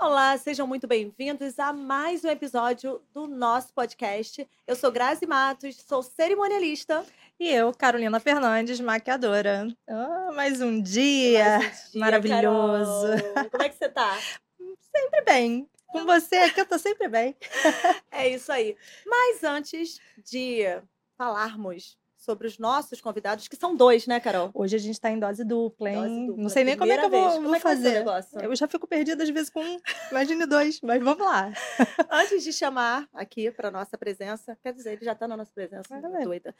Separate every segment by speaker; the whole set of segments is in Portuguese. Speaker 1: Olá, sejam muito bem-vindos a mais um episódio do nosso podcast. Eu sou Grazi Matos, sou cerimonialista.
Speaker 2: E eu, Carolina Fernandes, maquiadora. Ah, mais um dia.
Speaker 1: Mais um dia,
Speaker 2: maravilhoso.
Speaker 1: Carol. Como é que você tá?
Speaker 2: Sempre bem. Com você aqui eu tô sempre bem.
Speaker 1: É isso aí. Mas antes de falarmos sobre os nossos convidados, que são dois, né, Carol?
Speaker 2: Hoje a gente tá em dose dupla, hein?
Speaker 1: Dose dupla.
Speaker 2: Não sei nem como é que eu vou,
Speaker 1: Primeira vez.
Speaker 2: vou
Speaker 1: Como é que vai ser
Speaker 2: fazer.
Speaker 1: o negócio?
Speaker 2: Eu já fico perdida às vezes com um, imagine dois, mas vamos lá.
Speaker 1: Antes de chamar aqui para nossa presença, quer dizer, ele já está na nossa presença,
Speaker 2: Ah,
Speaker 1: né,
Speaker 2: é.
Speaker 1: doida.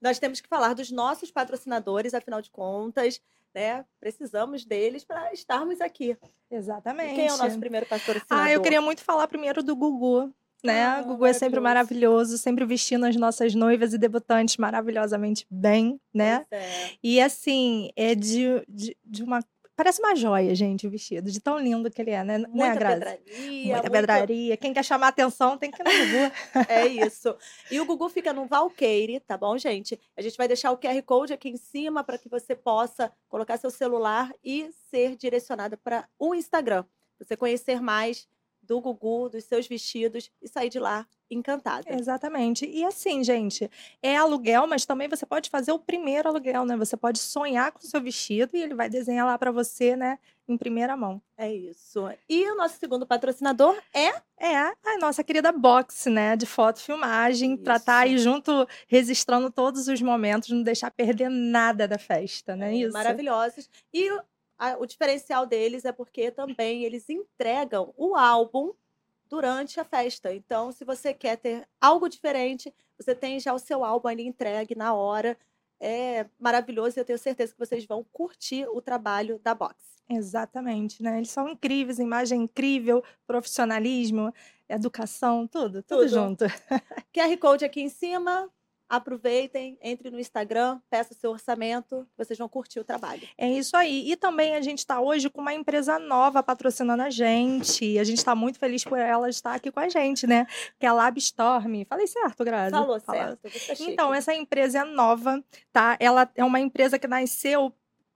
Speaker 1: Nós temos que falar dos nossos patrocinadores, afinal de contas, né? Precisamos deles para estarmos aqui. E
Speaker 2: Exatamente.
Speaker 1: Quem é o nosso primeiro patrocinador?
Speaker 2: Ah, eu queria muito falar primeiro do Gugu. Né?
Speaker 1: Ah,
Speaker 2: o Gugu é sempre maravilhoso, sempre vestindo as nossas noivas e debutantes maravilhosamente bem, né?
Speaker 1: Pois é.
Speaker 2: E assim, é de, de, de uma. Parece uma joia, gente, o vestido, de tão lindo que ele é, né? né,
Speaker 1: Muita
Speaker 2: Grazi?
Speaker 1: pedraria.
Speaker 2: Muita
Speaker 1: muito-
Speaker 2: pedraria. Quem quer chamar atenção tem que né? ir no Gugu.
Speaker 1: É isso. E o Gugu fica no Valqueire, tá bom, gente? A gente vai deixar o QR Code aqui em cima para que você possa colocar seu celular e ser direcionada para o Instagram. pra Você conhecer mais do Gugu, dos seus vestidos e sair de lá encantada.
Speaker 2: É. Exatamente. E assim, gente, é aluguel, mas também você pode fazer o primeiro aluguel, né? Você pode sonhar com o seu vestido e ele vai desenhar lá pra você, né? Em primeira mão.
Speaker 1: É isso. E o nosso segundo patrocinador é
Speaker 2: É a nossa querida box, né? De foto e filmagem, pra estar aí junto, registrando todos os momentos, não deixar perder nada da festa, né? Isso.
Speaker 1: Maravilhosos. E o- a- o diferencial deles é porque também eles entregam o álbum durante a festa. Então, se você quer ter algo diferente, você tem já o seu álbum ali entregue na hora. É maravilhoso e eu tenho certeza que vocês vão curtir o trabalho da Box.
Speaker 2: Exatamente, né? Eles são incríveis, imagem incrível, profissionalismo, educação, tudo, tudo,
Speaker 1: Tudo.
Speaker 2: junto.
Speaker 1: QR Code aqui em cima. Aproveitem, entre no Instagram, peça o seu orçamento, vocês vão curtir o trabalho.
Speaker 2: É isso aí. E também a gente está hoje com uma empresa nova patrocinando a gente. E a gente está muito feliz por ela estar aqui com a gente, né? Que é a LabStorm. Falei certo, Grazi?
Speaker 1: Falou
Speaker 2: Fala-
Speaker 1: certo. você tá chique.
Speaker 2: Então, essa empresa é nova, tá? Ela é uma empresa que nasceu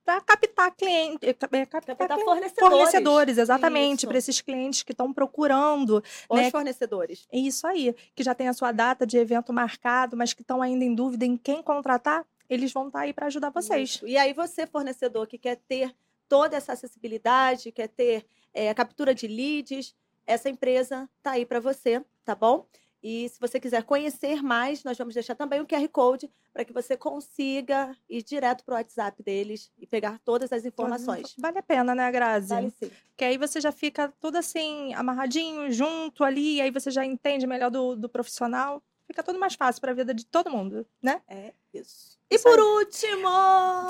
Speaker 2: para captar clientes,
Speaker 1: Captar
Speaker 2: é captar clien-
Speaker 1: tá fornecedores.
Speaker 2: fornecedores, exatamente,
Speaker 1: Isso.
Speaker 2: para esses clientes que estão procurando
Speaker 1: Os
Speaker 2: né?
Speaker 1: fornecedores.
Speaker 2: É isso aí, que já tem a sua data de evento marcado, mas que estão ainda em dúvida em quem contratar, eles vão estar aí para ajudar vocês.
Speaker 1: Isso. E aí você, fornecedor, que quer ter toda essa acessibilidade, quer ter eh, a captura de leads, essa empresa tá aí para você, tá bom? E se você quiser conhecer mais, nós vamos deixar também o QR Code para que você consiga ir direto para o WhatsApp deles e pegar todas as informações.
Speaker 2: Vale a pena, né, Grazi?
Speaker 1: Vale sim.
Speaker 2: Porque aí você já fica tudo assim, amarradinho, junto ali, e aí você já entende melhor do, do profissional. Fica tudo mais fácil para a vida de todo mundo, né?
Speaker 1: É isso. E
Speaker 2: Isso
Speaker 1: por último!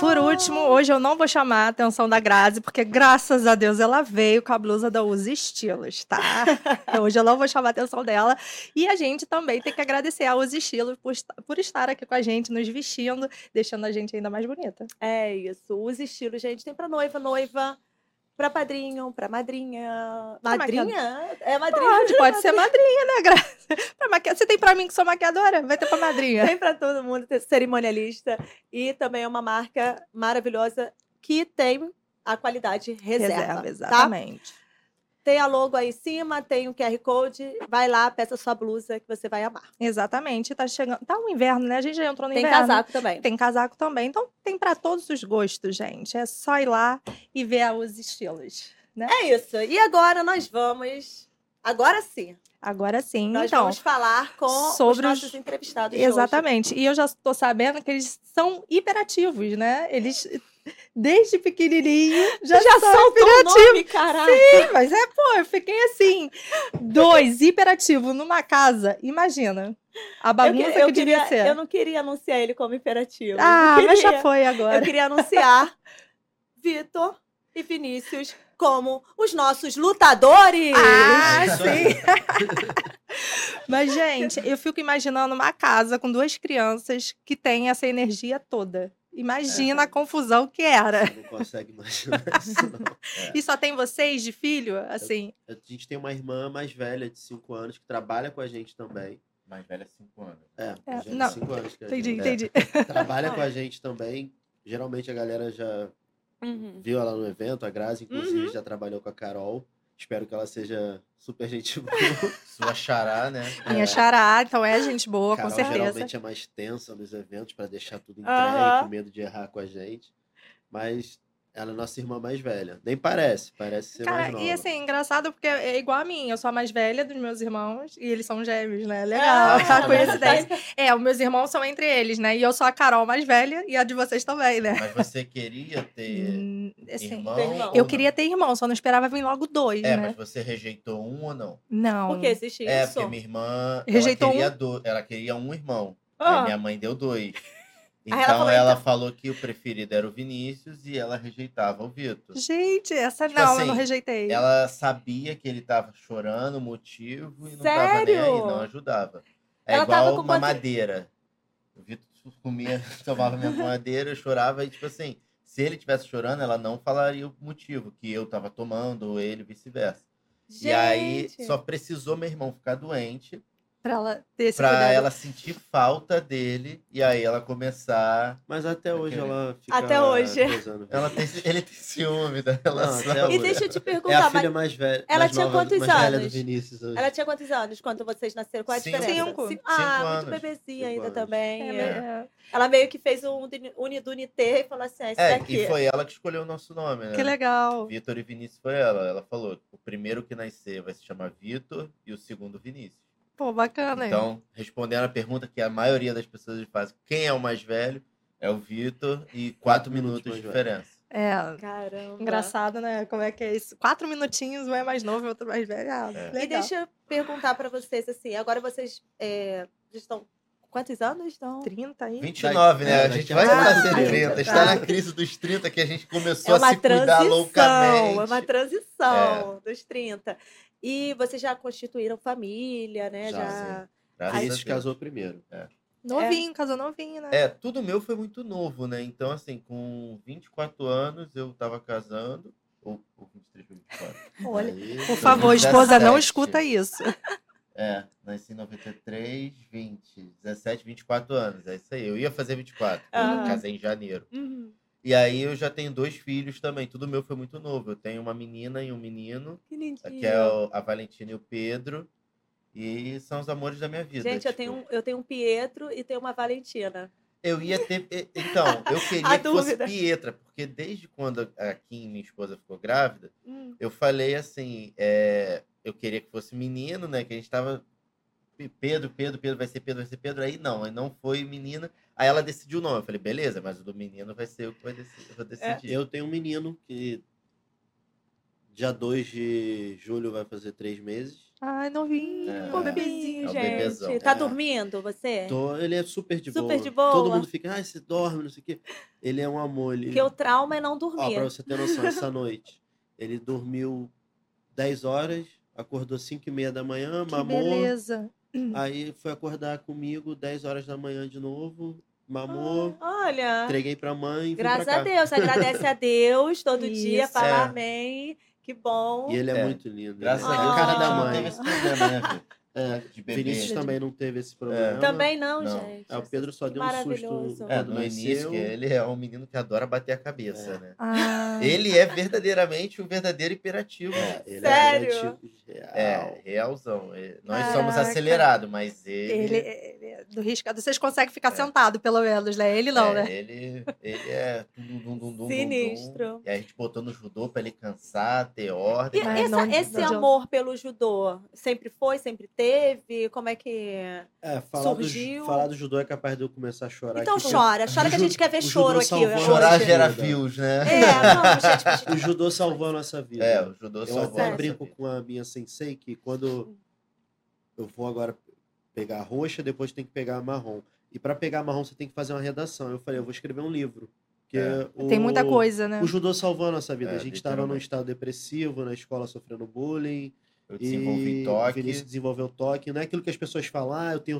Speaker 2: Por último, hoje eu não vou chamar a atenção da Grazi, porque graças a Deus ela veio com a blusa da Usa Estilos, tá? Então, hoje eu não vou chamar a atenção dela. E a gente também tem que agradecer a Usa Estilos por, esta- por estar aqui com a gente, nos vestindo, deixando a gente ainda mais bonita.
Speaker 1: É isso. Os estilos, gente, tem para noiva, noiva, para padrinho, para madrinha.
Speaker 2: Pra maquiadora.
Speaker 1: Madrinha? É madrinha.
Speaker 2: Pode, pode ser madrinha, né, Grazi? Pra maqui... Você tem pra mim que sou maquiadora? Vai ter pra madrinha.
Speaker 1: Tem para todo mundo, tem cerimonialista. E também é uma marca maravilhosa que tem a qualidade reserva. Tá?
Speaker 2: exatamente.
Speaker 1: Tem a logo aí em cima, tem o QR Code. Vai lá, peça sua blusa que você vai amar.
Speaker 2: Exatamente. Tá chegando. Tá o inverno, né? A gente já entrou no
Speaker 1: Tem
Speaker 2: inverno.
Speaker 1: casaco também.
Speaker 2: Tem casaco também. Então tem pra todos os gostos, gente. É só ir lá e ver os estilos, né?
Speaker 1: É isso. E agora nós vamos. Agora sim,
Speaker 2: Agora sim,
Speaker 1: nós
Speaker 2: então.
Speaker 1: vamos falar com os
Speaker 2: sobre os-
Speaker 1: nossos entrevistados. de hoje.
Speaker 2: Exatamente. E eu já tô sabendo que eles são hiperativos, né? Eles desde pequenininho já,
Speaker 1: Já
Speaker 2: são
Speaker 1: são tão
Speaker 2: hiperativos.
Speaker 1: nome, caraca.
Speaker 2: Sim, mas é, pô, eu fiquei assim, dois hiperativos numa casa. Imagina a
Speaker 1: Eu,
Speaker 2: bagunça
Speaker 1: que-
Speaker 2: que,
Speaker 1: eu
Speaker 2: devia
Speaker 1: queria,
Speaker 2: ser.
Speaker 1: eu não queria anunciar ele como imperativo.
Speaker 2: Ah,
Speaker 1: Não
Speaker 2: mas
Speaker 1: queria.
Speaker 2: já foi
Speaker 1: Eu
Speaker 2: agora.
Speaker 1: queria anunciar Vitor e Vinícius como os nossos lutadores.
Speaker 2: Ah,
Speaker 3: Isso aí.
Speaker 2: sim. Mas, gente, eu fico imaginando uma casa com duas crianças que tem essa energia toda. Imagina a confusão que era.
Speaker 3: Você não consegue né? imaginar isso, não.
Speaker 2: E só tem vocês de filho? Assim,
Speaker 3: A gente tem uma irmã mais velha, de 5 anos, que trabalha com a gente também.
Speaker 4: Mais velha, 5 anos.
Speaker 3: É,
Speaker 2: É,
Speaker 3: mais velha de
Speaker 2: não.
Speaker 3: cinco anos. que a
Speaker 2: entendi,
Speaker 3: gente- é,
Speaker 2: entendi.
Speaker 3: trabalha com a gente também. Geralmente a galera já
Speaker 1: Uhum.
Speaker 2: Uhum.
Speaker 3: viu ela no evento, a Grazi, inclusive, já trabalhou com a Carol. Espero que ela seja super gente boa.
Speaker 4: Sua xará, né?
Speaker 2: Minha xará, então é gente boa,
Speaker 3: Carol
Speaker 2: com certeza.
Speaker 3: geralmente é mais tensa nos eventos pra deixar tudo entregue,
Speaker 1: Aham.
Speaker 3: com medo de errar com a gente. Mas ela é nossa irmã mais velha. Nem parece, parece é ser mais
Speaker 2: Cara,
Speaker 3: nova.
Speaker 2: e assim, engraçado porque é igual a mim, eu sou a mais velha dos meus irmãos e eles são gêmeos, né? Legal,
Speaker 1: Ah,
Speaker 2: tá coincidência. É, os meus irmãos são entre eles, né? E eu sou a Carol mais velha e a de vocês também, né?
Speaker 4: Mas você queria
Speaker 3: É.
Speaker 4: ter
Speaker 2: Hum, assim,
Speaker 4: irmão?
Speaker 1: tem irmão.
Speaker 4: ou
Speaker 2: eu
Speaker 3: né?
Speaker 4: não?
Speaker 2: queria ter irmão, só não esperava vir logo dois,
Speaker 4: É,
Speaker 2: né?
Speaker 4: mas você rejeitou um ou não?
Speaker 2: Não.
Speaker 1: Porque existe
Speaker 4: É,
Speaker 1: isso.
Speaker 4: porque minha irmã.
Speaker 2: Rejeitou
Speaker 4: ela queria do- Ela queria um irmão.
Speaker 1: Ah.
Speaker 4: E minha mãe deu dois. Então
Speaker 1: ela
Speaker 4: ela,
Speaker 1: falou,
Speaker 4: falou, que o preferido era o Vinícius e ela rejeitava o Vitor.
Speaker 2: Gente, essa
Speaker 4: Tipo
Speaker 2: não, eu
Speaker 4: assim,
Speaker 2: não rejeitei.
Speaker 4: Ela sabia que ele tava chorando, o motivo, e não tava nem aí,
Speaker 1: Sério?
Speaker 4: não ajudava. É
Speaker 1: Ela tava
Speaker 4: igual
Speaker 1: com
Speaker 4: uma
Speaker 1: quanto-
Speaker 4: madeira. O Vitor comia, tomava minha mamadeira, eu chorava, e tipo assim, se ele tivesse chorando, ela não falaria o motivo que eu tava tomando, ou ele, vice-versa.
Speaker 1: Gente,
Speaker 4: E aí, só precisou meu irmão ficar doente
Speaker 2: Pra ela ter esse
Speaker 4: pra
Speaker 2: cuidado.
Speaker 4: ela sentir falta dele e aí ela começar.
Speaker 3: Mas até hoje
Speaker 4: Ok.
Speaker 3: ela fica
Speaker 1: Até hoje.
Speaker 3: coisando.
Speaker 4: Ela tem, ele tem ciúme da
Speaker 3: Não,
Speaker 4: relação.
Speaker 3: até
Speaker 1: E
Speaker 3: hoje.
Speaker 1: deixa eu te
Speaker 3: É a
Speaker 1: perguntar,
Speaker 3: filha
Speaker 1: mas
Speaker 3: mais velha.
Speaker 1: ela
Speaker 3: mais
Speaker 1: tinha
Speaker 3: nova-
Speaker 1: quantos
Speaker 3: mais velha do
Speaker 1: anos?
Speaker 3: Vinícius hoje.
Speaker 1: ela tinha quantos anos quando vocês nasceram? Qual a
Speaker 4: Cinco.
Speaker 1: diferença?
Speaker 2: Cinco.
Speaker 1: Cin-
Speaker 4: Cinco
Speaker 1: Ah,
Speaker 4: anos.
Speaker 1: muito bebezinha
Speaker 3: Cinco
Speaker 1: ainda
Speaker 3: anos.
Speaker 1: também.
Speaker 2: É,
Speaker 1: é.
Speaker 2: mas-
Speaker 1: Ela meio que fez um uni- unidunité e falou assim: ah, esse
Speaker 4: É,
Speaker 1: daqui.
Speaker 4: e foi ela que escolheu o nosso nome, né?
Speaker 2: Que legal.
Speaker 4: Vitor e Vinícius foi ela. Ela falou: o primeiro que nascer vai se chamar Vitor e o segundo Vinícius.
Speaker 2: Pô,
Speaker 1: Ah,
Speaker 2: bacana. hein?
Speaker 4: Então, respondendo a pergunta que a maioria das pessoas faz, quem é o mais velho? É o Vitor e quatro minutos de
Speaker 3: mais velho.
Speaker 4: diferença.
Speaker 2: É,
Speaker 1: Caramba.
Speaker 2: engraçado, né? Como é que é isso? Quatro minutinhos, um é mais novo e outro mais velho. Ah,
Speaker 4: É.
Speaker 2: legal.
Speaker 1: E deixa eu perguntar pra vocês assim: agora vocês é, já estão. Quantos anos estão?
Speaker 2: 30 aí?
Speaker 4: 29, né?
Speaker 3: É,
Speaker 4: A
Speaker 3: daqui
Speaker 4: gente
Speaker 3: a
Speaker 4: vai
Speaker 3: pouco
Speaker 4: fazer
Speaker 3: tá.
Speaker 4: 30. Está na crise dos 30 que a gente começou
Speaker 1: É
Speaker 4: a
Speaker 1: uma
Speaker 4: se cuidar loucamente.
Speaker 1: transição, é uma transição dos 30. E vocês já constituíram família, né?
Speaker 3: Já,
Speaker 1: Já.
Speaker 4: Graças a
Speaker 3: Vinícius
Speaker 4: Deus.
Speaker 3: casou primeiro.
Speaker 2: Novinho, casou novinho, né?
Speaker 4: É, tudo meu foi muito novo, né? Então, assim, com 24 anos eu tava casando. Ou, ou 23, 24.
Speaker 2: Olha.
Speaker 3: Aí,
Speaker 2: Por favor, esposa, não escuta isso.
Speaker 4: É, nasci em 93, 20, 17, 24 anos. É isso aí. Eu ia fazer 24.
Speaker 2: Ah.
Speaker 4: eu
Speaker 1: Aham.
Speaker 4: Casei em janeiro.
Speaker 1: Uhum,
Speaker 4: E aí eu já tenho dois filhos também. Tudo meu foi muito novo. Eu tenho uma menina e um menino,
Speaker 1: que lindinho.
Speaker 4: que é o- a Valentina e o Pedro. E são os amores da minha vida.
Speaker 1: Gente, eu
Speaker 4: tipo,
Speaker 1: tenho, um- eu tenho um Pietro e tenho uma Valentina.
Speaker 4: Eu ia ter. e- Então, eu
Speaker 1: A
Speaker 4: queria que fosse
Speaker 1: dúvida.
Speaker 4: Pietra, porque desde quando a Kim, minha esposa, ficou grávida,
Speaker 1: Hum.
Speaker 4: eu falei assim: é, eu queria que fosse menino, né? Que a gente tava. Pe- Pedro, Pedro, Pedro, vai ser Pedro, vai ser Pedro. Aí não, aí não foi menina. Aí ela decidiu o nome. Eu falei, beleza, mas o do menino vai ser eu que vai deci-
Speaker 1: É.
Speaker 4: eu vou decidir.
Speaker 3: Eu tenho um menino que dia 2 de julho vai fazer três meses.
Speaker 2: Ai, novinho.
Speaker 4: É.
Speaker 1: Pô, bebezinho,
Speaker 4: É o
Speaker 1: gente.
Speaker 4: bebezão.
Speaker 1: tá
Speaker 3: É.
Speaker 1: dormindo você?
Speaker 3: Tô- ele é super de
Speaker 1: Super
Speaker 3: boa.
Speaker 1: de boa.
Speaker 3: Todo mundo fica, ah, você dorme, não sei o quê. Ele é um amor. Ele...
Speaker 1: Porque o trauma é não
Speaker 3: Ó,
Speaker 1: dormir.
Speaker 3: pra você ter noção, essa noite ele dormiu 10 horas, acordou 5 e meia da manhã,
Speaker 2: Que
Speaker 3: mamou.
Speaker 2: beleza.
Speaker 3: Aí foi acordar comigo 10 horas da manhã de novo, mamou,
Speaker 1: Ah, Olha.
Speaker 3: entreguei pra mãe. vim pra
Speaker 1: Graças
Speaker 3: cá.
Speaker 1: a Deus. Agradece a Deus todo dia.
Speaker 2: Isso.
Speaker 1: Fala
Speaker 4: É.
Speaker 1: amém. Que bom.
Speaker 3: E ele é,
Speaker 4: É.
Speaker 3: muito lindo.
Speaker 4: Graças
Speaker 3: ele
Speaker 4: a
Speaker 3: é
Speaker 4: Deus,
Speaker 1: Ah.
Speaker 4: a
Speaker 3: cara
Speaker 4: gente
Speaker 3: da
Speaker 4: não
Speaker 3: mãe. É,
Speaker 4: teve esse problema, né, filho? De bebê.
Speaker 3: Vinícius também não teve esse problema.
Speaker 1: Também não,
Speaker 4: Não.
Speaker 1: gente.
Speaker 3: É, o Pedro só
Speaker 1: Que
Speaker 3: deu um susto.
Speaker 1: maravilhoso.
Speaker 4: É,
Speaker 3: quando
Speaker 4: no início, que
Speaker 3: nasceu.
Speaker 4: ele é um menino que adora bater a cabeça,
Speaker 3: É.
Speaker 4: né?
Speaker 2: Ah,
Speaker 4: Ele é verdadeiramente um verdadeiro imperativo.
Speaker 3: É, ele
Speaker 1: Sério?
Speaker 3: é tipo real.
Speaker 4: É, realzão. É, Nós somos
Speaker 2: Caraca.
Speaker 4: acelerados, mas ele.
Speaker 2: ele, ele é do riscado. Vocês conseguem ficar sentado, pelo menos, né? Ele não,
Speaker 4: é,
Speaker 2: né?
Speaker 4: Ele, ele é. tum, dum, dum, dum, dum, dum,
Speaker 1: Sinistro.
Speaker 4: dum. E a gente botou no judô pra ele cansar, ter ordem.
Speaker 1: E
Speaker 2: Ai,
Speaker 1: essa-
Speaker 2: não- um
Speaker 1: esse
Speaker 2: não adianta.
Speaker 1: amor pelo judô sempre foi, sempre teve? Como é que.
Speaker 3: É, falar, do,
Speaker 1: Surgiu.
Speaker 3: ju- falar do judô é capaz de eu começar a chorar.
Speaker 1: Então
Speaker 3: aqui,
Speaker 1: chora, chora que a
Speaker 3: o ju-
Speaker 1: gente quer ver
Speaker 3: o
Speaker 1: choro
Speaker 3: judô
Speaker 1: aqui.
Speaker 3: salvou-
Speaker 2: é
Speaker 1: hoje.
Speaker 4: Chorar
Speaker 3: Poxa
Speaker 4: gera
Speaker 3: vida.
Speaker 4: fios, né?
Speaker 1: É, vamos, gente.
Speaker 3: porque O judô salvou a nossa vida.
Speaker 4: É, o judô
Speaker 3: Eu
Speaker 4: salvou. a
Speaker 3: até
Speaker 4: nossa
Speaker 3: brinco
Speaker 4: vida.
Speaker 3: com a minha sensei que quando eu vou agora pegar a roxa, depois tem que pegar a marrom. E para pegar a marrom, você tem que fazer uma redação. Eu falei, eu vou escrever um livro. Porque
Speaker 4: É.
Speaker 3: o-
Speaker 2: Tem muita coisa, né?
Speaker 3: O judô salvou a nossa vida.
Speaker 4: É,
Speaker 3: a gente estava num
Speaker 4: literalmente.
Speaker 3: estado depressivo, na escola sofrendo bullying.
Speaker 4: Eu
Speaker 3: e
Speaker 4: desenvolvi
Speaker 3: O Vinícius
Speaker 4: toque.
Speaker 3: desenvolveu toque. Não é aquilo que as pessoas falam, ah, eu tenho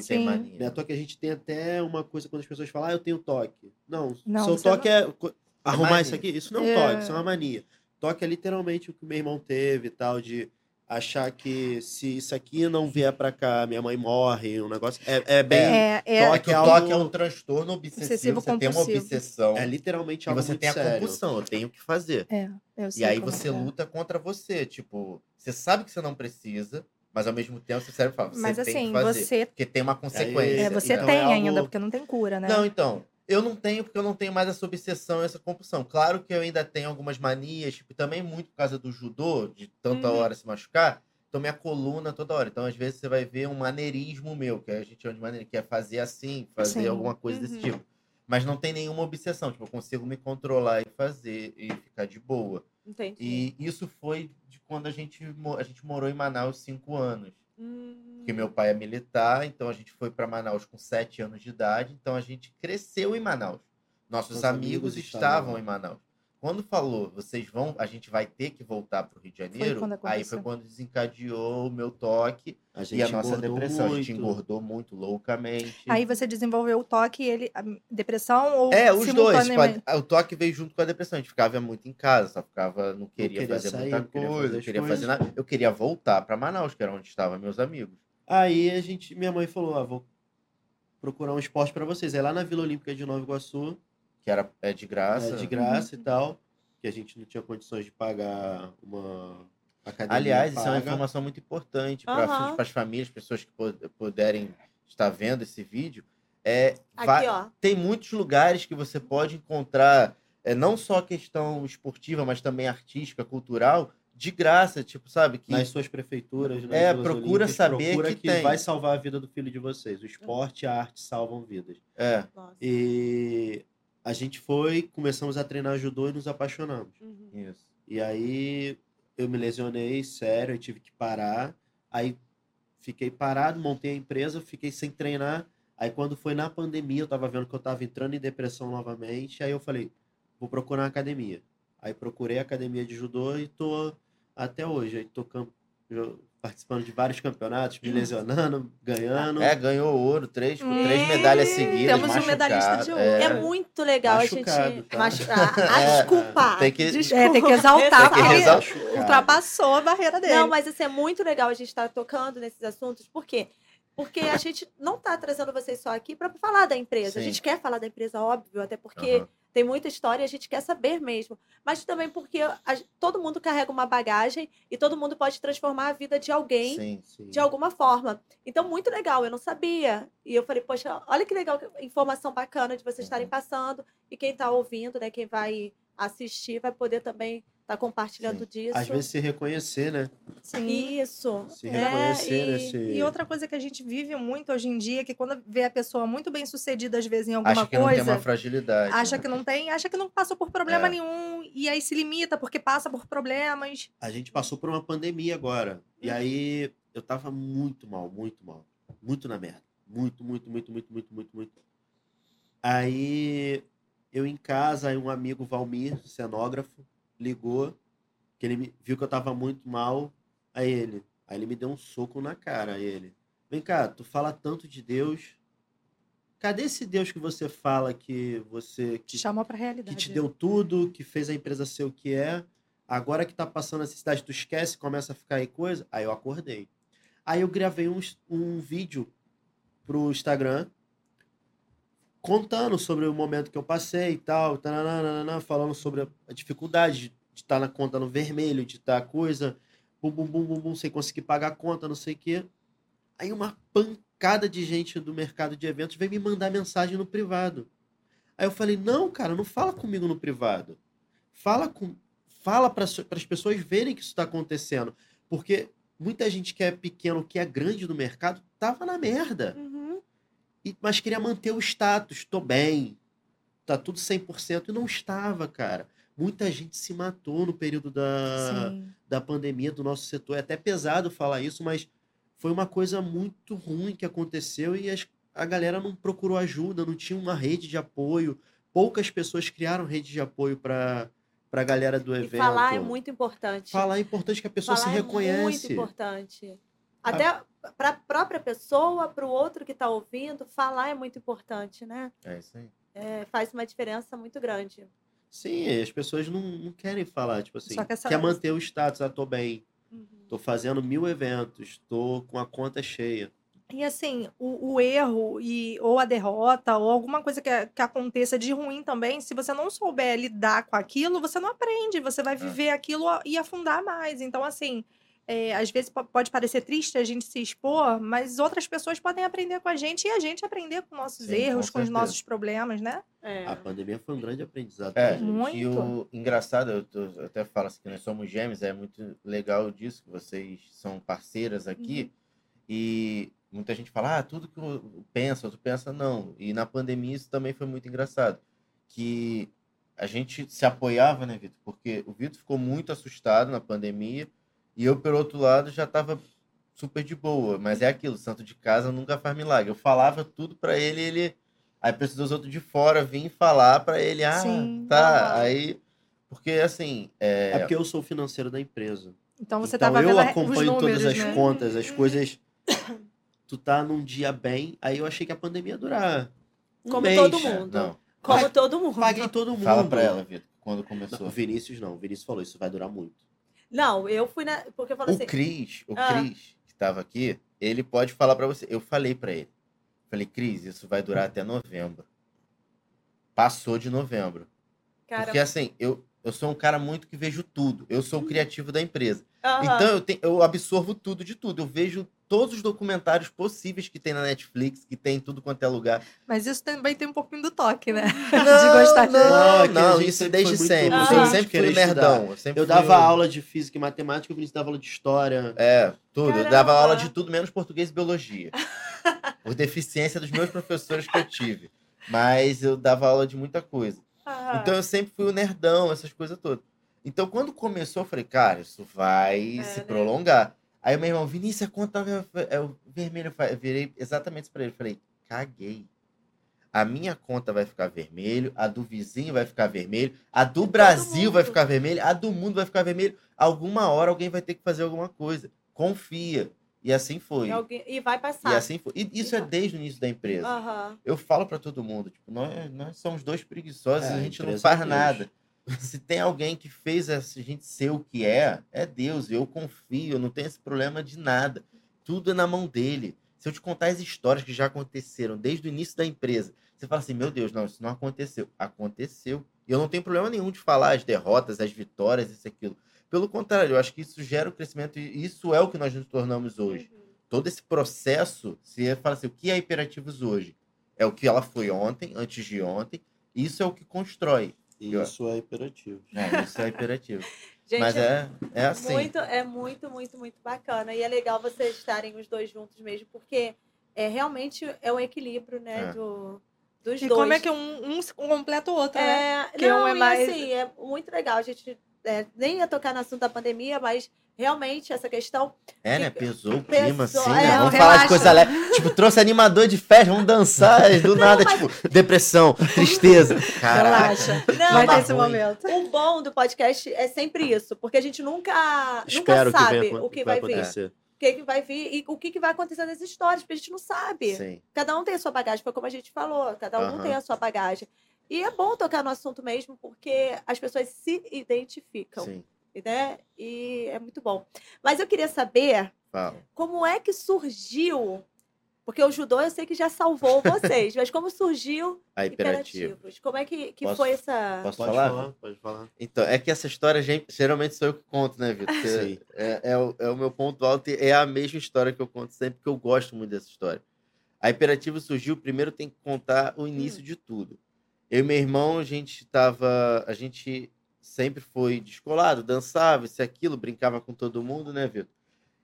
Speaker 2: Sim. É
Speaker 4: Sem
Speaker 3: Né? À
Speaker 4: mania.
Speaker 3: toa que a gente tem até uma coisa quando as pessoas falam, ah, eu tenho toque. Não,
Speaker 2: Não,
Speaker 3: seu
Speaker 2: você não-
Speaker 3: toque é. co- Arrumar
Speaker 4: mania.
Speaker 3: isso aqui, isso não é um
Speaker 2: É.
Speaker 3: toque, isso é uma mania. Toque é literalmente o que o meu irmão teve e tal, de. achar que se isso aqui não vier pra cá, minha mãe morre, um negócio. É, é bem. É,
Speaker 2: É, é,
Speaker 4: Toque,
Speaker 3: é
Speaker 4: é,
Speaker 3: algo-
Speaker 4: toque é um transtorno obsessivo.
Speaker 2: Obsessivo
Speaker 4: você tem uma
Speaker 2: compulsivo.
Speaker 4: obsessão.
Speaker 3: é literalmente
Speaker 4: e
Speaker 3: algo
Speaker 4: você
Speaker 3: muito
Speaker 4: tem a
Speaker 3: sério.
Speaker 4: compulsão, eu tenho que fazer.
Speaker 2: é, eu
Speaker 4: E
Speaker 2: sei
Speaker 4: aí
Speaker 2: como
Speaker 4: você
Speaker 2: é.
Speaker 4: luta contra você. Tipo, você sabe que você não precisa, mas ao mesmo tempo você serve fala, você
Speaker 2: Mas
Speaker 4: tem
Speaker 2: assim,
Speaker 4: que fazer.
Speaker 2: você,
Speaker 4: Porque tem uma consequência.
Speaker 2: é, você
Speaker 3: então é
Speaker 2: tem
Speaker 3: algo-
Speaker 2: ainda, porque não tem cura, né?
Speaker 4: Não, então. Eu não tenho, porque eu não tenho mais essa obsessão, essa compulsão. Claro que eu ainda tenho algumas manias, tipo, também muito por causa do judô, de tanta
Speaker 1: Uhum.
Speaker 4: hora se machucar. Então, minha coluna toda hora. Então, às vezes, você vai ver um maneirismo meu, que a gente chama de maneira, que é fazer assim, fazer
Speaker 2: Sim.
Speaker 4: alguma coisa
Speaker 1: Uhum.
Speaker 4: desse tipo. Mas não tem nenhuma obsessão. Tipo, eu consigo me controlar e fazer e ficar de boa.
Speaker 1: Entendi.
Speaker 4: E isso foi de quando a gente, mo- a gente morou em Manaus cinco anos.
Speaker 1: Hum.
Speaker 4: Porque meu pai é militar, então a gente foi para Manaus com sete anos de idade, então a gente cresceu em Manaus. Nossos
Speaker 3: Nossos
Speaker 4: amigos
Speaker 3: amigos
Speaker 4: estavam
Speaker 3: estavam lá.
Speaker 4: em Manaus. Quando falou, vocês vão, a gente vai ter que voltar para o Rio de Janeiro,
Speaker 2: quando
Speaker 4: aí
Speaker 2: aconteceu.
Speaker 4: foi quando desencadeou o meu toque
Speaker 3: A gente
Speaker 4: e a nossa
Speaker 3: engordou
Speaker 4: depressão. A gente
Speaker 3: muito.
Speaker 4: engordou muito loucamente.
Speaker 2: Aí você desenvolveu o toque e ele. a depressão ou.
Speaker 4: É, os dois. tipo,
Speaker 2: simultaneamente?
Speaker 4: a- o toque veio junto com a depressão. A gente ficava muito em casa, só ficava, não queria,
Speaker 3: queria
Speaker 4: fazer
Speaker 3: sair,
Speaker 4: muita
Speaker 3: não queria
Speaker 4: coisa,
Speaker 3: fazer
Speaker 4: não
Speaker 3: as
Speaker 4: queria fazer
Speaker 3: coisas.
Speaker 4: nada. Eu queria voltar para Manaus, que era onde estavam meus amigos.
Speaker 3: Aí a gente, minha mãe falou, ah, vou procurar um esporte pra vocês. Aí lá na Vila Olímpica de Nova Iguaçu,
Speaker 4: Que era é de graça.
Speaker 3: é, de graça e tal, que a gente não tinha condições de pagar uma academia
Speaker 4: Aliás, isso é uma
Speaker 3: paga.
Speaker 4: informação muito importante
Speaker 1: Aham.
Speaker 4: para as famílias, pessoas que pu- puderem estar vendo esse vídeo. É,
Speaker 1: Aqui,
Speaker 4: vai-
Speaker 1: ó.
Speaker 4: Tem muitos lugares que você pode encontrar é, não só a questão esportiva, mas também artística, cultural, de graça, tipo, sabe? Que
Speaker 3: nas suas prefeituras, nas
Speaker 4: É,
Speaker 3: Vilas
Speaker 4: procura
Speaker 3: Olímpicas,
Speaker 4: saber
Speaker 3: procura
Speaker 4: que tem.
Speaker 3: vai salvar a vida do filho de vocês. O esporte e a arte salvam vidas.
Speaker 4: é,
Speaker 1: Nossa.
Speaker 3: E a gente foi, começamos a treinar judô e nos apaixonamos.
Speaker 1: Uhum.
Speaker 4: isso.
Speaker 3: E aí eu me lesionei, sério, eu tive que parar. Aí fiquei parado, montei a empresa, fiquei sem treinar. Aí quando foi na pandemia, eu tava vendo que eu tava entrando em depressão novamente. Aí eu falei, vou procurar uma academia. Aí procurei a academia de judô e tô até hoje. Aí tô cam- jo- participando de vários campeonatos, me lesionando, ganhando.
Speaker 4: É, ganhou ouro, três,
Speaker 2: Hum,
Speaker 4: três medalhas seguidas.
Speaker 2: temos um medalhista de
Speaker 4: machucado,
Speaker 2: ouro.
Speaker 1: É,
Speaker 4: É,
Speaker 1: muito legal a
Speaker 3: Machucado,
Speaker 1: gente.
Speaker 3: tá?
Speaker 1: Machu... Ah, ah,
Speaker 4: É,
Speaker 1: desculpa.
Speaker 4: tem que-
Speaker 1: desculpa.
Speaker 2: É, tem que exaltar,
Speaker 4: Tem que
Speaker 2: porque
Speaker 4: exaltar.
Speaker 2: ultrapassou a barreira dele.
Speaker 1: Não, mas assim, é muito legal a gente estar tocando nesses assuntos. Por quê? Porque a gente não está trazendo vocês só aqui para falar da empresa. A
Speaker 4: Sim.
Speaker 1: gente quer falar da empresa, óbvio, até porque
Speaker 4: Aham.
Speaker 1: tem muita história e a gente quer saber mesmo. Mas também porque a gen- todo mundo carrega uma bagagem e todo mundo pode transformar a vida de alguém
Speaker 4: Sim.
Speaker 3: Sim.
Speaker 1: de alguma forma. Então, muito legal, eu não sabia. E eu falei, poxa, olha que legal, que informação bacana de vocês
Speaker 3: Uhum.
Speaker 1: estarem passando. E quem está ouvindo, né, quem vai assistir, vai poder também estar compartilhando
Speaker 4: Sim.
Speaker 1: disso.
Speaker 3: Às vezes se reconhecer, né?
Speaker 2: Sim.
Speaker 1: Isso.
Speaker 3: Se
Speaker 1: né?
Speaker 3: reconhecer
Speaker 1: E-
Speaker 3: nesse.
Speaker 2: E outra coisa que a gente vive muito hoje em dia é que quando vê a pessoa muito bem sucedida, às vezes, em alguma
Speaker 4: Acha que não tem
Speaker 2: coisa,
Speaker 4: uma fragilidade. né?
Speaker 2: acha que não tem, acha que não passou por problema
Speaker 4: É.
Speaker 2: nenhum, e aí se limita porque passa por problemas.
Speaker 3: A gente passou por uma pandemia agora. E aí eu tava muito mal, muito mal. Muito na merda. Muito, muito, muito, muito, muito, muito, muito. Aí eu em casa, aí um amigo Valmir, cenógrafo, ligou, que ele me- viu que eu tava muito mal. Aí ele, aí ele me deu um soco na cara, aí ele. Vem cá, tu fala tanto de Deus. Cadê esse Deus que você fala que você
Speaker 2: Te
Speaker 3: que
Speaker 2: chamou pra realidade.
Speaker 3: que te deu tudo, que fez a empresa ser o que é. Agora que tá passando a necessidade, tu esquece, começa a ficar aí coisa. Aí eu acordei. Aí eu gravei um, um vídeo pro Instagram contando sobre o momento que eu passei e tal, tananana, falando sobre a dificuldade de estar na conta no vermelho, de estar coisa, bum, bum, bum, bum, bum, sem conseguir pagar a conta, não sei o quê. Aí uma pancada de gente do mercado de eventos veio me mandar mensagem no privado. Aí eu falei, não, cara, não fala comigo no privado. Fala com, fala para as pessoas verem que isso está acontecendo. Porque muita gente que é pequeno, que é grande no mercado, tava na merda.
Speaker 1: Uhum.
Speaker 3: E- mas queria manter o status, tô bem, tá tudo 100%. E não estava, cara. Muita gente se matou no período da,
Speaker 2: Sim.
Speaker 3: da pandemia do nosso setor. É até pesado falar isso, mas foi uma coisa muito ruim que aconteceu e as- a galera não procurou ajuda, não tinha uma rede de apoio. Poucas pessoas criaram rede de apoio para a galera do
Speaker 1: E
Speaker 3: evento.
Speaker 1: falar é muito importante.
Speaker 3: Falar é importante que a pessoa
Speaker 1: Falar
Speaker 3: se
Speaker 1: é muito
Speaker 3: reconhece.
Speaker 1: importante. Até para a própria pessoa, para o outro que está ouvindo, falar é muito importante, né?
Speaker 4: É isso aí.
Speaker 1: É, faz uma diferença muito grande.
Speaker 3: Sim, as pessoas não, não querem falar, tipo assim,
Speaker 2: Só que essa-
Speaker 3: quer manter o status, ah, tô bem.
Speaker 1: Uhum.
Speaker 3: Tô fazendo mil eventos, tô com a conta cheia.
Speaker 2: E assim, o, o erro e, ou a derrota, ou alguma coisa que, a- que aconteça de ruim também, se você não souber lidar com aquilo, você não aprende, você vai viver aquilo a- e afundar mais. Então, assim, é, às vezes po- pode parecer triste a gente se expor, mas outras pessoas podem aprender com a gente e a gente aprender com nossos
Speaker 4: Sim, com
Speaker 2: erros, com, os
Speaker 4: certeza.
Speaker 2: nossos problemas, né?
Speaker 1: É.
Speaker 4: Ah,
Speaker 3: A pandemia foi um grande aprendizado.
Speaker 4: É,
Speaker 3: pra gente.
Speaker 2: Muito.
Speaker 4: E o engraçado, eu, tô- eu até falo assim que nós somos gêmeos, é muito legal disso, que vocês são parceiras aqui.
Speaker 2: Uhum.
Speaker 4: E muita gente fala, ah, tudo que eu penso, tu pensa, não. E na pandemia isso também foi muito engraçado. Que a gente se apoiava, né, Vitor? Porque o Vitor ficou muito assustado na pandemia e eu, pelo outro lado, já tava super de boa. Mas é aquilo, santo de casa nunca faz milagre. Eu falava tudo pra ele e ele... Aí precisou os outros de fora vir falar pra ele, ah,
Speaker 2: Sim.
Speaker 4: tá,
Speaker 2: Ah.
Speaker 4: aí... Porque, assim,
Speaker 3: É porque eu sou o financeiro da empresa.
Speaker 2: Então você
Speaker 3: então
Speaker 2: estava
Speaker 3: eu
Speaker 2: vendo a- os
Speaker 3: acompanho
Speaker 2: números,
Speaker 3: todas as
Speaker 2: né?
Speaker 3: contas, as coisas. Tu tá num dia bem, aí eu achei que a pandemia ia durar. um
Speaker 1: Como
Speaker 3: mês.
Speaker 1: todo
Speaker 4: é,
Speaker 1: mundo.
Speaker 4: não,
Speaker 1: Como
Speaker 3: Vai-
Speaker 1: todo mundo.
Speaker 3: Paguei todo mundo.
Speaker 4: fala pra ela, Vitor, quando
Speaker 3: Não, o
Speaker 4: começou.
Speaker 3: Vinícius não, o Vinícius falou, isso vai durar muito.
Speaker 1: Não, eu fui na. Porque eu falo
Speaker 4: O
Speaker 1: assim.
Speaker 4: Cris, o
Speaker 1: Ah.
Speaker 4: Cris, que tava aqui, ele pode falar pra você. Eu falei pra ele. Falei, Cris, isso vai durar até novembro. Passou de novembro.
Speaker 1: Cara,
Speaker 4: Porque assim, eu, eu sou um cara muito que vejo tudo. Eu sou o criativo da empresa.
Speaker 1: Uhum. aham.
Speaker 4: Então eu, te- eu absorvo tudo de tudo. Eu vejo todos os documentários possíveis que tem na Netflix, que tem em tudo quanto é lugar.
Speaker 2: Mas isso também tem um pouquinho do toque, né?
Speaker 4: Não,
Speaker 2: gostar de-
Speaker 4: não,
Speaker 3: Não, é que a
Speaker 4: não,
Speaker 3: gente
Speaker 4: isso
Speaker 3: sempre foi
Speaker 4: desde
Speaker 3: muito-
Speaker 4: sempre.
Speaker 1: Ah.
Speaker 4: Eu
Speaker 1: Sempre
Speaker 4: sempre
Speaker 3: querer
Speaker 4: fui um
Speaker 3: estudar.
Speaker 4: nerdão. sempre
Speaker 3: Eu dava
Speaker 4: fui um-
Speaker 3: aula de física e matemática, o Vinícius dava aula de história.
Speaker 4: É, tudo. Eu dava
Speaker 1: Caramba.
Speaker 4: aula de tudo, menos português e biologia. Por deficiência dos meus professores que eu tive. Mas eu dava aula de muita coisa.
Speaker 1: Ah.
Speaker 4: Então eu sempre fui o nerdão, essas coisas todas. Então quando começou, eu falei, cara, isso vai
Speaker 1: É,
Speaker 4: se
Speaker 1: né?
Speaker 4: prolongar. Aí meu irmão, Vinícius, a conta ver- é o vermelho. Eu fa- eu virei exatamente isso pra ele. Eu Falei, caguei. A minha conta vai ficar vermelho, a do vizinho vai ficar vermelho, a do Brasil vai
Speaker 1: mundo.
Speaker 4: ficar vermelho, a do mundo vai ficar vermelho. Alguma hora alguém vai ter que fazer alguma coisa. Confia. E assim foi.
Speaker 1: E alguém- Então. E vai
Speaker 4: E
Speaker 1: passar.
Speaker 4: assim foi. E isso é
Speaker 1: Exato.
Speaker 4: desde o início da empresa.
Speaker 1: Aham.
Speaker 4: Eu falo pra todo mundo, tipo, nós, nós somos dois preguiçosos,
Speaker 3: É,
Speaker 4: a gente não
Speaker 3: empresa
Speaker 4: faz
Speaker 3: é Deus.
Speaker 4: nada. Se tem alguém que fez a gente ser o que é, é Deus. Eu confio, eu não tenho esse problema de nada. Tudo é na mão dele. Se eu te contar as histórias que já aconteceram desde o início da empresa, você fala assim, meu Deus, não, isso não aconteceu. Aconteceu. E eu não tenho problema nenhum de falar as derrotas, as vitórias, isso e aquilo. Pelo contrário, eu acho que isso gera o crescimento e isso é o que nós nos tornamos hoje
Speaker 1: Uhum.
Speaker 4: todo esse processo, você fala assim, o que é Imperativos hoje? É o que ela foi ontem, antes de ontem, isso é o que constrói.
Speaker 3: E isso é imperativo.
Speaker 4: É, isso é imperativo.
Speaker 1: Gente,
Speaker 4: Mas é, é assim.
Speaker 1: Muito, é muito, muito, muito bacana. E é legal vocês estarem os dois juntos mesmo, porque é realmente é um equilíbrio, né?
Speaker 4: É.
Speaker 1: Do, dos
Speaker 2: E
Speaker 1: dois.
Speaker 2: como é que um, um se- um completa o outro, né?
Speaker 1: É,
Speaker 2: Que
Speaker 1: não,
Speaker 2: um é
Speaker 1: e
Speaker 2: mais-
Speaker 1: assim, é muito legal. A gente é, nem ia tocar no assunto da pandemia, mas realmente essa questão.
Speaker 4: É, né? Pesou o
Speaker 1: Pesou,
Speaker 4: clima, assim,
Speaker 1: é,
Speaker 4: né? Vamos
Speaker 2: relaxa.
Speaker 4: falar de coisa leve. Tipo, trouxe animador de festa, vamos dançar. e Do nada, tipo, depressão, tristeza. Caraca.
Speaker 2: Relaxa.
Speaker 1: Não,
Speaker 2: Vai
Speaker 4: Tá
Speaker 2: ter esse
Speaker 4: ruim.
Speaker 2: momento.
Speaker 1: o bom do podcast é sempre isso, porque a gente nunca, nunca
Speaker 3: Espero que
Speaker 1: sabe
Speaker 3: venha,
Speaker 1: o que vai, vir.
Speaker 2: é.
Speaker 3: acontecer.
Speaker 1: O que, que vai vir e o que, que vai acontecer nas histórias, porque a gente não sabe.
Speaker 4: Sim.
Speaker 1: Cada um tem a sua bagagem, foi como a gente falou, cada um
Speaker 4: Aham.
Speaker 1: tem a sua bagagem. E é bom tocar no assunto mesmo, porque as pessoas se identificam,
Speaker 4: Sim,
Speaker 1: né? E é muito bom. Mas eu queria saber
Speaker 4: fala.
Speaker 1: como é que surgiu, porque o judô eu sei que já salvou vocês, mas como surgiu
Speaker 4: A imperativo.
Speaker 1: Imperativos? Como é que, que
Speaker 4: Posso-
Speaker 1: foi essa...
Speaker 4: Posso
Speaker 3: Pode
Speaker 4: falar?
Speaker 3: falar? Pode falar.
Speaker 4: Então, é que essa história gen- geralmente sou eu que conto, né, Vitor? Porque
Speaker 3: Sim.
Speaker 4: É, é o, é o meu ponto alto e é a mesma história que eu conto sempre, porque eu gosto muito dessa história. A Imperativo surgiu, primeiro tem que contar
Speaker 3: Hum.
Speaker 4: o início de tudo. Eu e meu irmão, a gente tava. A gente sempre foi descolado, dançava, isso e aquilo, brincava com todo mundo, né, Vitor?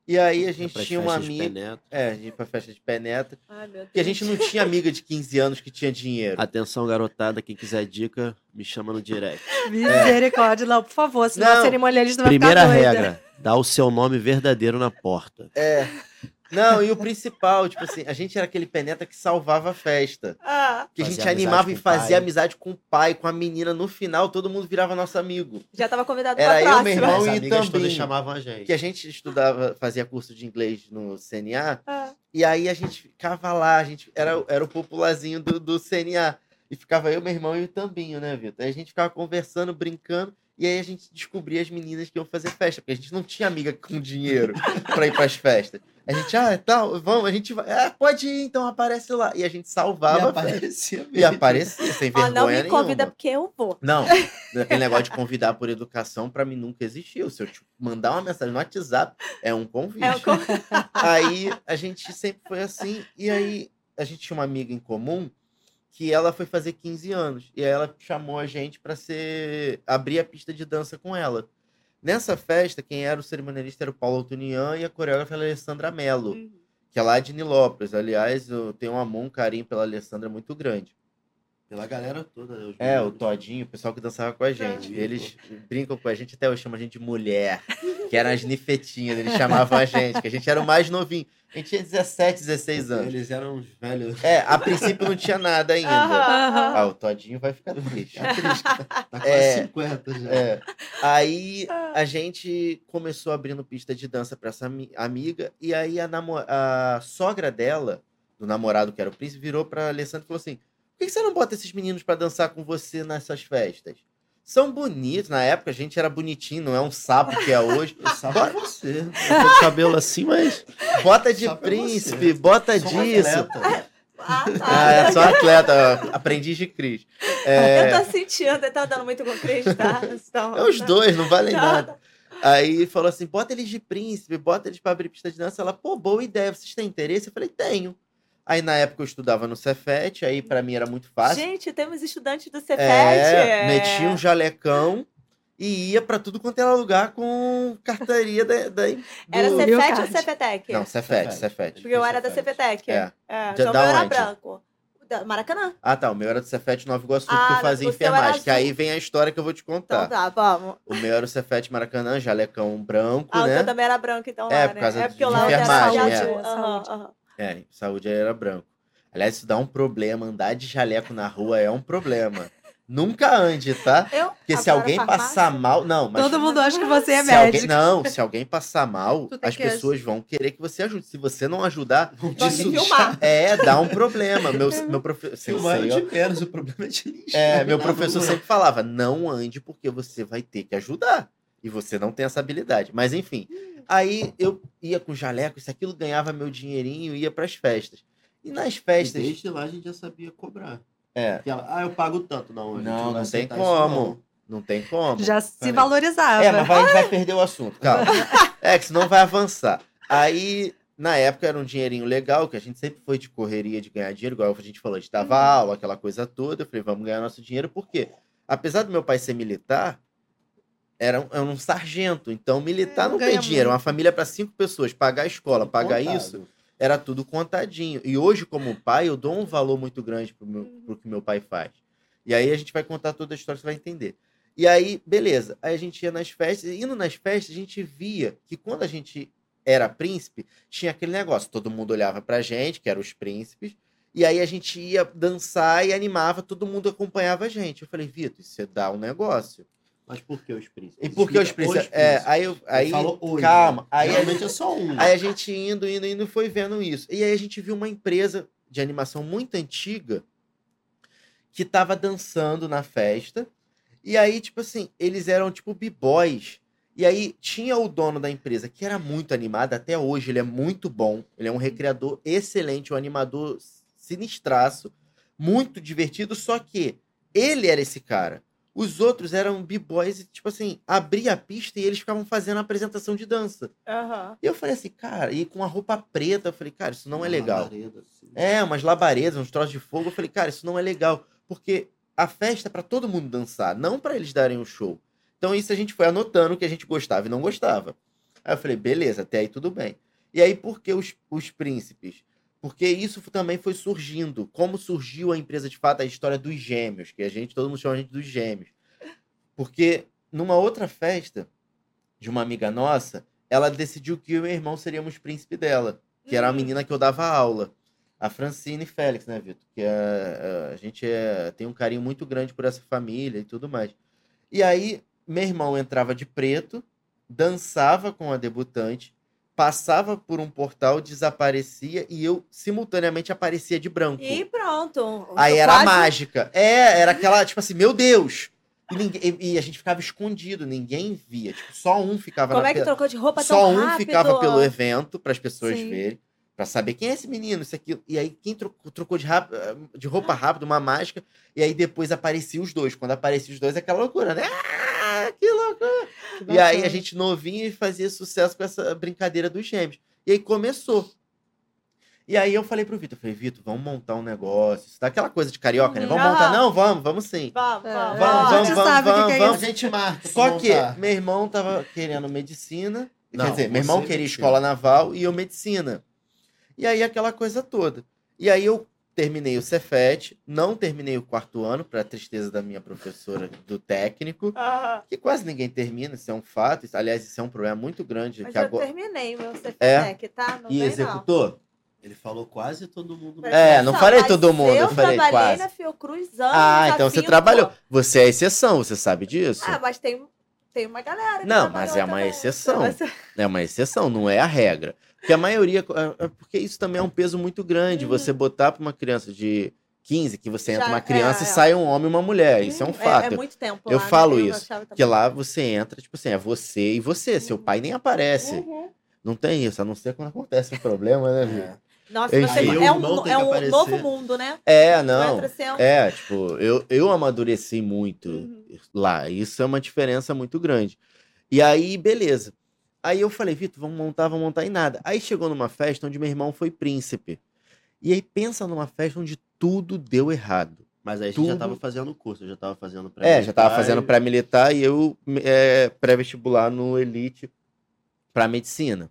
Speaker 4: E aí a gente
Speaker 3: Pras
Speaker 4: tinha um uma
Speaker 3: festas de
Speaker 4: amiga.
Speaker 3: penetra.
Speaker 4: É, a gente ia pra festa de penetra.
Speaker 1: Ai, meu Deus.
Speaker 4: E a gente não tinha amiga de 15 anos que tinha dinheiro.
Speaker 3: Atenção, garotada, quem quiser dica, me chama no direct.
Speaker 2: Misericórdia, não, por favor, senão
Speaker 4: Não.
Speaker 2: a cerimonialista vai
Speaker 3: Primeira
Speaker 2: ficar doida.
Speaker 3: regra, dá o seu nome verdadeiro na porta.
Speaker 4: É. Não, e o principal, tipo assim, a gente era aquele penetra que salvava a festa.
Speaker 1: Ah,
Speaker 4: Que
Speaker 3: Fazia
Speaker 4: a gente
Speaker 3: amizade
Speaker 4: animava
Speaker 3: com
Speaker 4: e
Speaker 3: o
Speaker 4: fazia
Speaker 3: pai.
Speaker 4: amizade com o pai, com a menina. No final, todo mundo virava nosso amigo.
Speaker 1: já estava convidado
Speaker 4: Era
Speaker 1: para
Speaker 4: eu,
Speaker 1: a
Speaker 4: meu
Speaker 1: próxima.
Speaker 4: irmão,
Speaker 3: As
Speaker 4: e
Speaker 3: amigas todas
Speaker 4: também-
Speaker 3: chamavam a gente.
Speaker 4: Que a gente estudava, fazia curso de inglês no CNA.
Speaker 1: Ah.
Speaker 4: E aí a gente ficava lá, a gente era, era o popularzinho do, do CNA. E ficava eu, meu irmão e o Tambinho, né, Vitor? Aí a gente ficava conversando, brincando. E aí a gente descobria as meninas que iam fazer festa, porque a gente não tinha amiga com dinheiro pra ir pras festas. A gente, ah, tal, vamos, a gente vai. Ah, pode ir, então aparece lá. E a gente
Speaker 3: E
Speaker 4: salvava a festa.
Speaker 3: aparecia mesmo.
Speaker 4: e aparecia, sem
Speaker 1: Ó,
Speaker 4: vergonha
Speaker 1: não me
Speaker 4: nenhuma.
Speaker 1: convida porque eu vou.
Speaker 4: Não, aquele negócio de convidar por educação, pra mim nunca existiu. Se eu te mandar uma mensagem no WhatsApp, é um convite.
Speaker 1: É o que eu-
Speaker 4: Aí a gente sempre foi assim. E aí a gente tinha uma amiga em comum que ela foi fazer 15 anos. E aí ela chamou a gente pra ser abrir a pista de dança com ela. Nessa festa, quem era o cerimonialista era o Paulo Altunian e a coreógrafa era a Alessandra Mello que é lá de Nilópolis. Aliás, eu tenho um amor, um carinho pela Alessandra muito grande.
Speaker 3: Pela galera toda, né? os
Speaker 4: É, o
Speaker 3: meninos.
Speaker 4: Todinho, o pessoal que dançava com a gente.
Speaker 3: Todinho,
Speaker 4: Eles brincam com a gente, até hoje chamam a gente de mulher, que eram as nifetinhas, eles chamavam a gente, que a gente era o mais novinho. A gente tinha 17, 16 anos.
Speaker 3: Eles eram uns velhos.
Speaker 4: É, a princípio não tinha nada ainda.
Speaker 2: Aham.
Speaker 4: Ah, o Todinho vai ficar triste.
Speaker 3: Tá quase
Speaker 4: É.
Speaker 3: 50 já.
Speaker 4: É. Aí a gente começou abrindo pista de dança pra essa ami- amiga. E aí a, namo- a sogra dela, do namorado que era o príncipe, virou pra Alessandra e falou assim: Por que que você não bota esses meninos pra dançar com você nessas festas? São bonitos. Na época a gente era bonitinho, não é um sapo que é hoje.
Speaker 3: Eu sapo é você. Eu tô com cabelo assim, mas.
Speaker 4: Bota de
Speaker 3: Sapo é
Speaker 4: príncipe, bota
Speaker 3: Sou um
Speaker 4: é disso. É,
Speaker 3: atleta.
Speaker 1: Ah,
Speaker 4: Ah,
Speaker 1: tá.
Speaker 4: é só atleta, aprendiz de Cris.
Speaker 3: Tá
Speaker 4: É,
Speaker 1: Eu tô sentindo, eu tava dando muito com o Cris, tá? Então,
Speaker 4: é os dois, não valem
Speaker 1: Tá.
Speaker 4: nada. Aí falou assim: bota eles de príncipe, bota eles pra abrir pista de dança. Ela, pô, boa ideia, vocês têm interesse? Eu falei, tenho. Aí na época eu estudava no Cefet, aí pra mim era muito fácil.
Speaker 1: Gente, temos estudantes do Cefet.
Speaker 4: é, meti um jalecão e ia pra tudo quanto era lugar com carteirinha da. da do...
Speaker 1: Era
Speaker 2: Cefet.
Speaker 1: Cefet ou
Speaker 2: Card.
Speaker 1: Cefetec?
Speaker 4: Não, Cefet, Cefet.
Speaker 1: Porque eu era da
Speaker 3: Cefet.
Speaker 1: Cefetec.
Speaker 4: É.
Speaker 1: É,
Speaker 4: Já
Speaker 1: então
Speaker 4: da
Speaker 1: meu era
Speaker 4: onde?
Speaker 1: branco. Da Maracanã.
Speaker 4: Ah, tá, o meu era do Cefet Nova Iguaçu,
Speaker 1: Ah,
Speaker 4: que eu fazia
Speaker 1: o seu era
Speaker 4: enfermagem. Que
Speaker 1: azul.
Speaker 4: aí vem a história que eu vou te
Speaker 1: Então
Speaker 4: contar.
Speaker 1: tá, vamos.
Speaker 4: O meu era o Cefet Maracanã, jalecão branco,
Speaker 1: Ah, o
Speaker 4: né?
Speaker 1: teu também era branco, então
Speaker 4: É,
Speaker 1: lá,
Speaker 4: por
Speaker 1: né?
Speaker 4: causa
Speaker 1: é
Speaker 4: de
Speaker 1: porque o Lauro era
Speaker 2: enfermagem,
Speaker 1: saúde.
Speaker 2: é.
Speaker 1: Aham, aham.
Speaker 4: É, saúde aí era branco. Aliás, isso dá um problema. Andar de jaleco na rua é um problema. Nunca ande, tá?
Speaker 1: Eu,
Speaker 4: Porque se
Speaker 1: agora,
Speaker 4: alguém
Speaker 1: farmácia,
Speaker 4: passar mal. Não, mas.
Speaker 2: Todo mundo acha que você é
Speaker 4: se alguém,
Speaker 2: médico.
Speaker 4: não, se alguém passar mal,
Speaker 2: Tu tem
Speaker 4: as
Speaker 2: que-
Speaker 4: pessoas vão querer que você ajude. Se você não ajudar,
Speaker 3: Vão te
Speaker 1: Vou te
Speaker 3: sujar.
Speaker 1: filmar.
Speaker 4: é, dá um problema. Meu, meu profe-
Speaker 3: Filmaram
Speaker 4: sensei, ó.
Speaker 3: de menos, o problema é de lixo.
Speaker 4: É, meu professor sempre falava: não ande porque você vai ter que ajudar. E você não tem essa habilidade. Mas enfim. Aí eu ia com jaleco, isso aquilo ganhava meu dinheirinho, ia pras festas. E nas
Speaker 3: E
Speaker 4: festas.
Speaker 3: desde lá a gente já sabia cobrar.
Speaker 4: É,
Speaker 3: Aquela, ah, eu pago tanto. Não, a gente
Speaker 4: Não, não
Speaker 3: vai
Speaker 4: tem
Speaker 3: aceitar isso,
Speaker 4: como.
Speaker 3: não.
Speaker 4: não tem como.
Speaker 2: Já se
Speaker 3: Peraí.
Speaker 2: valorizava.
Speaker 4: Tá É, mas vai, a gente vai perder o assunto, calma. É, que senão vai avançar. Aí, na época, era um dinheirinho legal, que a gente sempre foi de correria, de ganhar dinheiro, igual a gente falou, a gente
Speaker 2: Uhum.
Speaker 4: dava aula, aquela coisa toda. Eu falei, vamos ganhar nosso dinheiro, porque apesar do meu pai ser militar, era um, era um sargento. Então, militar
Speaker 2: É,
Speaker 4: não
Speaker 2: ganha
Speaker 4: tem dinheiro. Uma família para cinco pessoas, pagar a escola, pagar
Speaker 3: Contado.
Speaker 4: isso, era tudo contadinho. E hoje, como pai, eu dou um valor muito grande pro, meu, pro que meu pai faz. E aí a gente vai contar toda a história, você vai entender. E aí, beleza. Aí a gente ia nas festas, e indo nas festas, a gente via que quando a gente era príncipe, tinha aquele negócio. Todo mundo olhava pra gente, que eram os príncipes, e aí a gente ia dançar e animava, todo mundo acompanhava a gente. Eu falei, Vitor, isso dá um negócio.
Speaker 3: Mas por que os príncipes?
Speaker 4: E por que os
Speaker 3: Explica
Speaker 4: príncipes? É, aí, eu- aí, calma. Aí a
Speaker 3: Realmente né? é só um.
Speaker 4: Aí a gente indo, indo, indo, foi vendo isso. E aí a gente viu uma empresa de animação muito antiga que tava dançando na festa. E aí, tipo assim, eles eram tipo b-boys. E aí tinha o dono da empresa, que era muito animado, até hoje ele é muito bom. Ele é um recriador excelente, um animador sinistraço, muito divertido, só que ele era esse cara. Os outros eram b-boys, e, tipo assim, abria a pista e eles ficavam fazendo a apresentação de dança.
Speaker 1: aham.
Speaker 4: E eu falei assim, cara, e com a roupa preta, eu falei, cara, isso não é
Speaker 3: Uma
Speaker 4: legal.
Speaker 3: labareda, assim.
Speaker 4: É, umas labaredas, uns troços de fogo. Eu falei, cara, isso não é legal. Porque a festa é pra todo mundo dançar, não pra eles darem o show. Então isso a gente foi anotando o que a gente gostava e não gostava. Aí eu falei, beleza, até aí tudo bem. E aí, por que os, os príncipes? Porque isso fu- também foi surgindo. Como surgiu a empresa de fato, a história dos gêmeos, que a gente, todo mundo chama a gente dos gêmeos. Porque numa outra festa de uma amiga nossa, ela decidiu que eu e meu irmão seríamos príncipe dela, que era a menina que eu dava aula. A Francine Félix, né, Vitor? Que é, é, a gente é- tem um carinho muito grande por essa família e tudo mais. E aí, meu irmão entrava de preto, dançava com a debutante, passava por um portal, desaparecia e eu simultaneamente aparecia de branco.
Speaker 1: E pronto.
Speaker 4: Aí era a
Speaker 1: Quase-
Speaker 4: mágica. É, era aquela, tipo assim, meu Deus! E, ninguém- e- e a gente ficava escondido, ninguém via. Tipo, só um ficava
Speaker 1: Como
Speaker 4: na
Speaker 1: é que
Speaker 4: pe-
Speaker 1: trocou de roupa
Speaker 4: Só
Speaker 1: tão
Speaker 4: um
Speaker 1: rápido?
Speaker 4: ficava pelo evento, para as pessoas
Speaker 1: Sim.
Speaker 4: verem, para saber quem é esse menino, isso aqui. E aí, quem trocou, trocou de, rap- de roupa rápido, uma máscara, e aí depois apareciam os dois. Quando apareciam os dois, é aquela loucura, né? Ah, que loucura!
Speaker 1: Que
Speaker 4: E aí a
Speaker 1: bacana.
Speaker 4: gente novinho e fazia sucesso com essa brincadeira dos gêmeos. E aí começou. E aí eu falei pro Vitor, eu falei, Vitor, vamos montar um negócio. Isso dá aquela coisa de carioca, né?
Speaker 1: Uhum.
Speaker 4: Vamos
Speaker 1: Ah
Speaker 4: montar?
Speaker 1: lá.
Speaker 4: Não, vamos, vamos sim.
Speaker 1: Vamos,
Speaker 2: É,
Speaker 1: vamos,
Speaker 4: Vamos,
Speaker 1: vamos.
Speaker 2: a gente
Speaker 4: vamos,
Speaker 2: sabe o que que é
Speaker 4: vamos,
Speaker 3: A
Speaker 2: isso.
Speaker 3: gente marca. pra
Speaker 4: Só que
Speaker 3: montar.
Speaker 4: meu irmão tava querendo medicina. quer
Speaker 3: Não,
Speaker 4: dizer, meu
Speaker 3: você
Speaker 4: irmão queria
Speaker 3: medicina.
Speaker 4: escola naval e eu medicina. E aí aquela coisa toda. E aí eu terminei o Cefet, não terminei o quarto ano, pra tristeza da minha professora do técnico.
Speaker 1: Aham.
Speaker 4: Que quase ninguém termina, isso é um fato. Isso- aliás, isso é um problema muito grande.
Speaker 1: Mas
Speaker 4: que
Speaker 1: eu
Speaker 4: agora...
Speaker 1: terminei meu CFNEC,
Speaker 4: É.
Speaker 1: tá? Não
Speaker 4: E
Speaker 1: vem,
Speaker 4: executou?
Speaker 3: Ele falou quase todo mundo.
Speaker 1: não.
Speaker 4: É, não falei todo
Speaker 1: mas
Speaker 4: mundo, eu falei
Speaker 1: trabalhei
Speaker 4: quase.
Speaker 1: na Fiocruz anos
Speaker 4: Ah,
Speaker 1: a
Speaker 4: então você
Speaker 1: fio,
Speaker 4: trabalhou.
Speaker 1: pô.
Speaker 4: Você é exceção, você sabe disso?
Speaker 1: Ah, mas tem, tem uma galera que
Speaker 4: Não, mas
Speaker 1: trabalhou
Speaker 4: é uma
Speaker 1: também.
Speaker 4: exceção.
Speaker 1: Mas-
Speaker 4: É uma exceção, não é a regra. Porque a maioria. é- é Porque isso também é um peso muito grande.
Speaker 1: Uhum.
Speaker 4: Você botar pra uma criança de 15 que você entra
Speaker 1: Já-
Speaker 4: uma criança
Speaker 1: é,
Speaker 4: e
Speaker 1: é.
Speaker 4: sai um homem e uma mulher. Isso é um fato.
Speaker 1: É, muito tempo.
Speaker 4: Eu
Speaker 1: lá, né?
Speaker 4: falo isso,
Speaker 1: achava
Speaker 4: Porque
Speaker 1: também.
Speaker 4: lá você entra, tipo assim, é você e você. Seu pai nem aparece.
Speaker 1: Uhum. É.
Speaker 4: Não tem isso, a não ser quando acontece um problema, né, Vitor?
Speaker 1: Nossa,
Speaker 4: Enfim.
Speaker 1: você-
Speaker 4: Aí o
Speaker 1: é um,
Speaker 3: irmão tem que
Speaker 1: é um
Speaker 3: aparecer.
Speaker 1: novo mundo, né?
Speaker 4: É,
Speaker 1: Tu
Speaker 4: não.
Speaker 1: entra assim, é um-
Speaker 4: É, tipo, eu, eu amadureci muito
Speaker 1: Uhum.
Speaker 4: lá. Isso é uma diferença muito grande. E aí, beleza. Aí eu falei, Vitor, vamos montar, vamos montar e nada. Aí chegou numa festa onde meu irmão foi príncipe. E aí pensa numa festa onde tudo deu errado.
Speaker 3: Mas aí a gente
Speaker 4: Tudo.
Speaker 3: já tava fazendo o curso, eu já tava fazendo pra
Speaker 4: É, já tava fazendo pré-militar e eu é, pré-vestibular no Elite pra medicina.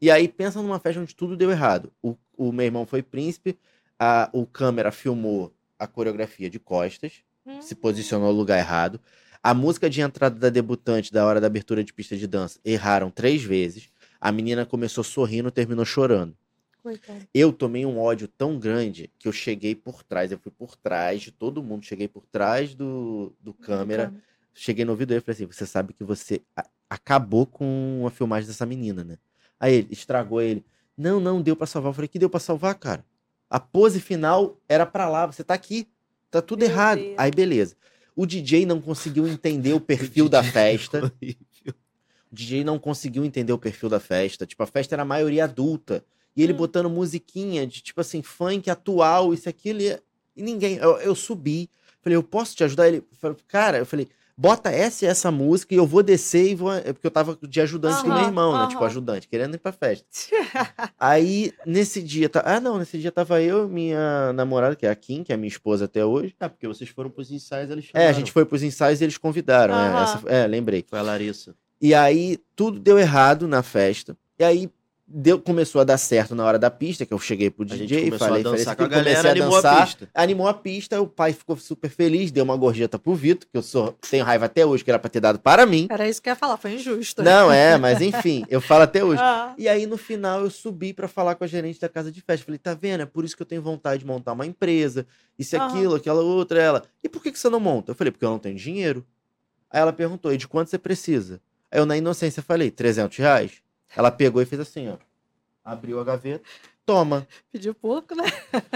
Speaker 4: E aí, pensa numa festa onde tudo deu errado. O, o meu irmão foi príncipe, a, o câmera filmou a coreografia de costas, se posicionou no lugar errado. A música de entrada da debutante da hora da abertura de pista de dança erraram três vezes. A menina começou sorrindo, terminou chorando.
Speaker 1: Coitado.
Speaker 4: Eu tomei um ódio tão grande que eu cheguei por trás, eu fui por trás de todo mundo, cheguei por trás do, do câmera, cheguei no ouvido dele e falei assim: você sabe que você a- acabou com a filmagem dessa menina, né? Aí ele estragou ele. Não, não, deu pra salvar. Eu falei, que deu pra salvar, cara? A pose final era pra lá, você tá aqui. Tá tudo
Speaker 1: Meu
Speaker 4: errado.
Speaker 1: Deus.
Speaker 4: Aí, beleza. O DJ não conseguiu entender o perfil da
Speaker 1: é
Speaker 4: festa. O DJ não conseguiu entender o perfil da festa. Tipo, a festa era a maioria adulta. E ele
Speaker 1: Hum.
Speaker 4: botando musiquinha de, tipo assim, funk atual, isso, aquilo. E, é e ninguém. Eu, eu subi. Falei, eu posso te ajudar? Ele falou, cara, eu falei, bota essa e essa música e eu vou descer e vou. é Porque eu tava de ajudante do meu
Speaker 1: Aham,
Speaker 4: irmão, né? Tipo,
Speaker 1: aham.
Speaker 4: ajudante, querendo ir pra festa. Aí, nesse dia. Tá... Ah, não, nesse dia tava eu, minha namorada, que é a Kim, que é minha esposa até hoje.
Speaker 3: É, porque vocês foram pros ensaios, eles
Speaker 4: É,
Speaker 3: chamaram.
Speaker 4: a gente foi pros ensaios e eles convidaram. né?
Speaker 1: Aham.
Speaker 4: Essa- é, lembrei.
Speaker 3: Foi a Larissa.
Speaker 4: E aí tudo deu errado na festa. E aí deu, começou a dar certo na hora da pista, que eu cheguei pro
Speaker 3: A
Speaker 4: DJ
Speaker 3: gente começou
Speaker 4: falei,
Speaker 3: a
Speaker 4: falei,
Speaker 3: dançar com a
Speaker 4: "Fiquei", comecei
Speaker 3: galera, animou a pista.
Speaker 4: Animou a pista, o pai ficou super feliz, deu uma gorjeta pro Vitor, que eu sou, tenho raiva até hoje que era pra ter dado para mim.
Speaker 2: Era isso que eu ia falar, foi injusto.
Speaker 4: Não é, mas enfim, eu falo até hoje.
Speaker 1: Ah,
Speaker 4: E aí, no final, eu subi pra falar com a gerente da casa de festa. Falei, tá vendo? É por isso que eu tenho vontade de montar uma empresa. Isso,
Speaker 1: Aham.
Speaker 4: aquilo, aquela outra. Ela, e por que, que você não monta? Eu falei, porque eu não tenho dinheiro. Aí ela perguntou, e de quanto você precisa? Aí eu, na inocência, falei, 300 reais. Ela pegou e fez assim, ó. Abriu a gaveta. Toma.
Speaker 2: Pediu pouco, né?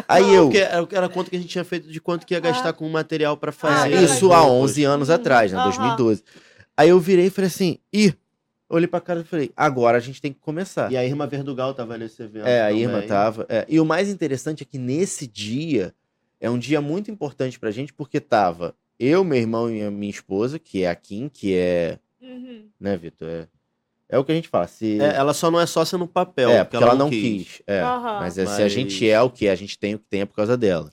Speaker 4: Aí
Speaker 3: Não,
Speaker 4: eu.
Speaker 3: porque era, era a conta que a gente tinha feito de quanto que ia gastar com o material pra
Speaker 4: Ah,
Speaker 3: fazer.
Speaker 1: verdade.
Speaker 4: isso há 11 anos
Speaker 2: Hum,
Speaker 4: atrás, né?
Speaker 1: aham.
Speaker 4: 2012. Aí eu virei e falei assim, ih. Olhei pra cara e falei, agora a gente tem que começar.
Speaker 3: E a Irma Verdugal tava nesse evento.
Speaker 4: É, a
Speaker 3: também. né?
Speaker 4: Irma tava. é. E o mais interessante é que nesse dia é um dia muito importante pra gente, porque tava eu, meu irmão e a minha esposa, que é a Kim, que é.
Speaker 1: uhum.
Speaker 4: Né, Vitor? É, é o que a gente fala. Se...
Speaker 3: É, ela só não é sócia no papel.
Speaker 4: É, porque ela, não quis. É.
Speaker 1: Aham.
Speaker 4: Mas, é, se a
Speaker 3: um Mas-
Speaker 4: gente é o que é, a gente tem o que tem é por causa dela.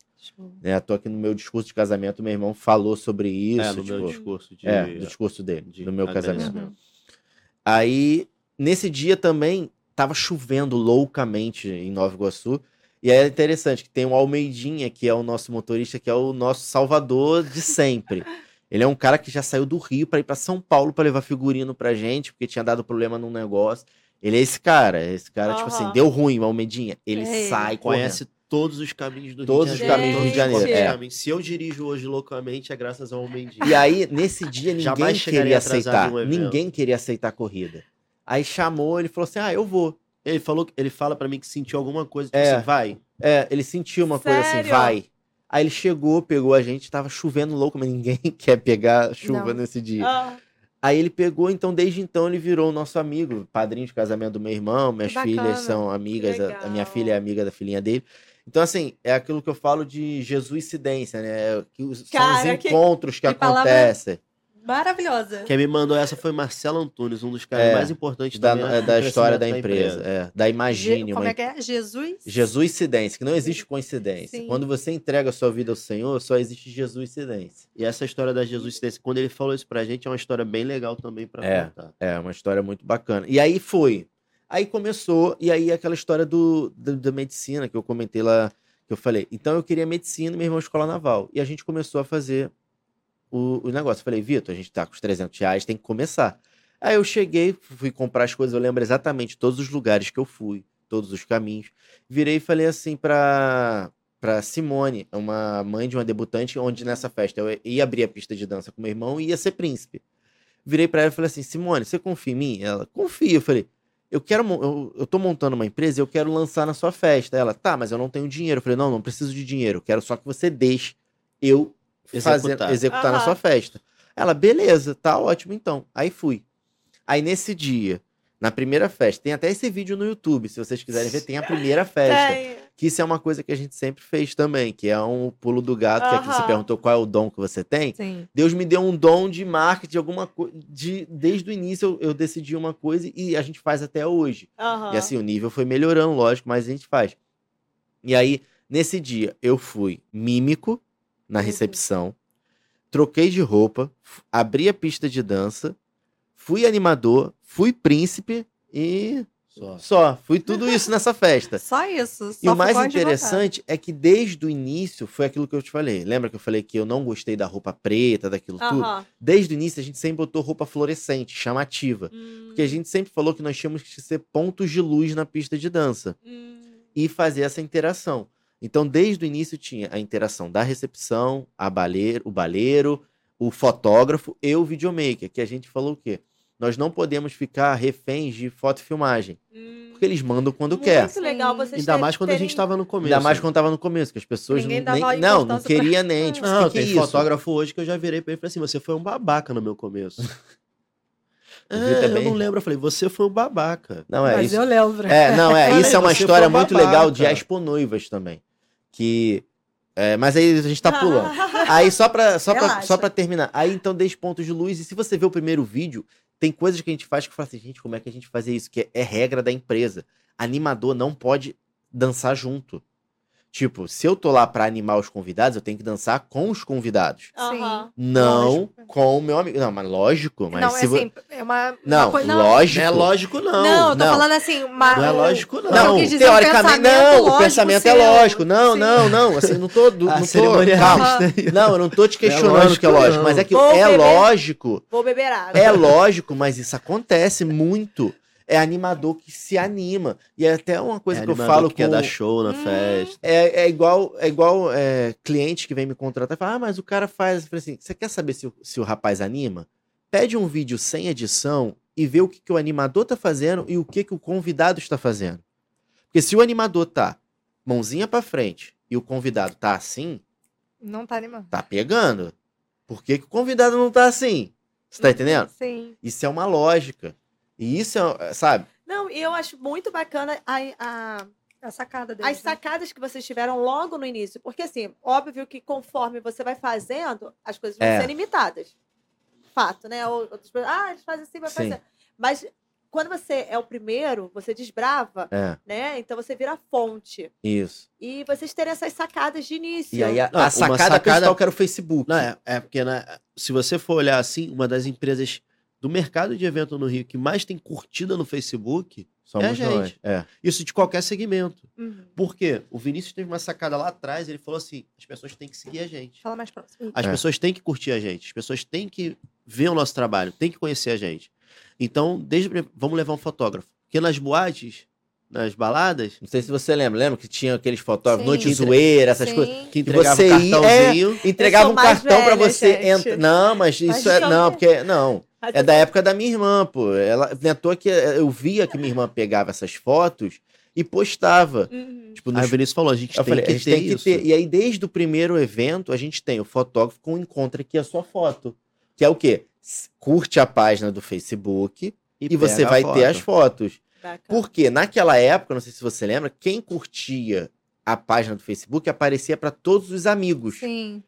Speaker 4: Né? Tô aqui no meu discurso de casamento, meu irmão falou sobre isso.
Speaker 3: É, no
Speaker 4: tipo,
Speaker 3: meu discurso de...
Speaker 4: é, do discurso dele,
Speaker 3: de
Speaker 4: no meu casamento.
Speaker 3: agradecimento.
Speaker 4: Aí, nesse dia também, tava chovendo loucamente em Nova Iguaçu. E aí é interessante que tem o Almeidinha, que é o nosso motorista, que é o nosso salvador de sempre. Ele é um cara que já saiu do Rio pra ir pra São Paulo pra levar figurino pra gente, porque tinha dado problema num negócio. Ele é esse cara, esse cara, tipo assim,
Speaker 1: Aham.
Speaker 4: deu ruim, o Almeidinha. Ele
Speaker 2: É ele.
Speaker 4: sai,
Speaker 3: Conhece todos os caminhos do
Speaker 4: Todos
Speaker 3: Rio
Speaker 4: os
Speaker 3: de Janeiro.
Speaker 1: caminhos do Rio de
Speaker 3: Todos os
Speaker 1: Janeiro,
Speaker 3: caminhos.
Speaker 4: é.
Speaker 3: caminhos. Se eu dirijo hoje loucamente, é graças ao Almendinho.
Speaker 4: E aí, nesse dia, ninguém
Speaker 3: Jamais chegaria
Speaker 4: queria
Speaker 3: atrasado
Speaker 4: aceitar.
Speaker 3: em um evento.
Speaker 4: ninguém queria aceitar a corrida. Aí chamou, ele falou assim: ah, eu vou.
Speaker 3: Ele falou, ele fala pra mim que sentiu alguma coisa, tipo
Speaker 4: É.
Speaker 3: assim, vai.
Speaker 4: É, ele sentiu uma coisa assim,
Speaker 1: Sério?
Speaker 4: vai. Aí ele chegou, pegou a gente, tava chovendo louco, mas ninguém quer pegar chuva
Speaker 2: Não.
Speaker 4: nesse dia.
Speaker 1: Ah,
Speaker 4: Aí ele pegou, então desde então ele virou o nosso amigo, padrinho de casamento do meu irmão, minhas
Speaker 2: bacana,
Speaker 4: filhas são amigas, a- a, minha
Speaker 1: legal.
Speaker 4: filha é amiga da filhinha dele. Então, assim, é aquilo que eu falo de jesuicidência, né? É Que os- são
Speaker 1: Cara,
Speaker 4: os
Speaker 1: que-
Speaker 4: encontros que,
Speaker 2: que palavra
Speaker 4: acontecem
Speaker 2: Maravilhosa.
Speaker 3: Quem me mandou essa foi Marcelo Antunes, um dos caras
Speaker 4: É,
Speaker 3: mais importantes
Speaker 4: da,
Speaker 3: também,
Speaker 4: é,
Speaker 3: né,
Speaker 4: da
Speaker 3: no
Speaker 4: história da
Speaker 3: crescimento
Speaker 4: empresa, é, da
Speaker 2: Je-
Speaker 4: Imagine.
Speaker 2: Como
Speaker 4: uma
Speaker 2: é que é? Jesus?
Speaker 4: Jesuicidência, que não existe coincidência.
Speaker 2: Sim.
Speaker 4: Quando você entrega a sua vida ao Senhor, só existe jesuicidência.
Speaker 3: E essa história da Jesus, quando ele falou isso pra gente, é uma história bem legal também pra
Speaker 4: É.
Speaker 3: contar.
Speaker 4: É, uma história muito bacana. E aí foi. Aí começou, e aí aquela história do, do- da medicina que eu comentei lá, que eu falei. Então eu queria medicina e meu irmão escola naval. E a gente começou a fazer o, o negócio. Eu falei, Vitor, a gente tá com os 300 reais, tem que começar. Aí eu cheguei, fui comprar as coisas, eu lembro exatamente todos os lugares que eu fui, todos os caminhos. Virei e falei assim pra, pra Simone, uma mãe de uma debutante, onde nessa festa eu ia abrir a pista de dança com meu irmão e ia ser príncipe. Virei pra ela e falei assim: Simone, você confia em mim? Ela, confia. Eu falei: eu quero, mon- eu, eu tô montando uma empresa e eu quero lançar na sua festa. Ela, tá, mas eu não tenho dinheiro. Eu falei: não, não preciso de dinheiro. Eu quero só que você deixe eu fazer,
Speaker 3: Executar.
Speaker 4: executar na
Speaker 1: Aham.
Speaker 4: sua festa. Ela, beleza, tá ótimo então. Aí fui. Aí nesse dia, na primeira festa, tem até esse vídeo no YouTube, se vocês quiserem ver, tem a primeira festa.
Speaker 1: tem.
Speaker 4: Que isso é uma coisa que a gente sempre fez também, que é um pulo do gato, que é que você
Speaker 1: Aham.
Speaker 4: perguntou qual é o dom que você tem.
Speaker 2: Sim.
Speaker 4: Deus me deu um dom de marketing, alguma coisa. De, desde o início eu, eu decidi uma coisa e a gente faz até hoje.
Speaker 1: Aham.
Speaker 4: E assim, o nível foi melhorando, lógico, mas a gente faz. E aí, nesse dia, eu fui mímico na
Speaker 1: Uhum.
Speaker 4: recepção, troquei de roupa, f- abri a pista de dança, fui animador, fui príncipe e
Speaker 3: Só.
Speaker 4: só. Fui tudo isso nessa festa.
Speaker 2: Só isso.
Speaker 4: E
Speaker 2: só
Speaker 4: o mais
Speaker 2: ficou advogado.
Speaker 4: interessante é que desde o início foi aquilo que eu te falei. Lembra que eu falei que eu não gostei da roupa preta, daquilo tudo?
Speaker 1: Aham.
Speaker 4: Desde o início, a gente sempre botou roupa fluorescente, chamativa.
Speaker 1: Hum,
Speaker 4: Porque a gente sempre falou que nós tínhamos que ser pontos de luz na pista de dança
Speaker 1: hum.
Speaker 4: e fazer essa interação. Então, desde o início, tinha a interação da recepção, a baleiro, o baleiro, o fotógrafo e o videomaker, que a gente falou o quê? Nós não podemos ficar reféns de foto e filmagem,
Speaker 1: hum.
Speaker 4: porque eles mandam quando
Speaker 1: Muito
Speaker 4: quer.
Speaker 1: legal
Speaker 2: Sim.
Speaker 1: vocês
Speaker 3: Ainda mais quando a
Speaker 1: terem-
Speaker 3: gente tava no começo.
Speaker 4: Ainda mais quando tava no começo, que as pessoas
Speaker 2: Ninguém
Speaker 4: não-
Speaker 2: dava
Speaker 4: nem, não, não
Speaker 2: importância pra-
Speaker 4: queria nem. Tipo,
Speaker 3: Não,
Speaker 4: que que é
Speaker 3: tem
Speaker 4: isso?
Speaker 3: fotógrafo hoje que eu já virei pra ele e falei assim: você foi um babaca no meu começo.
Speaker 4: O
Speaker 3: é,
Speaker 4: Vitor é
Speaker 3: eu
Speaker 4: bem-
Speaker 3: não lembro. Eu falei, você foi um babaca.
Speaker 4: Não, é
Speaker 2: Mas
Speaker 4: isso.
Speaker 2: eu lembro.
Speaker 4: É, não, é.
Speaker 3: Olha
Speaker 4: Isso
Speaker 3: aí,
Speaker 4: é uma
Speaker 3: você foi
Speaker 4: história
Speaker 3: um
Speaker 4: muito
Speaker 3: babaca.
Speaker 4: legal de exponoivas também. Que. é, mas aí a gente
Speaker 2: Ah,
Speaker 4: tá pulando. Aí só pra, só, pra,
Speaker 2: Relaxa.
Speaker 4: só pra terminar. Aí então, 10 pontos de luz. E se você ver o primeiro vídeo, tem coisas que a gente faz que fala assim, gente, como é que a gente fazia isso? Que é, é regra da empresa. Animador não pode dançar junto. Tipo, se eu tô lá pra animar os convidados, eu tenho que dançar com os convidados.
Speaker 1: Aham.
Speaker 4: Não
Speaker 2: Lógico.
Speaker 4: com o meu amigo. Não, mas lógico, mas
Speaker 2: não,
Speaker 4: se
Speaker 2: é
Speaker 4: vo-
Speaker 2: assim, é uma. uma
Speaker 4: Não,
Speaker 2: coi-
Speaker 4: lógico.
Speaker 3: Não é lógico, não.
Speaker 2: Não, eu tô
Speaker 4: não.
Speaker 2: falando assim. Uma,
Speaker 3: Não é
Speaker 2: um-
Speaker 3: lógico, não.
Speaker 2: Não,
Speaker 4: Não,
Speaker 2: quis dizer um
Speaker 4: teoricamente,
Speaker 2: pensamento
Speaker 4: não, o
Speaker 2: lógico
Speaker 4: pensamento é
Speaker 2: seu.
Speaker 4: lógico. Não,
Speaker 2: Sim.
Speaker 4: não, não. Assim, não tô. du-
Speaker 3: A
Speaker 4: Não tô calma.
Speaker 3: cerimonialista aí.
Speaker 4: Não, eu não tô te questionando
Speaker 3: lógico,
Speaker 4: que é lógico,
Speaker 3: não.
Speaker 4: mas é que
Speaker 1: Vou
Speaker 4: é
Speaker 1: beber.
Speaker 4: lógico,
Speaker 1: Vou beber água.
Speaker 4: é lógico, mas isso acontece muito. É animador que se anima. E é até uma coisa
Speaker 3: É
Speaker 4: que eu
Speaker 3: animador
Speaker 4: falo
Speaker 3: que quer
Speaker 4: com-
Speaker 3: dar show na
Speaker 2: Hum.
Speaker 3: festa.
Speaker 4: é, é igual, é igual é, cliente que vem me contratar e fala: Ah, mas o cara faz. Eu falei assim: você quer saber se, o- se o rapaz anima? Pede um vídeo sem edição e vê o que, que o animador tá fazendo e o que, que o convidado está fazendo. Porque se o animador tá mãozinha pra frente e o convidado tá assim,
Speaker 2: Não tá animando.
Speaker 4: tá pegando. Por que, que o convidado não tá assim? Você tá entendendo?
Speaker 2: Sim.
Speaker 4: Isso é uma lógica. E isso é, sabe?
Speaker 1: Não, e eu acho muito bacana a- a,
Speaker 2: A sacada
Speaker 4: né?
Speaker 2: né? dele.
Speaker 1: as sacadas que vocês tiveram logo no início. Porque, assim, óbvio que conforme você vai fazendo, as coisas vão
Speaker 4: É.
Speaker 1: sendo imitadas. Fato, né? Ou- Outras coisas, ah, eles fazem assim, vai
Speaker 4: Sim.
Speaker 1: fazer. Mas quando você é o primeiro, você desbrava,
Speaker 4: É,
Speaker 1: né? Então você vira fonte.
Speaker 4: isso.
Speaker 1: E vocês terem essas sacadas de início.
Speaker 4: E aí a,
Speaker 3: Não,
Speaker 4: a
Speaker 3: uma
Speaker 4: sacada,
Speaker 3: sacada-
Speaker 4: principal que era o Facebook.
Speaker 3: Não, é, é porque né, se você for olhar assim, uma das empresas do mercado de evento no Rio que mais tem curtida no Facebook,
Speaker 4: Somos
Speaker 3: É a gente.
Speaker 4: nós. É.
Speaker 3: isso de qualquer segmento.
Speaker 2: Uhum.
Speaker 3: Por quê? O Vinícius teve uma sacada lá atrás, ele falou assim: as pessoas têm que seguir a gente.
Speaker 2: Fala mais próximo.
Speaker 3: As
Speaker 4: É.
Speaker 3: pessoas têm que curtir a gente, as pessoas têm que ver o nosso trabalho, têm que conhecer a gente. Então, desde vamos levar um fotógrafo. Porque nas boates, nas baladas,
Speaker 4: Não sei se você lembra, lembra que tinha aqueles fotógrafos,
Speaker 2: Sim.
Speaker 4: noite zoeira, essas
Speaker 2: Sim.
Speaker 4: coisas.
Speaker 3: que entregava
Speaker 4: você
Speaker 3: o
Speaker 4: ia-
Speaker 3: cartãozinho.
Speaker 4: Entregava
Speaker 1: sou
Speaker 4: um
Speaker 1: mais
Speaker 4: cartão pra
Speaker 1: velha,
Speaker 4: você
Speaker 1: gente.
Speaker 4: entrar. Não, mas isso
Speaker 2: Mas
Speaker 4: é.
Speaker 1: isso é
Speaker 4: Não,
Speaker 1: uma-
Speaker 4: porque. Não.
Speaker 1: Mas-
Speaker 4: É da época da minha irmã, pô. Ela, não é à toa que eu via que minha irmã pegava essas fotos e postava.
Speaker 1: Uhum.
Speaker 4: Tipo,
Speaker 3: Aí
Speaker 4: nos
Speaker 3: o Vinícius falou, a gente
Speaker 4: Eu
Speaker 3: tem
Speaker 4: falei,
Speaker 3: que
Speaker 4: a gente
Speaker 3: ter
Speaker 4: tem que
Speaker 3: isso.
Speaker 4: ter. E aí, desde o primeiro evento, a gente tem o fotógrafo com encontra aqui a sua foto. Que é o quê? S- Curte a página do Facebook e, você
Speaker 3: pega a
Speaker 4: vai
Speaker 3: foto. Tá.
Speaker 4: ter as fotos.
Speaker 1: Bacana.
Speaker 4: Porque naquela época, não sei se você lembra, quem curtia a página do Facebook aparecia para todos os amigos.
Speaker 2: Sim.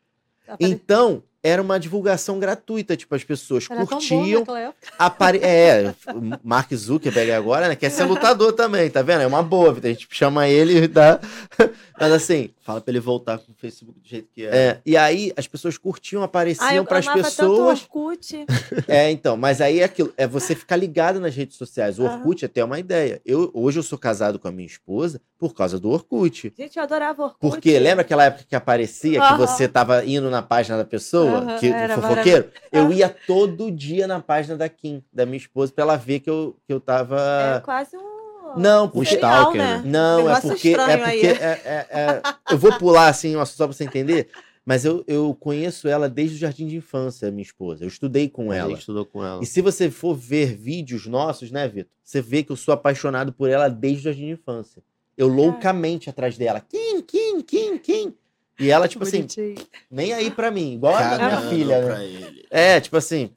Speaker 4: Então, era uma divulgação gratuita. Tipo, as pessoas
Speaker 2: Era
Speaker 3: né,
Speaker 2: tão bom
Speaker 4: curtiam,
Speaker 2: naquela época.
Speaker 4: Apare... É, o Mark Zuckerberg agora, né? Quer ser lutador também, tá vendo? É uma boa, Vitor, a gente chama ele e dá. Mas assim,
Speaker 3: Fala pra ele voltar com o Facebook do jeito que é.
Speaker 4: é, e aí as pessoas curtiam,
Speaker 1: Ai, eu
Speaker 4: apareciam para as
Speaker 1: amava
Speaker 4: pessoas.
Speaker 1: tanto o Orkut.
Speaker 4: É, então, mas aí é aquilo, é você ficar ligado nas redes sociais. O
Speaker 1: Aham.
Speaker 4: Orkut até é uma ideia. Eu, hoje eu sou casado com a minha esposa por causa do Orkut.
Speaker 1: Gente, eu adorava o Orkut.
Speaker 4: Porque lembra aquela época que aparecia que
Speaker 1: Aham.
Speaker 4: você tava indo na página da pessoa,
Speaker 2: Aham,
Speaker 4: que
Speaker 2: era
Speaker 4: do fofoqueiro? Eu ia todo dia na página da Kim, da minha esposa, pra ela ver que eu, que eu tava.
Speaker 1: É quase um...
Speaker 4: Não,
Speaker 1: um
Speaker 4: por
Speaker 1: serial,
Speaker 3: stalker,
Speaker 1: né?
Speaker 4: Não, é
Speaker 1: Negócio
Speaker 4: porque. É
Speaker 1: estranho aí.
Speaker 4: porque é- é- é- eu vou pular assim, um assunto só pra você entender. Mas eu, eu conheço ela desde o jardim de infância, minha esposa. Eu estudei com
Speaker 3: A
Speaker 4: ela.
Speaker 3: gente estudou com ela.
Speaker 4: E se você for ver vídeos nossos, né, Vitor? Você vê que eu sou apaixonado por ela desde o jardim de infância. Eu loucamente atrás dela. Kim, Kim, Kim, Kim. E ela, tipo assim,
Speaker 2: Bonitinho.
Speaker 4: nem aí pra mim, igual a minha
Speaker 3: Cagando
Speaker 4: filha, né?
Speaker 3: um pra ele.
Speaker 4: É, tipo assim.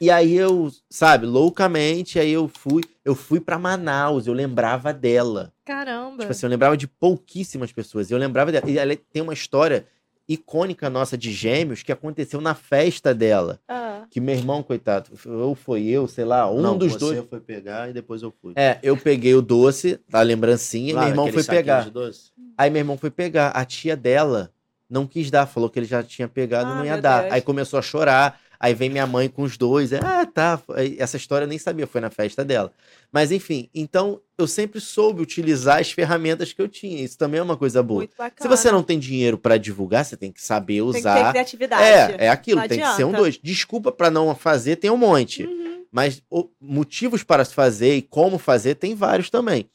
Speaker 4: E aí eu, sabe, loucamente, aí eu fui, eu fui pra Manaus, eu lembrava dela.
Speaker 2: Caramba.
Speaker 4: Tipo assim, eu lembrava de pouquíssimas pessoas. Eu lembrava dela. E ela tem uma história icônica nossa de gêmeos que aconteceu na festa dela.
Speaker 1: Ah.
Speaker 4: Que meu irmão, coitado, ou foi eu, sei lá, um
Speaker 3: Não,
Speaker 4: dos
Speaker 3: você
Speaker 4: dois.
Speaker 3: foi pegar e depois eu fui.
Speaker 4: É, eu peguei o doce, a lembrancinha, e
Speaker 3: Claro,
Speaker 4: meu irmão
Speaker 3: aquele
Speaker 4: foi
Speaker 3: saquinho
Speaker 4: pegar.
Speaker 3: de doce.
Speaker 4: Aí meu irmão foi pegar. A tia dela não quis dar, falou que ele já tinha pegado
Speaker 1: Ah,
Speaker 4: não ia
Speaker 1: meu
Speaker 4: dar.
Speaker 1: Deus.
Speaker 4: Aí começou a chorar. Aí vem minha mãe com os dois. Ah, tá. Aí Essa história eu nem sabia, foi na festa dela. Mas enfim, então eu sempre soube utilizar as ferramentas que eu tinha. Isso também é uma coisa boa.
Speaker 1: Muito bacana.
Speaker 4: Se você não tem dinheiro pra divulgar, você tem que saber
Speaker 1: Tem que ter
Speaker 4: usar.
Speaker 1: criatividade.
Speaker 4: É, é aquilo,
Speaker 1: Não
Speaker 4: tem que ser um
Speaker 1: adianta.
Speaker 4: dois. Desculpa pra não fazer, tem um monte.
Speaker 1: Uhum.
Speaker 4: Mas o- motivos para se fazer e como fazer, tem vários também.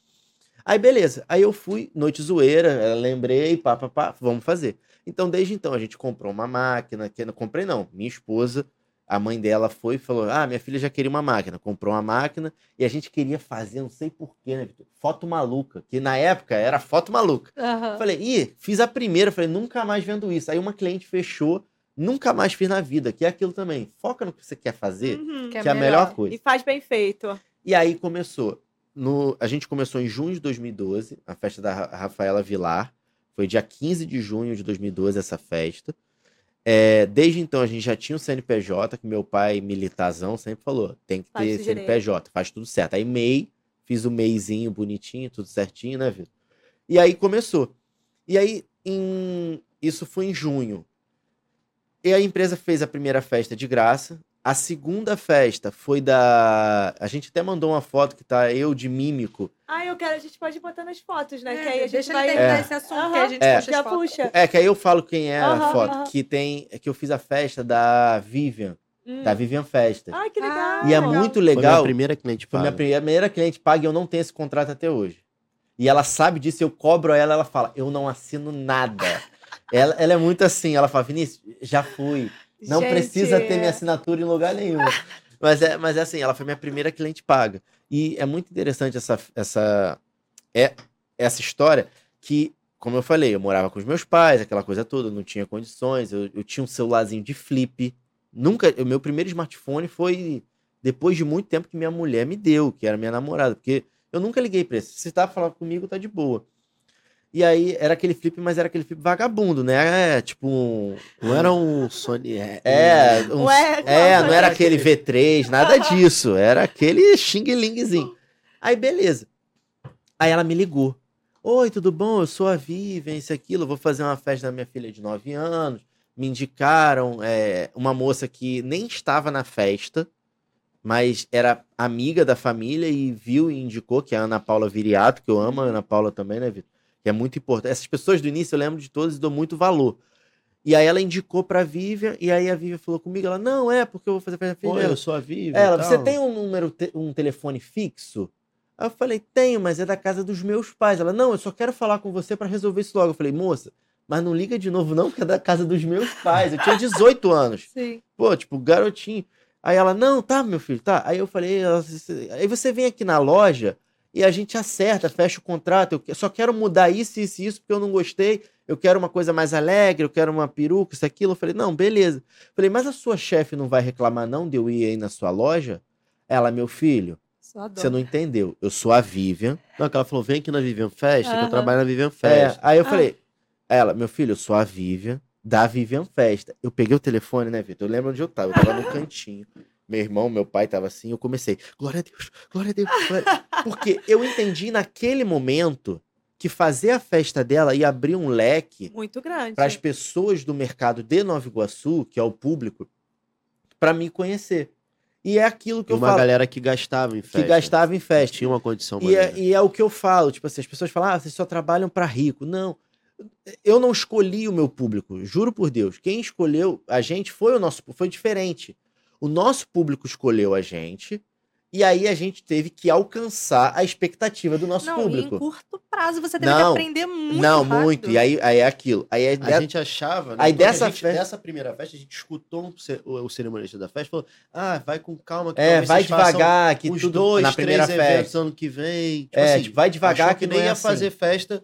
Speaker 4: Aí, beleza. Aí eu fui, noite zoeira, eh, lembrei, pá, pá, pá, vamos fazer. Então, desde então, a gente comprou uma máquina, que não comprei não, minha esposa, a mãe dela foi e falou, ah, minha filha já queria uma máquina. Comprou uma máquina e a gente queria fazer, não sei porquê, né, Vitor? Foto maluca, que na época era foto maluca.
Speaker 2: Aham.
Speaker 4: é. Falei, ih, fiz a primeira, falei, nunca mais vendo isso. Aí uma cliente fechou, nunca mais fiz na vida, que é aquilo também. Foca no que você quer fazer,
Speaker 1: Uhum.
Speaker 2: Que é
Speaker 4: que é a melhor
Speaker 2: melhor.
Speaker 4: coisa.
Speaker 1: E faz bem feito.
Speaker 4: E aí começou. No, a gente começou em junho de 2012, a festa da Ra- Rafaela Vilar. Foi dia 15 de junho de 2012 essa festa. É, desde então a gente já tinha o CNPJ, que meu pai, militazão, sempre falou: tem que
Speaker 1: Faz
Speaker 4: ter
Speaker 1: tudo
Speaker 4: CNPJ, faz tudo certo. Aí MEI, fiz o MEIzinho bonitinho, tudo certinho, né, Vitor? E aí começou. E aí, em- isso foi em junho. E a empresa fez a primeira festa de graça. A segunda festa foi da. A gente até mandou uma foto que tá eu de mímico.
Speaker 1: Ah, eu quero, a gente pode botar nas fotos, né? que aí a gente
Speaker 2: É, Deixa
Speaker 1: vai...
Speaker 2: ele terminar
Speaker 4: É.
Speaker 2: esse assunto
Speaker 1: Aham.
Speaker 2: que a gente
Speaker 4: É.
Speaker 2: puxa
Speaker 1: Já
Speaker 2: as fotos.
Speaker 1: puxa.
Speaker 4: É, que aí eu falo quem é a
Speaker 1: Aham,
Speaker 4: foto.
Speaker 1: aham.
Speaker 4: Que tem. é que eu fiz a festa da Vivian.
Speaker 1: Hum.
Speaker 4: Da Vivian Festa.
Speaker 1: Ai, que legal.
Speaker 4: Tá e é
Speaker 2: Ah, legal.
Speaker 4: muito
Speaker 3: Foi minha
Speaker 4: legal.
Speaker 3: primeira cliente
Speaker 4: Foi minha
Speaker 3: paga.
Speaker 4: primeira cliente paga e eu não tenho esse contrato até hoje. E ela sabe disso, eu cobro ela, ela fala, eu não assino nada. ela, ela é muito assim, ela fala, Vinícius, já fui. Não
Speaker 1: Gente,
Speaker 4: precisa ter
Speaker 2: é.
Speaker 4: minha assinatura em lugar nenhum. mas, é, mas é assim, ela foi minha primeira cliente paga. E é muito interessante essa, essa, é, essa história que, como eu falei, eu morava com os meus pais, aquela coisa toda, eu não tinha condições, eu, eu tinha um celularzinho de flip. Nunca, o meu primeiro smartphone foi depois de muito tempo que minha mulher me deu, que era minha namorada, porque eu nunca liguei pra isso. Se tá falando comigo, tá de boa. E aí, era aquele flip, mas era aquele flip vagabundo, né? É, tipo um,
Speaker 3: Não era um Sony... É,
Speaker 4: é, um-
Speaker 1: Ué,
Speaker 4: é,
Speaker 1: nossa,
Speaker 4: não era aquele V3, nada disso. Era aquele xing-lingzinho. Aí, beleza. Aí ela me ligou. Oi, tudo bom? Eu sou a Vivian, isso e aquilo. Eu Vou fazer uma festa da minha filha de 9 anos. Me indicaram é, uma moça que nem estava na festa, mas era amiga da família e viu e indicou, que é a Ana Paula Viriato, que eu amo a Ana Paula também, né, Vitor? Que é muito importante. Essas pessoas do início eu lembro de todas e dou muito valor. E aí ela indicou pra Vivian, e aí a Vivian falou comigo, ela, não, é porque eu vou fazer festa da filha
Speaker 3: Pô,
Speaker 4: dela."
Speaker 3: eu sou a Vivi
Speaker 4: Ela, você tem um número, te- um telefone fixo? Aí eu falei, tenho, mas é da casa dos meus pais. Ela, não, eu só quero falar com você pra resolver isso logo. Eu falei, moça, mas não liga de novo não, porque é da casa dos meus pais. Eu tinha 18 anos.
Speaker 2: Sim.
Speaker 4: Pô, tipo, garotinho. Aí ela, não, tá, meu filho, tá. Aí eu falei, ela, "Cê- aí você vem aqui na loja E a gente acerta, fecha o contrato. Eu que- só quero mudar isso, isso e isso, porque eu não gostei. Eu quero uma coisa mais alegre, eu quero uma peruca, isso, aquilo. Eu falei, não, beleza. Falei, mas a sua chefe não vai reclamar, não, de eu ir aí na sua loja? Ela, meu filho,
Speaker 2: Só adoro.
Speaker 4: você não entendeu. Eu sou a Vivian.
Speaker 3: Não, que ela falou, vem aqui na Vivian Festa, que
Speaker 2: Aham.
Speaker 3: eu trabalho na Vivian
Speaker 4: É,
Speaker 3: Festa.
Speaker 4: aí eu
Speaker 2: Ah.
Speaker 4: falei, ela, meu filho, eu sou a Vivian, da Vivian Festa. Eu peguei o telefone, né, Vitor? Eu lembro onde eu tava, eu tava no cantinho. Meu irmão, meu pai tava assim, eu comecei, glória a Deus, glória a Deus. glória a Deus." Porque eu entendi naquele momento que fazer a festa dela ia abrir um leque
Speaker 1: Muito grande.
Speaker 4: para as pessoas do mercado de Nova Iguaçu, que é o público, para me conhecer. E é aquilo que
Speaker 3: E
Speaker 4: eu
Speaker 3: uma
Speaker 4: falo,
Speaker 3: galera que gastava em festa.
Speaker 4: que gastava em
Speaker 3: Não
Speaker 4: festa.
Speaker 3: Tinha uma condição
Speaker 4: E é,
Speaker 3: maneira.
Speaker 4: e é o que eu falo, tipo assim, as pessoas falam, ah, vocês só trabalham pra rico. Não, eu não escolhi o meu público, juro por Deus. Quem escolheu a gente foi o nosso, foi diferente. O nosso público escolheu a gente e aí a gente teve que alcançar a expectativa do nosso
Speaker 2: Não, e em
Speaker 4: público.
Speaker 2: curto prazo você teve que
Speaker 4: Não.
Speaker 2: aprender muito.
Speaker 4: não,
Speaker 2: rápido.
Speaker 4: muito. E aí, aí é aquilo. Aí é,
Speaker 3: A gente achava. né,
Speaker 4: Aí
Speaker 3: quando a
Speaker 4: dessa
Speaker 3: gente-
Speaker 4: festa-
Speaker 3: dessa primeira festa, a gente escutou um ce- o, o cerimonialista da festa falou: ah, vai com calma. Que
Speaker 4: é,
Speaker 3: talvez
Speaker 4: vai
Speaker 3: vocês façam
Speaker 4: devagar que
Speaker 3: uns
Speaker 4: tudo
Speaker 3: dois,
Speaker 4: na primeira
Speaker 3: três
Speaker 4: festa.
Speaker 3: eventos ano que vem. Tipo
Speaker 4: é,
Speaker 3: assim,
Speaker 4: tipo, vai devagar
Speaker 3: achou
Speaker 4: que,
Speaker 3: nem
Speaker 4: não é
Speaker 3: ia
Speaker 4: assim.
Speaker 3: fazer festa.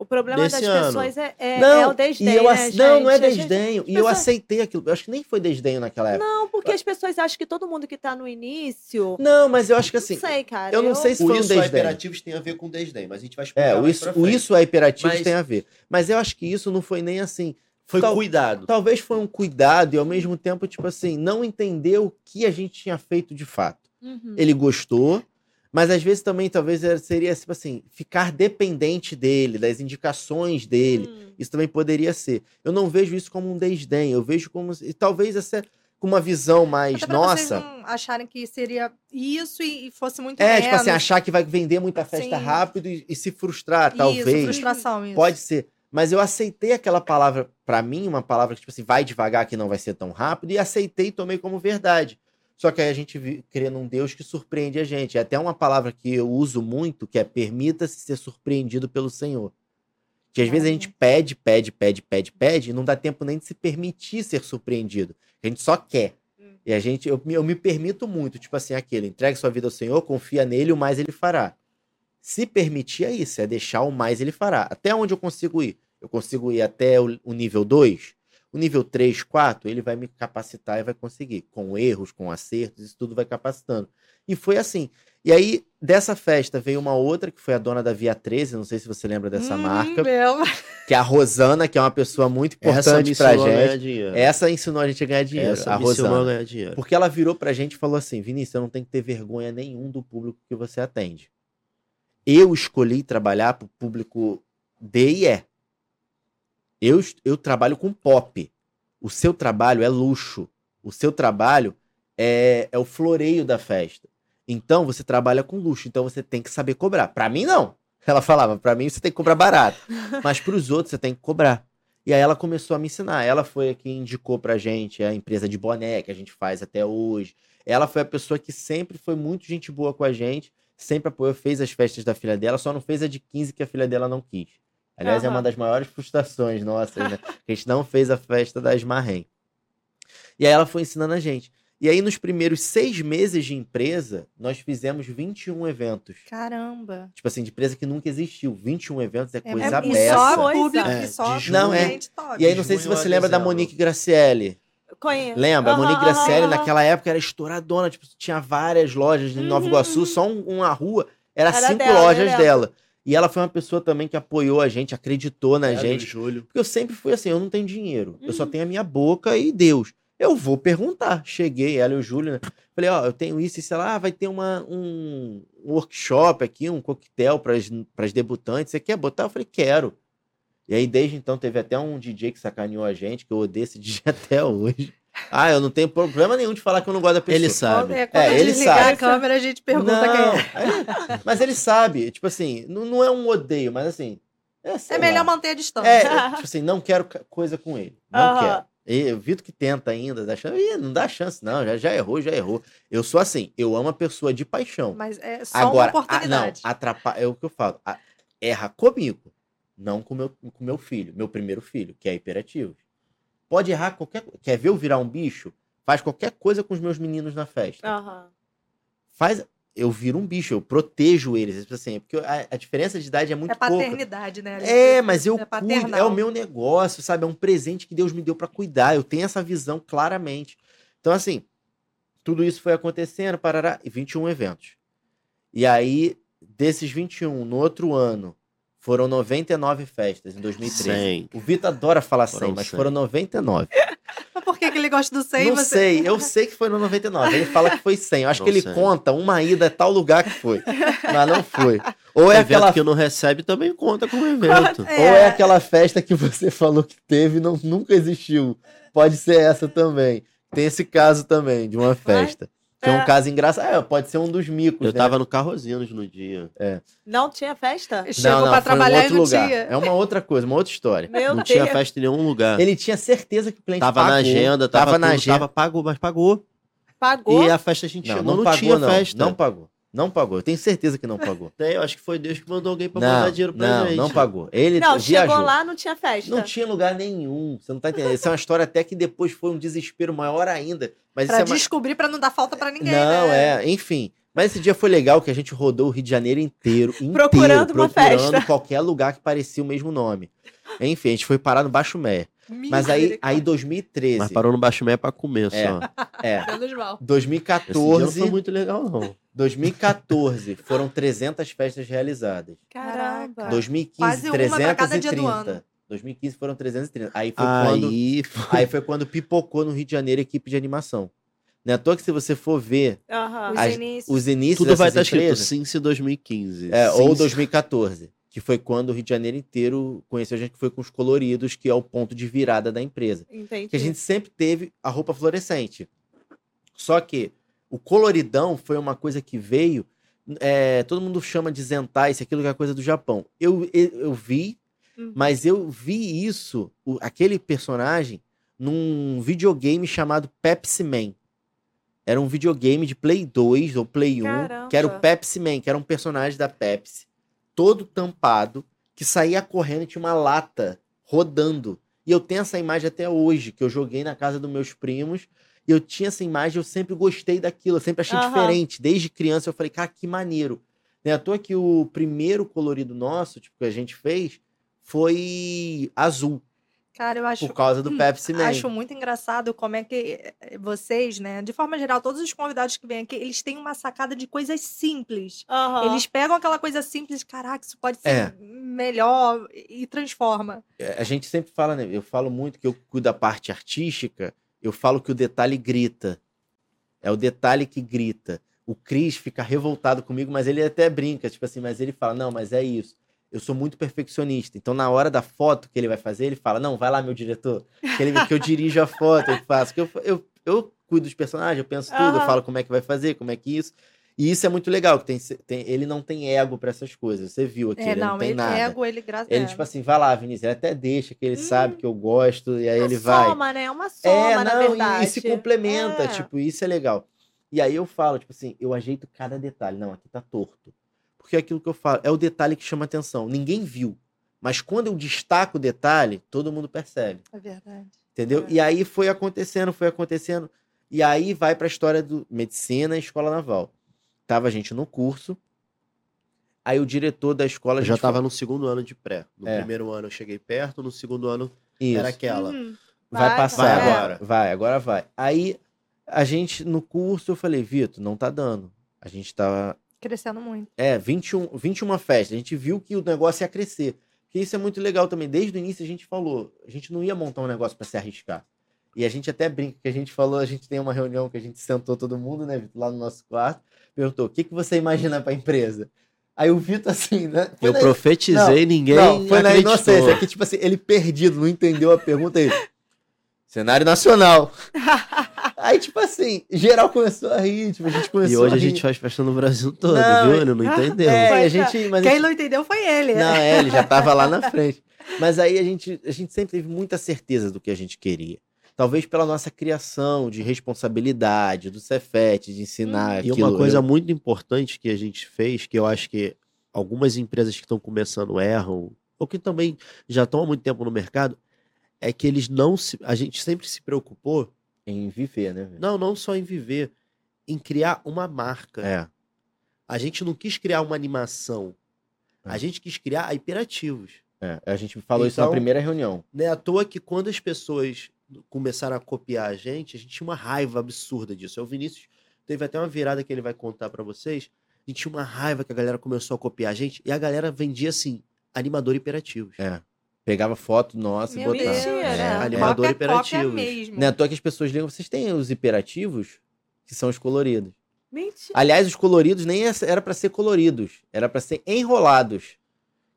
Speaker 1: O problema das
Speaker 3: Desse ano.
Speaker 1: pessoas é, é-
Speaker 4: Não,
Speaker 1: é o desdém,
Speaker 4: e eu
Speaker 1: né,
Speaker 4: ace- Não, não é
Speaker 1: gente? A gente-
Speaker 4: desdenho. E
Speaker 1: pessoas-
Speaker 4: eu aceitei aquilo. Eu acho que nem foi desdenho naquela época.
Speaker 1: Não, porque as pessoas acham que todo mundo que tá no início...
Speaker 4: Não, mas eu acho que assim.
Speaker 1: não sei, cara.
Speaker 4: eu não sei se-
Speaker 3: O
Speaker 4: foi um
Speaker 3: isso a
Speaker 4: desdém.
Speaker 3: imperativos tem a ver com desdém, mas a gente vai explicar.
Speaker 4: É, o
Speaker 3: mais
Speaker 4: isso,
Speaker 3: pra
Speaker 4: o
Speaker 3: frente.
Speaker 4: isso é imperativo
Speaker 3: Mas-
Speaker 4: tem a ver. Mas eu acho que isso não foi nem assim.
Speaker 3: foi
Speaker 4: tal-
Speaker 3: cuidado.
Speaker 4: Talvez foi um cuidado e ao mesmo tempo, tipo assim, não entender o que a gente tinha feito de fato.
Speaker 2: Uhum.
Speaker 4: Ele gostou, mas às vezes também talvez era- seria tipo assim, ficar dependente dele, das indicações dele.
Speaker 2: Uhum.
Speaker 1: Hum.
Speaker 4: Isso também poderia ser. Eu não vejo isso como um desdém, eu vejo como e talvez essa é com uma visão mais
Speaker 2: Até pra vocês
Speaker 4: nossa.
Speaker 2: não acharem que seria isso e, e fosse muito
Speaker 4: É, tipo assim,
Speaker 2: menos.
Speaker 4: achar que vai vender muita festa
Speaker 2: né? Sim.
Speaker 4: rápido e, e se frustrar,
Speaker 2: Isso,
Speaker 4: talvez.
Speaker 2: frustração, isso.
Speaker 4: Pode ser. Mas eu aceitei aquela palavra, pra mim, uma palavra que, tipo assim, vai devagar que não vai ser tão rápido, e aceitei e tomei como verdade. Só que aí a gente vi- crê num Deus que surpreende a gente. É até uma palavra que eu uso muito, que é permita-se ser surpreendido pelo Senhor. Que às vezes a gente pede, pede, pede, pede, pede, e não dá tempo nem de se permitir ser surpreendido. A gente só quer. E a gente, eu, me- eu me permito muito, tipo assim, aquele, entregue sua vida ao Senhor, confia nele, o mais ele fará. Se permitir é isso, é deixar o mais ele fará. Até onde eu consigo ir? Eu consigo ir até o, o nível 2? O nível 3, 4, ele vai me capacitar e vai conseguir. Com erros, com acertos, isso tudo vai capacitando. E foi assim. E aí, dessa festa, veio uma outra, que foi a dona da Via 13, não sei se você lembra dessa
Speaker 2: Hum,
Speaker 4: marca,
Speaker 2: bela.
Speaker 4: que é a Rosana, que é uma pessoa muito
Speaker 3: então, Essa
Speaker 4: importante
Speaker 3: me
Speaker 4: pra
Speaker 3: ensinou a ganhar
Speaker 4: gente. É,
Speaker 3: dinheiro.
Speaker 4: Essa é ensinou a gente a ganhar dinheiro,
Speaker 3: Essa
Speaker 4: a
Speaker 3: me ensinou
Speaker 4: Rosana.
Speaker 3: a ganhar dinheiro.
Speaker 4: Porque ela virou pra gente e falou assim: Vinícius, eu não tenho que ter vergonha nenhum do público que você atende. Eu escolhi trabalhar pro público D e E. Eu, es- eu trabalho com pop. O seu trabalho é luxo. O seu trabalho é, é o floreio da festa. Então você trabalha com luxo. Então você tem que saber cobrar. Pra mim, não. Ela falava: pra mim você tem que cobrar barato. Mas pros outros você tem que cobrar. E aí ela começou a me ensinar. Ela foi a que indicou pra gente a empresa de boné que a gente faz até hoje. Ela foi a pessoa que sempre foi muito gente boa com a gente, sempre apoiou, fez as festas da filha dela, só não fez a de 15 que a filha dela não quis. Aliás, é
Speaker 2: Aham.
Speaker 4: uma das maiores frustrações nossas, né? Que a gente não fez a festa da Esmarrem. E aí ela foi ensinando a gente. E aí, nos primeiros seis meses de empresa, nós fizemos 21 eventos.
Speaker 2: Caramba.
Speaker 4: Tipo assim, de empresa que nunca existiu. 21 eventos é
Speaker 2: É
Speaker 4: coisa
Speaker 2: muito-
Speaker 4: aberta.
Speaker 2: E só
Speaker 1: Coisa.
Speaker 2: público,
Speaker 3: É,
Speaker 2: e só
Speaker 3: de
Speaker 4: Não, é.
Speaker 2: gente top.
Speaker 4: E aí, não sei se
Speaker 3: junho a
Speaker 4: você lembra da
Speaker 3: dezembro.
Speaker 4: Monique Graciele.
Speaker 1: Conheço.
Speaker 4: Lembra?
Speaker 1: Aham,
Speaker 4: Monique
Speaker 1: aham,
Speaker 4: Graciele,
Speaker 1: aham.
Speaker 4: naquela época, era estouradona. Tipo, tinha várias lojas em Nova
Speaker 1: Uhum,
Speaker 4: Iguaçu,
Speaker 1: uhum.
Speaker 4: só um- uma rua. Era,
Speaker 1: Era
Speaker 4: cinco
Speaker 1: dela, eu
Speaker 4: lojas
Speaker 1: lembro.
Speaker 4: dela. E ela foi uma pessoa também que apoiou a gente, acreditou na
Speaker 3: Era
Speaker 4: gente.
Speaker 3: em julho.
Speaker 4: Porque eu sempre fui assim, eu não tenho dinheiro. Eu só
Speaker 2: Hum.
Speaker 1: Uhum.
Speaker 4: tenho a minha boca e Deus. Eu vou perguntar. Cheguei, ela e o Júlio, né? Falei, ó, eu tenho isso e sei lá, ah, vai ter uma, um um workshop aqui, um coquetel para as debutantes. Você quer botar? Eu falei, quero. E aí, desde então, teve até um DJ que sacaneou a gente, que eu odeio esse DJ até hoje. Ah, eu não tenho problema nenhum de falar que eu não gosto da pessoa.
Speaker 3: Ele sabe.
Speaker 2: É, quando
Speaker 4: É, ele
Speaker 2: desligar
Speaker 4: sabe.
Speaker 2: a câmera, a gente pergunta
Speaker 4: não,
Speaker 2: quem é.
Speaker 4: é, mas ele sabe. Tipo assim, não, não é um odeio, mas assim... É, sei
Speaker 2: É melhor
Speaker 4: lá.
Speaker 2: manter a distância.
Speaker 4: É, eu, tipo assim, não quero ca- coisa com ele. Não
Speaker 1: Aham.
Speaker 4: quero. E o Vitor que tenta ainda, dá chance. Ih, não dá chance, não. Já, já errou, já errou. Eu sou assim, eu amo a pessoa de paixão.
Speaker 2: Mas é só
Speaker 4: Agora,
Speaker 2: uma
Speaker 4: a- não,
Speaker 2: oportunidade.
Speaker 4: atrapalha. É o que eu falo. a- erra comigo, não com meu, com meu filho, meu primeiro filho, que é hiperativo. Pode errar qualquer coisa. Quer
Speaker 2: Ah.
Speaker 4: ver eu virar um bicho? Faz qualquer coisa com os meus meninos na festa.
Speaker 1: Aham.
Speaker 4: Faz. eu viro um bicho, eu protejo eles. Assim, porque a, a diferença de idade é muito
Speaker 2: É
Speaker 4: pouca.
Speaker 2: paternidade, né?
Speaker 4: É, mas eu
Speaker 2: É
Speaker 4: cuido, é
Speaker 2: paternal.
Speaker 4: o meu negócio, sabe? É um presente que Deus me deu pra cuidar. Eu tenho essa visão claramente. Então, assim, tudo isso foi acontecendo, parará, e 21 eventos. E aí, desses 21, no outro ano, foram 99 festas, em 2013.
Speaker 3: Sim.
Speaker 4: O Vitor adora falar 100,
Speaker 3: Foram
Speaker 4: mas
Speaker 3: 100.
Speaker 4: foram 99.
Speaker 2: Mas por que, que ele gosta do 100?
Speaker 4: não
Speaker 2: você...
Speaker 4: sei, eu sei que foi no 99. Ele fala que foi 100. Eu acho
Speaker 3: Não
Speaker 4: que ele
Speaker 3: sei.
Speaker 4: conta uma ida a tal lugar que foi. Mas não foi. Ou é
Speaker 3: evento
Speaker 4: aquela
Speaker 3: que não recebe também conta como evento.
Speaker 2: É.
Speaker 4: Ou é aquela festa que você falou que teve e não, nunca existiu. Pode ser essa também. Tem esse caso também, de uma festa. Que é um
Speaker 2: É.
Speaker 4: caso engraçado. Ah, pode ser um dos micos,
Speaker 3: Eu
Speaker 4: né?
Speaker 3: tava no Carrozinos no dia.
Speaker 1: Não tinha festa?
Speaker 2: Chegou pra
Speaker 4: foi um
Speaker 2: trabalhar e
Speaker 4: outro
Speaker 2: não
Speaker 4: lugar.
Speaker 2: tinha.
Speaker 4: É uma outra coisa, uma outra história.
Speaker 1: Meu
Speaker 3: não
Speaker 1: Deus.
Speaker 3: tinha festa em nenhum lugar.
Speaker 4: Ele tinha certeza que o cliente
Speaker 3: Tava
Speaker 4: pagou,
Speaker 3: na agenda, tava,
Speaker 4: na
Speaker 3: tudo,
Speaker 4: agenda.
Speaker 3: Tava pago, mas pagou.
Speaker 1: Pagou.
Speaker 3: E a festa a gente
Speaker 4: Não,
Speaker 3: chegou,
Speaker 4: não,
Speaker 3: não,
Speaker 4: pagou,
Speaker 3: tinha
Speaker 4: não.
Speaker 3: festa.
Speaker 4: Não pagou. Não pagou. Eu tenho certeza que não pagou.
Speaker 3: Daí eu acho que foi Deus que mandou alguém pra
Speaker 4: não,
Speaker 3: mandar dinheiro pra
Speaker 4: não,
Speaker 3: gente.
Speaker 4: não pagou. Ele
Speaker 1: Não,
Speaker 4: viajou.
Speaker 1: chegou lá, Então, não tinha festa.
Speaker 4: Não tinha lugar nenhum. Você não tá entendendo. Essa é uma história até que depois foi um desespero maior ainda. Mas
Speaker 2: Pra
Speaker 4: isso é ma-
Speaker 2: descobrir, pra não dar falta pra ninguém,
Speaker 4: Não,
Speaker 2: né?
Speaker 4: é, enfim. Mas esse dia foi legal que a gente rodou o Rio de Janeiro inteiro, inteiro
Speaker 1: Procurando uma
Speaker 4: procurando
Speaker 1: festa.
Speaker 4: qualquer lugar que parecia o mesmo nome. Enfim, a gente foi parar no Baixo Mé. Mas aí, aí 2013.
Speaker 3: Mas parou no Baixo Meia pra comer
Speaker 4: É.
Speaker 3: só.
Speaker 4: É.
Speaker 2: Menos mal.
Speaker 3: Esse dia não
Speaker 4: 2014.
Speaker 3: foi muito legal, não.
Speaker 4: 2014 foram 300 festas realizadas.
Speaker 2: Tá.
Speaker 1: Caramba.
Speaker 4: 2015,
Speaker 2: Quase uma pra cada dia do
Speaker 4: 330.
Speaker 2: ano.
Speaker 4: 2015 foram 330. Aí foi quando
Speaker 3: Aí,
Speaker 4: Aí foi quando pipocou no Rio de Janeiro a equipe de animação. Não é à toa que se você for ver
Speaker 1: Aham.
Speaker 2: Os
Speaker 4: As-
Speaker 2: inícios.
Speaker 4: os inícios
Speaker 3: tudo vai estar
Speaker 4: dessas
Speaker 3: escrito
Speaker 4: empresas,
Speaker 3: Since 2015.
Speaker 4: é, ou
Speaker 3: Since-
Speaker 4: 2014, que foi quando o Rio de Janeiro inteiro conheceu a gente, que foi com os coloridos, que é o ponto de virada da empresa.
Speaker 1: Entendi.
Speaker 4: Que a gente sempre teve a roupa fluorescente. Só que o coloridão foi uma coisa que veio... é, todo mundo chama de zentai, isso e aquilo que é coisa do Japão. Eu, eu, eu vi,
Speaker 1: Uhum.
Speaker 4: mas eu vi isso, o- aquele personagem, num videogame chamado Pepsi Man. Era um videogame de Play 2 ou Play 1, que era o
Speaker 1: Caramba.
Speaker 4: Pepsi Man, que era um personagem da Pepsi, todo tampado, que saía correndo e tinha uma lata rodando. E eu tenho essa imagem até hoje, que eu joguei na casa dos meus primos. E eu tinha essa imagem, eu sempre gostei daquilo, eu sempre achei
Speaker 1: Aham.
Speaker 4: diferente. Desde criança eu falei, cara, que maneiro. Né? À toa que o primeiro colorido nosso, tipo, que a gente fez, foi azul,
Speaker 2: Cara, eu acho hum,
Speaker 4: por causa do Pepsi Man.
Speaker 2: Acho muito engraçado como é que eh, vocês, né? De forma geral, todos os convidados que vêm aqui, eles têm uma sacada de coisas simples.
Speaker 1: Aham.
Speaker 2: Eles pegam aquela coisa simples, caraca, isso pode ser
Speaker 4: É.
Speaker 2: melhor e e transforma.
Speaker 4: a gente sempre fala, né? Eu falo muito que eu cuido da parte artística, eu falo que o detalhe grita. É o detalhe que grita. O Cris fica revoltado comigo, mas ele até brinca, tipo assim, mas ele fala: "Não, mas é isso. Eu sou muito perfeccionista". Então na hora da foto que ele vai fazer, ele fala: "Não, vai lá, meu diretor, que, ele- que eu dirijo a foto, eu faço, que eu eu, eu cuido dos personagens, eu penso tudo, eu
Speaker 1: Aham.
Speaker 4: falo como é que vai fazer, como é que isso. E isso é muito legal, que tem, tem- ele não tem ego pra essas coisas. Você viu aqui,
Speaker 2: É,
Speaker 4: ele não,
Speaker 2: não,
Speaker 4: tem
Speaker 2: ele
Speaker 4: nada.
Speaker 2: ego, ele é, graça.
Speaker 1: É.
Speaker 4: Ele, tipo assim, vai lá, Vinícius. Ele até deixa, que ele sabe que eu gosto, e aí
Speaker 1: Hum. Uma
Speaker 4: ele vai.
Speaker 1: soma, né? Uma soma,
Speaker 4: é, não,
Speaker 1: na
Speaker 4: e-
Speaker 1: verdade.
Speaker 4: e se complementa,
Speaker 1: É.
Speaker 4: tipo, isso é legal. E aí eu falo, tipo assim, eu ajeito cada detalhe. Não, aqui tá torto. Porque é aquilo que eu falo, é o detalhe que chama atenção. Ninguém viu. Mas quando eu destaco o detalhe, todo mundo percebe.
Speaker 2: É verdade.
Speaker 4: Entendeu?
Speaker 2: É.
Speaker 4: E aí foi acontecendo, foi acontecendo. E aí vai pra história do medicina e escola naval. Tava a gente no curso. Aí o diretor da escola
Speaker 3: Eu
Speaker 4: a
Speaker 3: já
Speaker 4: gente falou-
Speaker 3: tava no segundo ano de pré. No
Speaker 4: tipo. É.
Speaker 3: primeiro ano eu cheguei perto, no segundo ano
Speaker 4: Isso.
Speaker 3: era aquela.
Speaker 1: Uhum.
Speaker 4: Vai,
Speaker 1: Vai,
Speaker 4: passar
Speaker 3: vai.
Speaker 4: agora. Vai, agora vai. Aí a gente, no curso, eu falei, Vitor, não tá dando. A gente tava.
Speaker 2: Crescendo muito.
Speaker 4: É, 21, 21 festas. A gente viu que o negócio ia crescer. Porque isso é muito legal também. Desde o início a gente falou, a gente não ia montar um negócio pra se arriscar. E a gente até brinca que a gente falou, a gente tem uma reunião que a gente sentou todo mundo, né, Vitor, lá no nosso quarto, perguntou: o que, que você imagina pra empresa? Aí o Vitor, assim, né? foi
Speaker 3: Eu
Speaker 4: na-
Speaker 3: profetizei, ninguém
Speaker 4: não, foi na
Speaker 3: acreditou.
Speaker 4: inocência. Que, tipo assim, ele perdido, não entendeu a pergunta aí. Cenário nacional. aí, tipo assim, geral começou a rir, tipo, a gente começou
Speaker 3: E hoje a
Speaker 4: rir.
Speaker 3: gente faz festa no Brasil todo,
Speaker 4: Não,
Speaker 3: viu? Ele não entendeu.
Speaker 4: É, e a
Speaker 2: Pois é.
Speaker 4: gente... Mas a
Speaker 2: Quem
Speaker 4: gente-
Speaker 2: não entendeu foi ele. né?
Speaker 4: Não, é, ele já tava lá na frente. Mas aí a gente, a gente sempre teve muita certeza do que a gente queria. Talvez pela nossa criação de responsabilidade, do Cefete, de ensinar
Speaker 3: E
Speaker 4: aquilo. é.
Speaker 3: uma coisa
Speaker 4: Eu-
Speaker 3: muito importante que a gente fez, que eu acho que algumas empresas que estão começando erram, ou que também já estão há muito tempo no mercado, é que eles não se. A gente sempre se preocupou,
Speaker 4: Em viver, né? velho?
Speaker 3: não, não só em viver, em criar uma marca.
Speaker 4: É.
Speaker 3: A gente não quis criar uma animação. A
Speaker 4: É.
Speaker 3: gente quis criar hiperativos.
Speaker 4: É, a gente falou isso na
Speaker 3: Então-
Speaker 4: primeira reunião.
Speaker 3: Não é à toa que quando as pessoas começaram a copiar a gente, a gente tinha uma raiva absurda disso. É O Vinícius teve até uma virada que ele vai contar pra vocês. A gente tinha uma raiva que a galera começou a copiar a gente e a galera vendia assim, animador hiperativos.
Speaker 4: É. Pegava foto nossa e
Speaker 2: Meu
Speaker 4: botava.
Speaker 2: Deus,
Speaker 1: Mentira.
Speaker 4: É,
Speaker 2: né?
Speaker 3: animador
Speaker 2: Cópia,
Speaker 3: hiperativos.
Speaker 2: Cópia mesmo.
Speaker 4: Não é à toa que as pessoas ligam. Vocês têm os hiperativos? Que são os coloridos.
Speaker 1: Mentira.
Speaker 4: Aliás, os coloridos nem é- era pra ser coloridos. Era pra ser enrolados.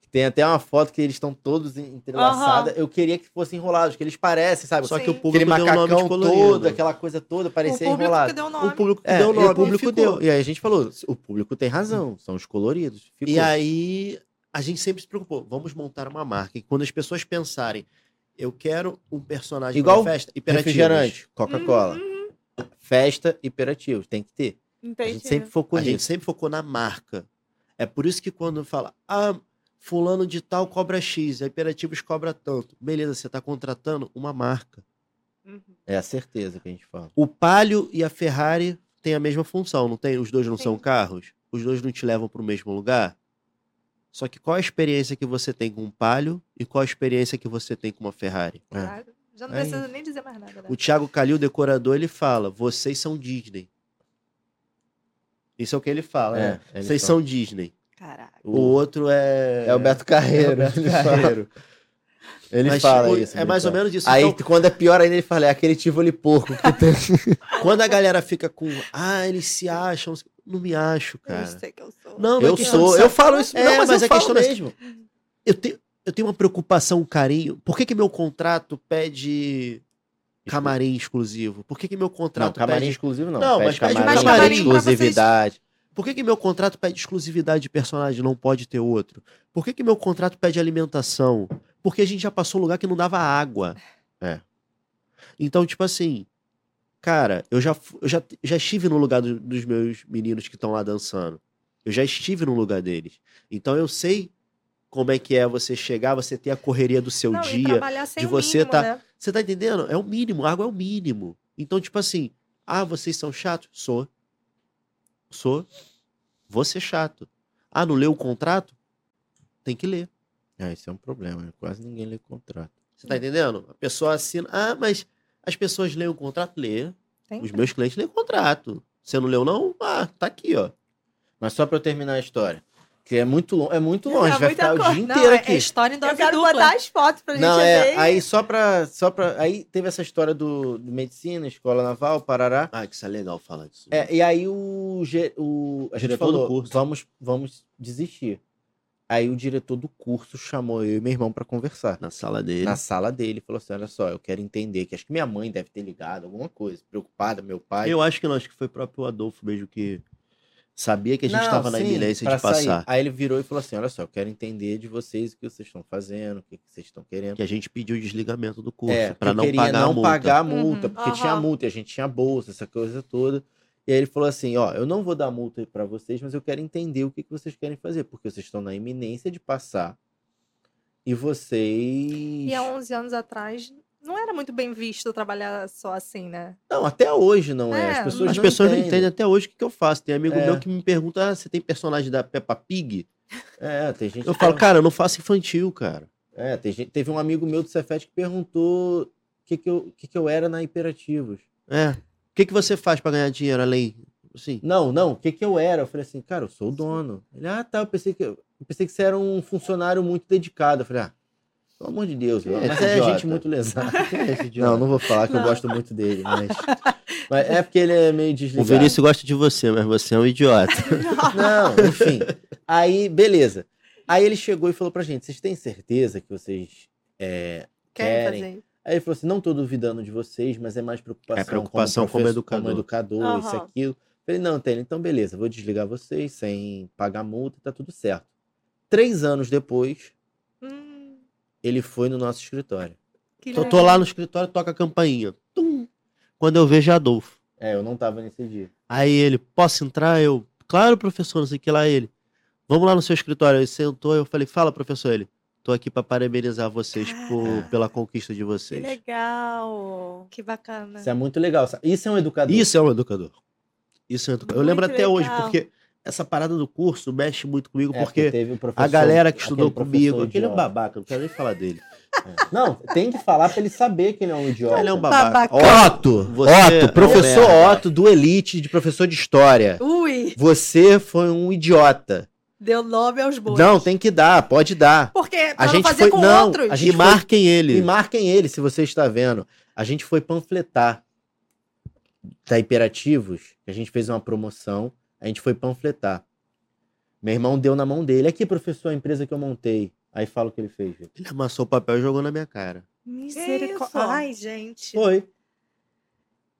Speaker 4: Tem até uma foto que eles estão todos en- entrelaçados. Eu queria que fossem enrolados, que eles parecem, sabe?
Speaker 3: Só
Speaker 2: Sim.
Speaker 3: que o
Speaker 4: Aquele
Speaker 3: público deu o nome
Speaker 4: macacão
Speaker 3: de colorido.
Speaker 4: todo, aquela coisa toda,
Speaker 2: o
Speaker 4: parecia
Speaker 2: público
Speaker 4: enrolado.
Speaker 2: que deu o
Speaker 3: O
Speaker 2: nome.
Speaker 3: público
Speaker 4: É,
Speaker 3: deu o
Speaker 4: e
Speaker 3: nome.
Speaker 4: o público
Speaker 3: ficou. Uhum.
Speaker 4: deu. E aí a gente falou: o público tem razão, são os coloridos. Ficou.
Speaker 3: E aí a gente sempre se preocupou, vamos montar uma marca. E quando as pessoas pensarem, eu quero um personagem
Speaker 4: Igual
Speaker 3: pra festa, hiperativos.
Speaker 4: Refrigerante, Coca-Cola.
Speaker 3: Uhum.
Speaker 4: Festa, hiperativos, tem que ter. A
Speaker 1: Entendi.
Speaker 4: gente sempre focou
Speaker 3: A gente
Speaker 4: nisso.
Speaker 3: sempre focou na marca. É por isso que quando fala, ah, fulano de tal cobra X, a Imperativos cobra tanto. Beleza, você está contratando uma marca.
Speaker 1: Uhum.
Speaker 4: É a certeza que a gente fala.
Speaker 3: O Palio e a Ferrari têm a mesma função, não tem? Os dois não são
Speaker 1: Sim.
Speaker 3: carros? Os dois não te levam para o mesmo lugar? Só que qual a experiência que você tem com um Palio e qual a experiência que você tem com uma Ferrari?
Speaker 2: Tá? Já não
Speaker 3: É
Speaker 2: precisa nem dizer mais nada. Né?
Speaker 3: O Thiago Calil, decorador, ele fala, vocês são Disney. Isso é o que ele fala, né?
Speaker 4: É, eles
Speaker 3: Vocês
Speaker 4: são-
Speaker 3: são Disney.
Speaker 2: Caraca.
Speaker 3: O outro é...
Speaker 4: É o Beto Carreiro.
Speaker 3: É o Beto Carreiro.
Speaker 4: Ele
Speaker 3: Mas,
Speaker 4: fala
Speaker 3: tipo,
Speaker 4: isso.
Speaker 3: É mais ou
Speaker 4: menos.
Speaker 3: menos isso.
Speaker 4: Aí,
Speaker 3: Então,
Speaker 4: quando é pior ainda, ele fala, é aquele Tivoli porco que tem. tá.
Speaker 3: quando a galera fica com, ah, eles se acham, não me acho,
Speaker 2: Eu
Speaker 3: cara.
Speaker 2: sei que eu sou.
Speaker 3: Não, não é
Speaker 4: eu
Speaker 3: questão
Speaker 4: sou,
Speaker 3: de-
Speaker 4: eu falo isso,
Speaker 3: É,
Speaker 4: não, mas,
Speaker 3: mas
Speaker 4: eu
Speaker 3: a
Speaker 4: falo
Speaker 3: questão é-
Speaker 4: mesmo.
Speaker 3: eu tenho, eu tenho uma preocupação, um carinho. Por que que meu contrato pede camarim exclusivo? Por que que meu
Speaker 4: Não,
Speaker 3: contrato
Speaker 4: camarim
Speaker 3: pede...
Speaker 4: exclusivo não.
Speaker 3: Não, mas pede
Speaker 4: camarim,
Speaker 2: mais camarim pra
Speaker 3: vocês.
Speaker 4: exclusividade.
Speaker 3: Por que que meu contrato pede exclusividade de personagem, não pode ter outro? Por que que meu contrato pede alimentação? Porque a gente já passou um lugar que não dava água.
Speaker 4: É.
Speaker 3: Então, tipo assim, cara, eu já, fu- eu já, já estive no lugar do- dos meus meninos que estão lá dançando. Eu já estive no lugar deles. Então eu sei como é que é você chegar, você ter a correria do seu
Speaker 2: Não, e
Speaker 3: dia.
Speaker 2: trabalhar sem
Speaker 3: de
Speaker 2: o
Speaker 3: você
Speaker 2: mínimo,
Speaker 3: tá-
Speaker 2: né?
Speaker 3: Você tá entendendo? É o mínimo, água é o mínimo. Então, tipo assim, ah, vocês são chatos? Sou. Sou. Vou ser chato. Ah, não leu o contrato? Tem que ler.
Speaker 4: É, isso é um problema, né? quase ninguém lê contrato.
Speaker 3: Você tá entendendo? A pessoa assina. Ah, mas as pessoas leem o contrato? Lê.
Speaker 2: Tem
Speaker 3: Os meus clientes leem o contrato. Você não leu, não? Ah, tá aqui, ó.
Speaker 4: Mas só pra eu terminar a história, que é muito, lon- é muito
Speaker 1: É,
Speaker 4: longe,
Speaker 1: é
Speaker 4: vai
Speaker 1: muita
Speaker 4: ficar o
Speaker 1: coisa.
Speaker 4: dia
Speaker 2: Não,
Speaker 4: inteiro
Speaker 2: é-
Speaker 4: aqui.
Speaker 2: É história em
Speaker 1: Eu
Speaker 2: dose
Speaker 1: quero
Speaker 2: dupla.
Speaker 1: botar as fotos pra gente
Speaker 4: Não,
Speaker 1: ver.
Speaker 4: é, aí só pra, só pra, aí teve essa história do, do medicina, escola naval, Parará.
Speaker 3: Ah, que isso é legal falar disso.
Speaker 4: É, e aí o, ge- o a gente
Speaker 3: Diretor do
Speaker 4: falou,
Speaker 3: curso.
Speaker 4: vamos, vamos desistir. Aí o diretor do curso chamou eu e meu irmão pra conversar.
Speaker 3: Na sala dele.
Speaker 4: Na sala dele, falou assim: olha só, eu quero entender, que acho que minha mãe deve ter ligado, alguma coisa, preocupada, meu pai.
Speaker 3: Eu acho que não, acho que foi o próprio Adolfo mesmo que sabia que a gente
Speaker 4: Não,
Speaker 3: tava na
Speaker 4: sim,
Speaker 3: iminência
Speaker 4: pra
Speaker 3: de
Speaker 4: sair.
Speaker 3: passar.
Speaker 4: Aí ele virou e falou assim: olha só, eu quero entender de vocês o que vocês estão fazendo, o que que vocês estão querendo.
Speaker 3: Que a gente pediu o desligamento do curso
Speaker 4: É,
Speaker 3: pra
Speaker 4: que
Speaker 3: não
Speaker 4: queria
Speaker 3: pagar a
Speaker 4: não
Speaker 3: multa.
Speaker 4: pagar a multa,
Speaker 2: Uhum.
Speaker 4: porque
Speaker 1: Aham.
Speaker 4: tinha multa, e a gente tinha bolsa, essa coisa toda. E aí ele falou assim, ó, eu não vou dar multa pra vocês, mas eu quero entender o que, que vocês querem fazer, porque vocês estão na iminência de passar e vocês...
Speaker 2: E é um há 11 anos atrás, não era muito bem visto trabalhar só assim, né?
Speaker 4: Não, até hoje não é,
Speaker 2: É,
Speaker 4: as pessoas
Speaker 3: As
Speaker 4: não
Speaker 3: pessoas não entendem
Speaker 4: entendem.
Speaker 3: até hoje o que, que eu faço. Tem amigo
Speaker 4: É.
Speaker 3: meu que me pergunta: ah, você tem personagem da Peppa Pig?
Speaker 4: É, tem gente...
Speaker 3: Eu falo, cara, eu não faço infantil, cara.
Speaker 4: É, tem gente... teve um amigo meu do Cefet que perguntou o que que eu, o que que eu era na Imperativos.
Speaker 3: É. O que, que você faz pra ganhar dinheiro além? Assim,
Speaker 4: Não, não, o que que eu era? Eu falei assim, cara, eu sou o dono. Ele, ah, tá, eu pensei que, eu pensei que você era um funcionário muito dedicado. Eu falei, ah, pelo amor de Deus,
Speaker 3: É,
Speaker 4: mas
Speaker 3: esse
Speaker 4: é
Speaker 3: idiota.
Speaker 4: gente muito lesada.
Speaker 3: quem é esse idiota?
Speaker 4: Não, não vou falar que eu
Speaker 2: Não.
Speaker 4: gosto muito dele, mas... mas é porque ele é meio
Speaker 3: o
Speaker 4: desligado.
Speaker 3: Vinícius gosta de você, mas você é um idiota.
Speaker 4: Não, enfim. Aí, beleza. Aí ele chegou e falou pra gente, vocês têm certeza que vocês... é,
Speaker 2: Querem,
Speaker 4: Querem.
Speaker 2: fazer isso.
Speaker 4: Aí ele falou assim: não tô duvidando de vocês, mas é mais preocupação,
Speaker 3: É preocupação como
Speaker 4: professor-
Speaker 3: educador.
Speaker 4: como educador, isso,
Speaker 1: Aham.
Speaker 4: aquilo. Falei, não, Tênis, então beleza, vou desligar vocês sem pagar multa, tá tudo certo. Três anos depois,
Speaker 2: Hum,
Speaker 4: ele foi no nosso escritório.
Speaker 2: que
Speaker 3: Eu tô lá no escritório, toca a campainha. Tum. Quando eu vejo Adolfo.
Speaker 4: É, eu não tava nesse dia.
Speaker 3: Aí ele, posso entrar? Eu, claro, professor, não sei o que lá. Ele, vamos lá no seu escritório. Ele sentou, eu falei, fala, professor. Ele, tô aqui pra parabenizar vocês por- pela conquista de
Speaker 1: Que
Speaker 3: vocês.
Speaker 1: legal.
Speaker 2: Que bacana.
Speaker 4: Isso é muito legal. sabe? Isso é um educador.
Speaker 3: Isso é um educador. Isso é um educador. Eu lembro
Speaker 1: Muito
Speaker 3: até hoje,
Speaker 1: legal.
Speaker 3: porque essa parada do curso mexe muito comigo,
Speaker 4: É,
Speaker 3: porque
Speaker 4: teve o
Speaker 3: a
Speaker 4: professor-
Speaker 3: galera que estudou
Speaker 4: aquele
Speaker 3: comigo.
Speaker 4: professor
Speaker 3: Aquele é um
Speaker 4: idiota.
Speaker 3: babaca, não quero nem falar dele.
Speaker 4: Não, tem que falar pra ele saber que ele é um idiota.
Speaker 3: Ele é um babaca.
Speaker 2: Babaca.
Speaker 3: Otto,
Speaker 4: Otto,
Speaker 3: Você é um
Speaker 4: Otto, professor
Speaker 3: merda.
Speaker 4: Otto do Elite, de professor de História.
Speaker 2: Ui,
Speaker 4: Você foi um idiota.
Speaker 2: deu nome aos bois.
Speaker 4: Não, tem que dar, pode dar.
Speaker 2: Porque
Speaker 4: A
Speaker 2: pra não
Speaker 4: gente
Speaker 2: fazer
Speaker 4: foi.
Speaker 2: com
Speaker 4: Não,
Speaker 2: outros.
Speaker 4: a gente
Speaker 3: e
Speaker 4: foi-
Speaker 3: marquem
Speaker 4: E
Speaker 3: ele.
Speaker 4: marquem ele, se você está vendo. A gente foi panfletar da Imperativos. A gente fez uma promoção. A gente foi panfletar. Meu irmão deu na mão dele. Aqui, professor, a empresa que eu montei. Aí fala o que ele fez. gente.
Speaker 3: Ele amassou o papel e jogou na minha cara.
Speaker 2: Misericó-
Speaker 1: isso?
Speaker 2: Ai, gente.
Speaker 4: Foi.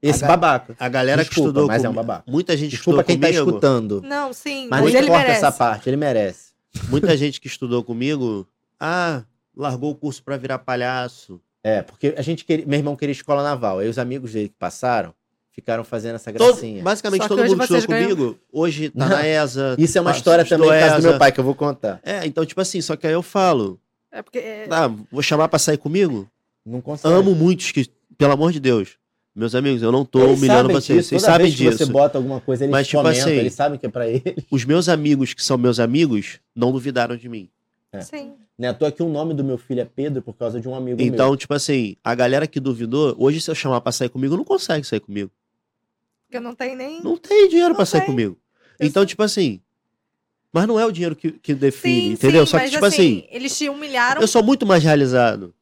Speaker 4: Esse
Speaker 3: A ga-
Speaker 4: babaca.
Speaker 3: A galera que
Speaker 4: Desculpa,
Speaker 3: estudou
Speaker 4: mas é um
Speaker 3: comigo-
Speaker 4: babaca.
Speaker 3: Muita gente
Speaker 4: Desculpa
Speaker 3: estudou
Speaker 4: quem tá
Speaker 3: comigo.
Speaker 4: escutando.
Speaker 2: Não, sim, mas,
Speaker 4: Mas a gente
Speaker 2: ele
Speaker 4: corta
Speaker 2: merece.
Speaker 4: essa parte, ele merece.
Speaker 3: Muita gente que estudou comigo, ah, largou o curso pra virar palhaço.
Speaker 4: É, porque a gente queria. Meu irmão queria escola naval. Aí os amigos dele que passaram ficaram fazendo essa
Speaker 3: Todo-
Speaker 4: gracinha.
Speaker 3: basicamente
Speaker 2: Só que
Speaker 3: todo
Speaker 2: hoje
Speaker 3: mundo que estudou
Speaker 2: vocês ganham-
Speaker 3: comigo. Hoje tá
Speaker 4: Não.
Speaker 3: na ESA.
Speaker 4: Isso é uma
Speaker 3: tá-
Speaker 4: história também
Speaker 3: estudou
Speaker 4: por causa do
Speaker 3: ESA.
Speaker 4: meu pai, que eu vou contar.
Speaker 3: É, então, tipo assim, só que aí eu falo,
Speaker 2: É porque é,
Speaker 3: ah, vou chamar pra sair comigo?
Speaker 4: Não consegue.
Speaker 3: Amo muitos que, pelo amor de Deus, meus amigos, eu não tô
Speaker 4: Eles
Speaker 3: humilhando
Speaker 4: sabem
Speaker 3: vocês,
Speaker 4: disso,
Speaker 3: vocês
Speaker 4: toda
Speaker 3: sabem
Speaker 4: vez que
Speaker 3: disso.
Speaker 4: você bota alguma coisa, eles
Speaker 3: Mas, tipo
Speaker 4: comentam,
Speaker 3: assim,
Speaker 4: eles sabem que é pra ele.
Speaker 3: Os meus amigos, que são meus amigos, não duvidaram de mim.
Speaker 4: É.
Speaker 2: sim.
Speaker 4: Né? À toa que o nome do meu filho é Pedro por causa de um amigo
Speaker 3: Então,
Speaker 4: meu.
Speaker 3: tipo assim, a galera que duvidou, hoje se eu chamar pra sair comigo, não consegue sair comigo.
Speaker 2: Porque não tem nem.
Speaker 3: Não tem dinheiro
Speaker 2: Não
Speaker 3: pra sair
Speaker 2: tem.
Speaker 3: comigo.
Speaker 2: Eu
Speaker 3: então,
Speaker 2: sei.
Speaker 3: tipo assim, mas não é o dinheiro que, que define,
Speaker 2: Sim,
Speaker 3: entendeu?
Speaker 2: sim,
Speaker 3: Só que,
Speaker 2: mas
Speaker 3: tipo assim,
Speaker 2: Eles te humilharam.
Speaker 3: eu sou muito mais realizado.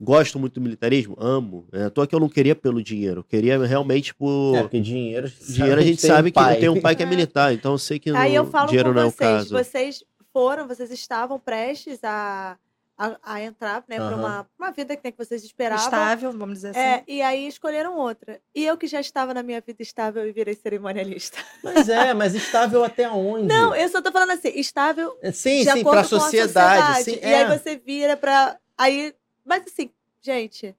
Speaker 3: Gosto muito do militarismo, amo. É à toa que eu não queria pelo dinheiro, eu queria realmente por.
Speaker 4: É, porque dinheiro...
Speaker 3: Dinheiro a gente
Speaker 4: tem
Speaker 3: sabe
Speaker 4: um
Speaker 3: que
Speaker 4: pai.
Speaker 3: eu tenho um pai que é
Speaker 2: É.
Speaker 3: militar, então eu sei que não,
Speaker 1: Aí eu falo
Speaker 3: dinheiro
Speaker 1: com
Speaker 3: não é o
Speaker 1: vocês,
Speaker 3: caso.
Speaker 1: vocês foram, vocês estavam prestes a, a, a entrar, né, pra
Speaker 4: Aham.
Speaker 1: uma, uma vida que, né, que vocês esperavam.
Speaker 2: Estável, vamos dizer assim.
Speaker 1: É, e aí escolheram outra. E eu que já estava na minha vida estável e virei cerimonialista.
Speaker 4: Mas é, mas estável até onde?
Speaker 1: Não, eu só tô falando assim, estável
Speaker 4: Sim,
Speaker 1: de
Speaker 4: sim,
Speaker 1: acordo
Speaker 4: pra
Speaker 1: com a
Speaker 4: sociedade.
Speaker 1: sociedade.
Speaker 4: sim,
Speaker 1: E
Speaker 4: é.
Speaker 1: aí você vira pra... Aí... Mas assim, gente,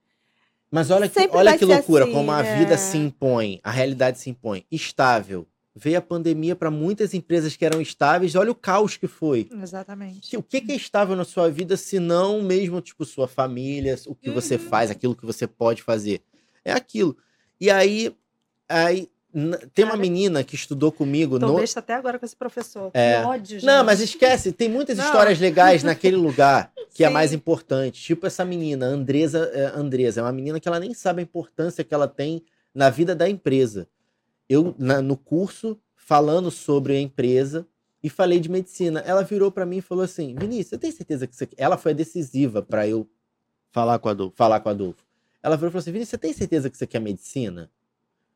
Speaker 4: Mas olha que,
Speaker 1: sempre
Speaker 4: olha
Speaker 1: vai
Speaker 4: que
Speaker 1: ser
Speaker 4: loucura,
Speaker 1: assim,
Speaker 4: como a
Speaker 1: né?
Speaker 4: vida se impõe, a realidade se impõe. Estável. Veio a pandemia pra muitas empresas que eram estáveis, olha o caos que foi.
Speaker 2: Exatamente.
Speaker 4: Que- O que que é estável na sua vida, se não mesmo, tipo, sua família, o que você
Speaker 2: Uhum.
Speaker 4: faz, aquilo que você pode fazer? É aquilo. E aí, aí n- tem uma
Speaker 2: Cara.
Speaker 4: menina que estudou comigo.
Speaker 2: Tô
Speaker 4: No...
Speaker 2: besta até agora com esse professor.
Speaker 4: É.
Speaker 2: Que ódio, gente.
Speaker 4: Não, mas esquece, tem muitas
Speaker 2: Não.
Speaker 4: histórias legais naquele lugar que é
Speaker 2: Sim.
Speaker 4: mais importante. Tipo essa menina, Andresa, é, Andresa, é uma menina que ela nem sabe a importância que ela tem na vida da empresa. Eu, na- no curso, falando sobre a empresa e falei de medicina, ela virou pra mim e falou assim: Vinícius, você tem certeza que você... ela foi decisiva pra eu
Speaker 3: Falar com a Adolfo.
Speaker 4: falar com o Adolfo. Ela virou e falou assim: Vinícius, você tem certeza que você quer medicina?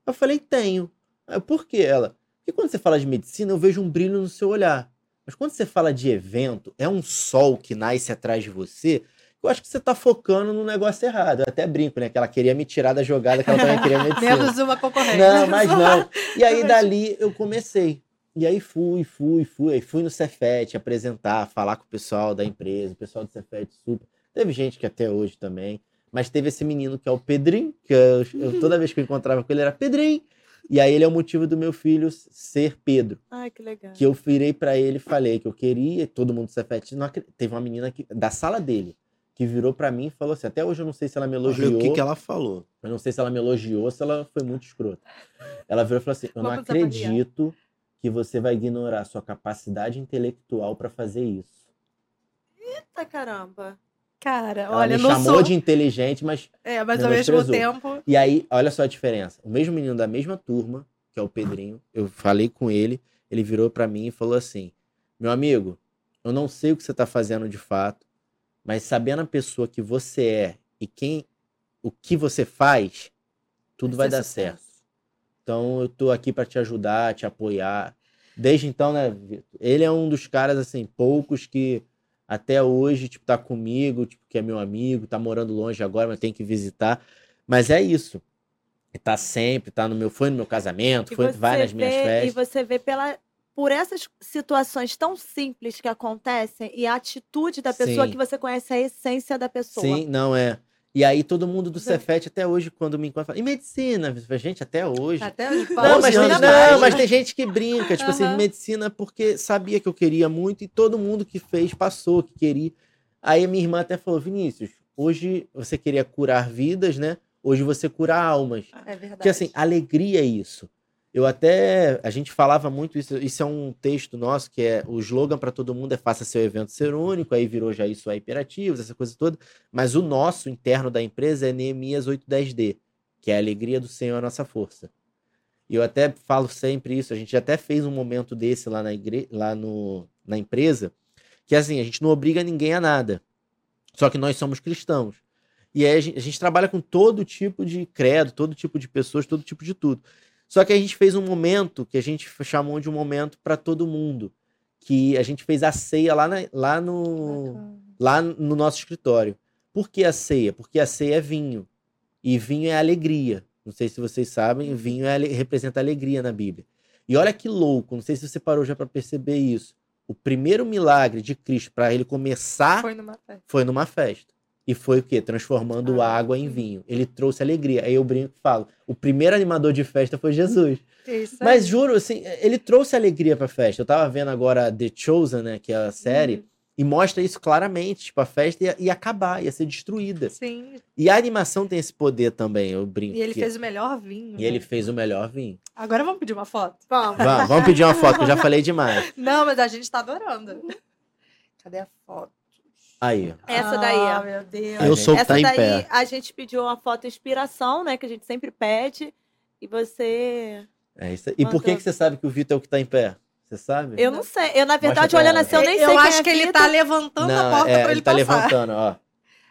Speaker 4: Eu falei: tenho. Eu, Por quê? Ela? Porque quando você fala de medicina, eu vejo um brilho no seu olhar. Mas quando você fala de evento, é um sol que nasce atrás de você. Eu acho que você tá focando no negócio errado. Eu até brinco, né? Que ela queria me tirar da jogada que ela também queria medicina.
Speaker 2: Menos uma concorrente.
Speaker 4: assim, Não, mas não. E aí dali eu comecei. E aí fui, fui, fui. Aí fui no Cefet apresentar, falar com o pessoal da empresa, o pessoal do Cefet super. Teve gente que até hoje também. Mas teve esse menino que é o Pedrinho, que eu, eu- toda vez que eu encontrava com ele era Pedrinho. E aí ele é o motivo do meu filho ser Pedro
Speaker 1: ai que legal.
Speaker 4: que eu virei pra ele e falei que eu queria, e todo mundo do Cefet, não acre- teve uma menina que, da sala dele, que virou pra mim e falou assim, até hoje eu não sei se ela me
Speaker 3: Olha
Speaker 4: elogiou,
Speaker 3: o que, que ela falou.
Speaker 4: eu não sei se ela me elogiou ou se ela foi muito escrota. Ela virou e falou assim, eu não
Speaker 2: Vamos
Speaker 4: acredito que você vai ignorar sua capacidade intelectual pra fazer isso.
Speaker 1: Eita caramba.
Speaker 2: Cara,
Speaker 4: Ela
Speaker 2: olha,
Speaker 4: me
Speaker 2: não
Speaker 4: chamou
Speaker 2: sou.
Speaker 4: de inteligente, mas
Speaker 2: É, mas
Speaker 4: me
Speaker 2: ao mesmo
Speaker 4: desprezou.
Speaker 2: tempo.
Speaker 4: E aí, olha só a diferença. O mesmo menino da mesma turma, que é o Pedrinho, eu falei com ele, ele virou pra mim e falou assim: Meu amigo, eu não sei o que você tá fazendo de fato, mas sabendo a pessoa que você é e quem o que você faz, tudo vai,
Speaker 2: ser
Speaker 4: dar
Speaker 2: sucesso.
Speaker 4: certo. Então eu tô aqui pra te ajudar, te apoiar. Desde então, né, Vitor? Ele é um dos caras, assim, poucos que até hoje, tipo, tá comigo, tipo, que é meu amigo, tá morando longe agora, mas tem que visitar. Mas é isso. E Tá sempre, tá no meu, foi no meu casamento,
Speaker 1: E
Speaker 4: foi,
Speaker 1: você
Speaker 4: vai nas minhas
Speaker 1: vê- E
Speaker 4: festas.
Speaker 1: você vê pela, por essas situações tão simples que acontecem e a atitude da pessoa
Speaker 4: Sim.
Speaker 1: que você conhece a essência da pessoa.
Speaker 4: Sim, não é. E aí todo mundo do
Speaker 1: Você-
Speaker 4: Cefet até hoje, quando me encontra, fala, e medicina? Eu falo, Gente, até hoje.
Speaker 2: tá
Speaker 1: Tá
Speaker 2: Até os
Speaker 4: Não,
Speaker 2: paus
Speaker 4: mas,
Speaker 3: Onze anos
Speaker 4: tem,
Speaker 2: ainda
Speaker 3: atrás,
Speaker 4: não,
Speaker 2: mais.
Speaker 4: mas tem gente que brinca, tipo assim,
Speaker 2: Aham.
Speaker 4: de medicina, porque sabia que eu queria muito e todo mundo que fez passou, que queria. Aí a minha irmã até falou: Vinícius, hoje você queria curar vidas, né? Hoje você cura almas.
Speaker 2: É verdade.
Speaker 4: Porque assim, alegria é isso. Eu até. A gente falava muito isso. Isso é um texto nosso que é o slogan para todo mundo é faça seu evento ser único. Aí virou já isso aí imperativos, essa coisa toda. Mas o nosso interno da empresa é Neemias 810D, que é a alegria do Senhor é a nossa força. E eu até falo sempre isso. A gente até fez um momento desse lá na, igre... lá no... na empresa, que assim, a gente não obriga ninguém a nada. Só que nós somos cristãos. E aí a gente, a gente trabalha com todo tipo de credo, todo tipo de pessoas, todo tipo de tudo. Só que a gente fez um momento que a gente chamou de um momento para todo mundo, que a gente fez a ceia lá, na- lá no
Speaker 2: Bacana.
Speaker 4: lá no nosso escritório. Por que a ceia? Porque a ceia é vinho. E vinho é alegria. Não sei se vocês
Speaker 2: Uhum.
Speaker 4: sabem, vinho é ale- representa alegria na Bíblia. E olha que louco, não sei se você parou já para perceber isso. O primeiro milagre de Cristo para ele começar
Speaker 2: Foi numa festa.
Speaker 4: foi numa festa. E foi o quê? Transformando
Speaker 2: Ah,
Speaker 4: água em
Speaker 2: sim.
Speaker 4: vinho. Ele trouxe alegria. Aí eu brinco e falo: o primeiro animador de festa foi Jesus.
Speaker 2: Isso é aí.
Speaker 4: Mas juro, assim, ele trouxe alegria pra festa. Eu tava vendo agora The Chosen, né? Que é a série.
Speaker 2: Uhum.
Speaker 4: E mostra isso claramente. Tipo, a festa ia, ia acabar, ia ser destruída.
Speaker 2: Sim.
Speaker 4: E a animação tem esse poder também, eu brinco.
Speaker 2: E ele
Speaker 4: que-
Speaker 2: fez o melhor vinho.
Speaker 4: E ele fez o melhor vinho.
Speaker 2: Agora vamos pedir uma foto?
Speaker 1: Vamos.
Speaker 4: Vamos, vamos pedir uma foto, que eu já falei demais.
Speaker 2: Não, mas a gente tá adorando. Cadê a foto?
Speaker 4: Aí, ó.
Speaker 1: Essa daí,
Speaker 2: Ah,
Speaker 1: ó.
Speaker 2: meu Deus.
Speaker 4: Eu sou o que
Speaker 1: Essa
Speaker 4: tá em
Speaker 1: daí
Speaker 4: pé.
Speaker 1: a gente pediu uma foto inspiração, né? Que a gente sempre pede. E você.
Speaker 4: É isso aí. E por que, que você sabe que o Vitor é o que tá em pé? Você sabe?
Speaker 1: Eu não sei. Eu, na verdade,
Speaker 4: pra
Speaker 1: olhando
Speaker 4: ela.
Speaker 1: assim, eu nem sei.
Speaker 2: Eu
Speaker 1: quem
Speaker 2: acho
Speaker 1: é
Speaker 2: que ele
Speaker 1: Vitor.
Speaker 2: tá levantando a porta
Speaker 4: é,
Speaker 2: pra ele,
Speaker 4: tá
Speaker 2: passar.
Speaker 4: levantando, ó.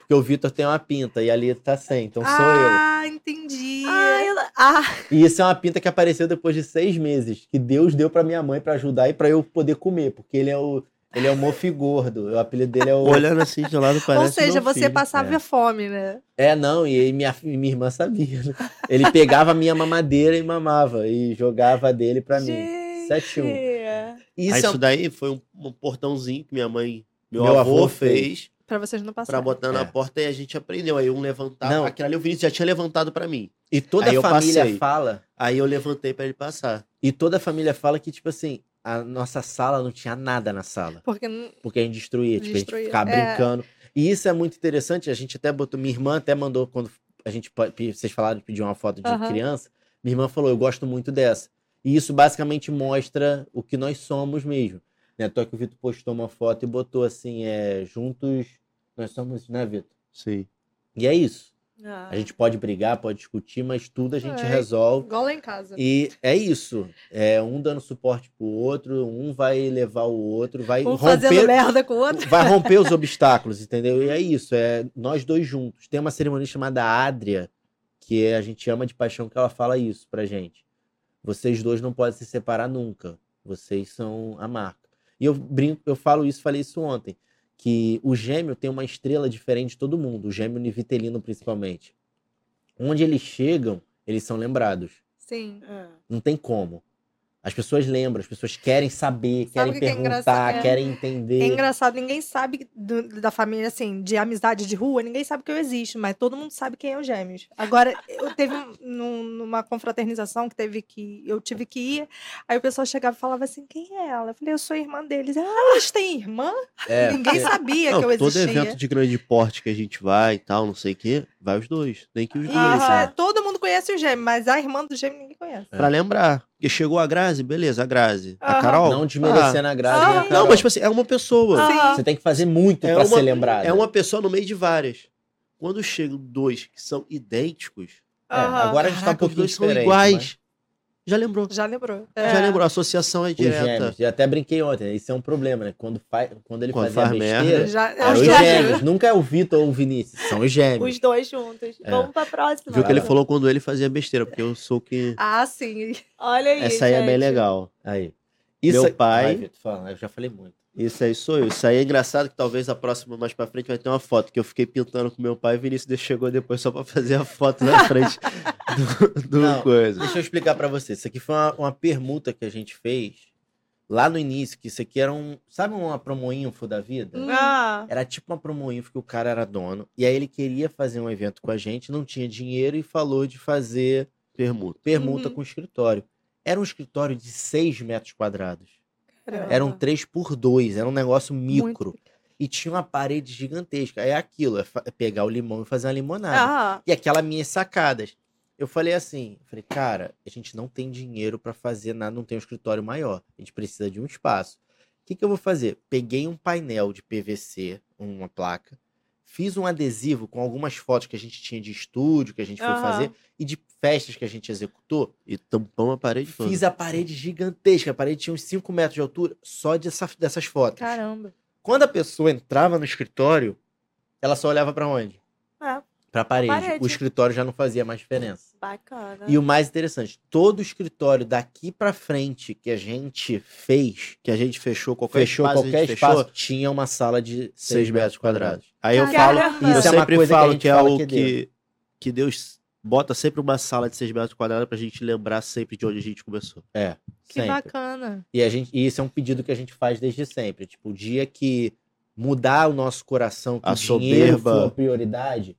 Speaker 4: Porque o Vitor tem uma pinta e ali tá sem, então sou eu.
Speaker 2: ah, entendi.
Speaker 1: Ah, eu... ah,
Speaker 4: E isso é uma pinta que apareceu depois de seis meses, que Deus deu pra minha mãe pra ajudar e pra eu poder comer, porque ele é o ele é o mofi gordo. O apelido dele é o
Speaker 3: Olhando assim de lado parece.
Speaker 2: Ou seja,
Speaker 3: meu
Speaker 2: você
Speaker 3: filho. é.
Speaker 2: passava fome, né?
Speaker 4: É, não, e aí minha, e minha irmã sabia. né? Ele pegava a minha mamadeira e mamava e jogava dele pra mim. um.
Speaker 2: Gente.
Speaker 4: 7 1.
Speaker 3: Aí
Speaker 4: Isso,
Speaker 3: Isso,
Speaker 4: é um-
Speaker 3: daí foi um, um portãozinho que minha mãe, meu,
Speaker 4: Meu
Speaker 3: avô,
Speaker 4: avô
Speaker 3: fez
Speaker 2: Pra vocês não
Speaker 3: pra
Speaker 2: passarem.
Speaker 3: botar
Speaker 4: É.
Speaker 3: na porta e a gente aprendeu. Aí um levantava,
Speaker 4: Não.
Speaker 3: aquilo ali o Vinícius já tinha levantado pra mim.
Speaker 4: E toda
Speaker 3: Aí
Speaker 4: a
Speaker 3: eu
Speaker 4: família
Speaker 3: passei.
Speaker 4: fala,
Speaker 3: Aí eu levantei pra ele passar.
Speaker 4: e toda a família fala que tipo assim, a nossa sala não tinha nada na sala.
Speaker 2: Porque não-
Speaker 4: Porque a gente destruía, tipo, a
Speaker 2: Destruía,
Speaker 4: gente ficava
Speaker 2: é.
Speaker 4: brincando. E isso é muito interessante, a gente até botou, minha irmã até mandou, quando a gente, pa- pe- vocês falaram de pedir uma foto de
Speaker 2: Aham.
Speaker 4: criança, minha irmã falou, eu gosto muito dessa. E isso basicamente mostra o que nós somos mesmo. Né? Tô que o Vitor postou uma foto e botou assim, é, juntos, nós somos, né, Vitor?
Speaker 3: Sim.
Speaker 4: E é isso.
Speaker 1: Ah.
Speaker 4: A gente pode brigar, pode discutir, mas tudo a gente
Speaker 2: É.
Speaker 4: resolve.
Speaker 2: igual lá em casa.
Speaker 4: E é isso. É um dando suporte pro outro, um vai levar o outro, vai
Speaker 2: Um fazendo
Speaker 4: romper
Speaker 2: merda com o outro.
Speaker 4: Vai romper os obstáculos, entendeu? E é isso, é nós dois juntos. Tem uma cerimônia chamada Adria, que é- a gente ama de paixão, que ela fala isso pra gente. Vocês dois não podem se separar nunca. Vocês são a marca. E eu brinco, eu falo isso, falei isso ontem, que o gêmeo tem uma estrela diferente de todo mundo, o gêmeo nivitelino principalmente. Onde eles chegam, eles são lembrados.
Speaker 2: Sim.
Speaker 1: Ah.
Speaker 4: Não tem como. As pessoas lembram, as pessoas querem saber,
Speaker 2: Sabe
Speaker 4: querem
Speaker 2: o que que é
Speaker 4: perguntar,
Speaker 2: engraçado? É.
Speaker 4: querem
Speaker 2: É
Speaker 4: entender.
Speaker 2: engraçado, ninguém sabe do- da família, assim, de amizade de rua, ninguém sabe que eu existo, mas todo mundo sabe quem é o Gêmeos. Agora, eu teve um- num- numa confraternização que teve que. Eu tive que ir, aí o pessoal chegava e falava assim: quem é ela? Eu falei, eu sou irmã deles. Ah, eles têm irmã?
Speaker 4: É,
Speaker 2: ninguém
Speaker 4: porque-
Speaker 2: sabia
Speaker 3: Não,
Speaker 2: que eu
Speaker 3: todo
Speaker 2: existia.
Speaker 3: evento de grande porte que a gente vai e tal, não sei o quê, vai os dois. Tem que ir os dois.
Speaker 2: Isso,
Speaker 3: né?
Speaker 2: é, todo mundo conhece o gêmeo, mas a irmã do gêmeo ninguém
Speaker 4: É.
Speaker 2: conhece.
Speaker 3: Pra lembrar. Porque chegou a Grazi, beleza, a Grazi. A
Speaker 2: Aham.
Speaker 3: Carol.
Speaker 4: Não desmerecendo a Grazi.
Speaker 2: Ah,
Speaker 4: né,
Speaker 3: Ah,
Speaker 4: Carol?
Speaker 3: não, mas tipo assim, é uma pessoa.
Speaker 2: Ah.
Speaker 4: Você tem que fazer muito
Speaker 3: É
Speaker 4: pra
Speaker 3: uma-
Speaker 4: ser lembrado.
Speaker 3: É uma pessoa no meio de várias. Quando chegam dois que são idênticos,
Speaker 4: É,
Speaker 2: Aham.
Speaker 4: agora a gente tá um
Speaker 3: caraca, os
Speaker 4: pouquinho
Speaker 3: dois são
Speaker 4: diferente. né?
Speaker 3: iguais.
Speaker 4: mas-
Speaker 3: Já lembrou.
Speaker 2: Já lembrou.
Speaker 3: Já
Speaker 2: É.
Speaker 3: lembrou. A associação é
Speaker 4: Os
Speaker 3: direta.
Speaker 4: gêmeos. Eu até brinquei ontem. Isso é um problema, né? Quando, faz, quando ele
Speaker 3: Quando
Speaker 4: fazia
Speaker 3: faz
Speaker 4: besteira,
Speaker 3: merda.
Speaker 2: Já,
Speaker 4: é os
Speaker 2: já-
Speaker 4: gêmeos. Nunca é o Vitor ou o Vinícius. São os gêmeos.
Speaker 1: Os dois juntos. Vamos pra próxima.
Speaker 3: É. Viu o que ele
Speaker 4: Vai lá.
Speaker 3: falou quando ele fazia besteira, porque eu sou que.
Speaker 2: Ah, sim.
Speaker 1: Olha aí.
Speaker 3: Essa aí é bem
Speaker 1: gente.
Speaker 3: legal.
Speaker 4: Aí.
Speaker 3: Meu pai-
Speaker 4: Vai, Vitor, fala. Eu já falei muito.
Speaker 3: Isso aí sou eu. Isso aí é engraçado que talvez a próxima mais pra frente vai ter uma foto que eu fiquei pintando com meu pai e o Vinícius chegou depois só pra fazer a foto na frente do, do
Speaker 4: Não.
Speaker 3: coisa.
Speaker 4: Deixa eu explicar pra você. Isso aqui foi uma, uma permuta que a gente fez lá no início, que isso aqui era um. Sabe uma promoinfo da vida?
Speaker 2: Hum.
Speaker 1: Ah.
Speaker 4: Era tipo uma promoinfo que o cara era dono. E aí ele queria fazer um evento com a gente, não tinha dinheiro e falou de fazer
Speaker 3: Permuta.
Speaker 4: permuta
Speaker 2: Uhum.
Speaker 4: com o escritório. Era um escritório de 6 metros quadrados.
Speaker 2: Caramba.
Speaker 4: Eram 3 por 2, era um negócio
Speaker 2: Muito
Speaker 4: micro. E tinha uma parede gigantesca. É aquilo, é, fa- é pegar o limão e fazer uma limonada.
Speaker 2: Ah,
Speaker 4: E aquelas minhas sacadas. Eu falei assim, eu falei, cara, a gente não tem dinheiro pra fazer nada, não tem um escritório maior. A gente precisa de um espaço. O que, que eu vou fazer? Peguei um painel de PVC, uma placa, fiz um adesivo com algumas fotos que a gente tinha de estúdio, que a gente foi
Speaker 2: Aham.
Speaker 4: fazer, e de festas que a gente executou.
Speaker 3: E tampão a parede toda.
Speaker 4: Fiz a parede gigantesca, a parede tinha uns 5 metros de altura, só dessa- dessas fotos.
Speaker 2: Caramba.
Speaker 4: Quando a pessoa entrava no escritório, ela só olhava pra onde?
Speaker 1: É.
Speaker 4: Pra parede.
Speaker 1: parede. É.
Speaker 4: O escritório já não fazia mais diferença.
Speaker 1: Bacana.
Speaker 4: E o mais interessante, todo escritório daqui pra frente que a gente fez,
Speaker 3: Que a gente fechou qualquer
Speaker 4: fechou
Speaker 3: espaço, a gente
Speaker 4: qualquer
Speaker 3: fechou,
Speaker 4: espaço, tinha uma sala de 6 metros quadrados.
Speaker 3: Aí eu falo,
Speaker 1: Caramba.
Speaker 3: eu
Speaker 4: Isso é uma
Speaker 3: sempre
Speaker 4: coisa que a
Speaker 3: falo que,
Speaker 4: gente
Speaker 3: é
Speaker 4: fala
Speaker 3: o
Speaker 4: que
Speaker 3: que, que, Deus bota sempre uma sala de 6 metros quadrados pra gente lembrar sempre de onde a gente começou.
Speaker 4: É.
Speaker 2: Que
Speaker 4: sempre.
Speaker 2: bacana.
Speaker 4: E, a gente, e isso é um pedido que a gente faz desde sempre. Tipo, o dia que mudar o nosso coração, que
Speaker 3: A
Speaker 4: o dinheiro
Speaker 3: soberba.
Speaker 4: for uma prioridade,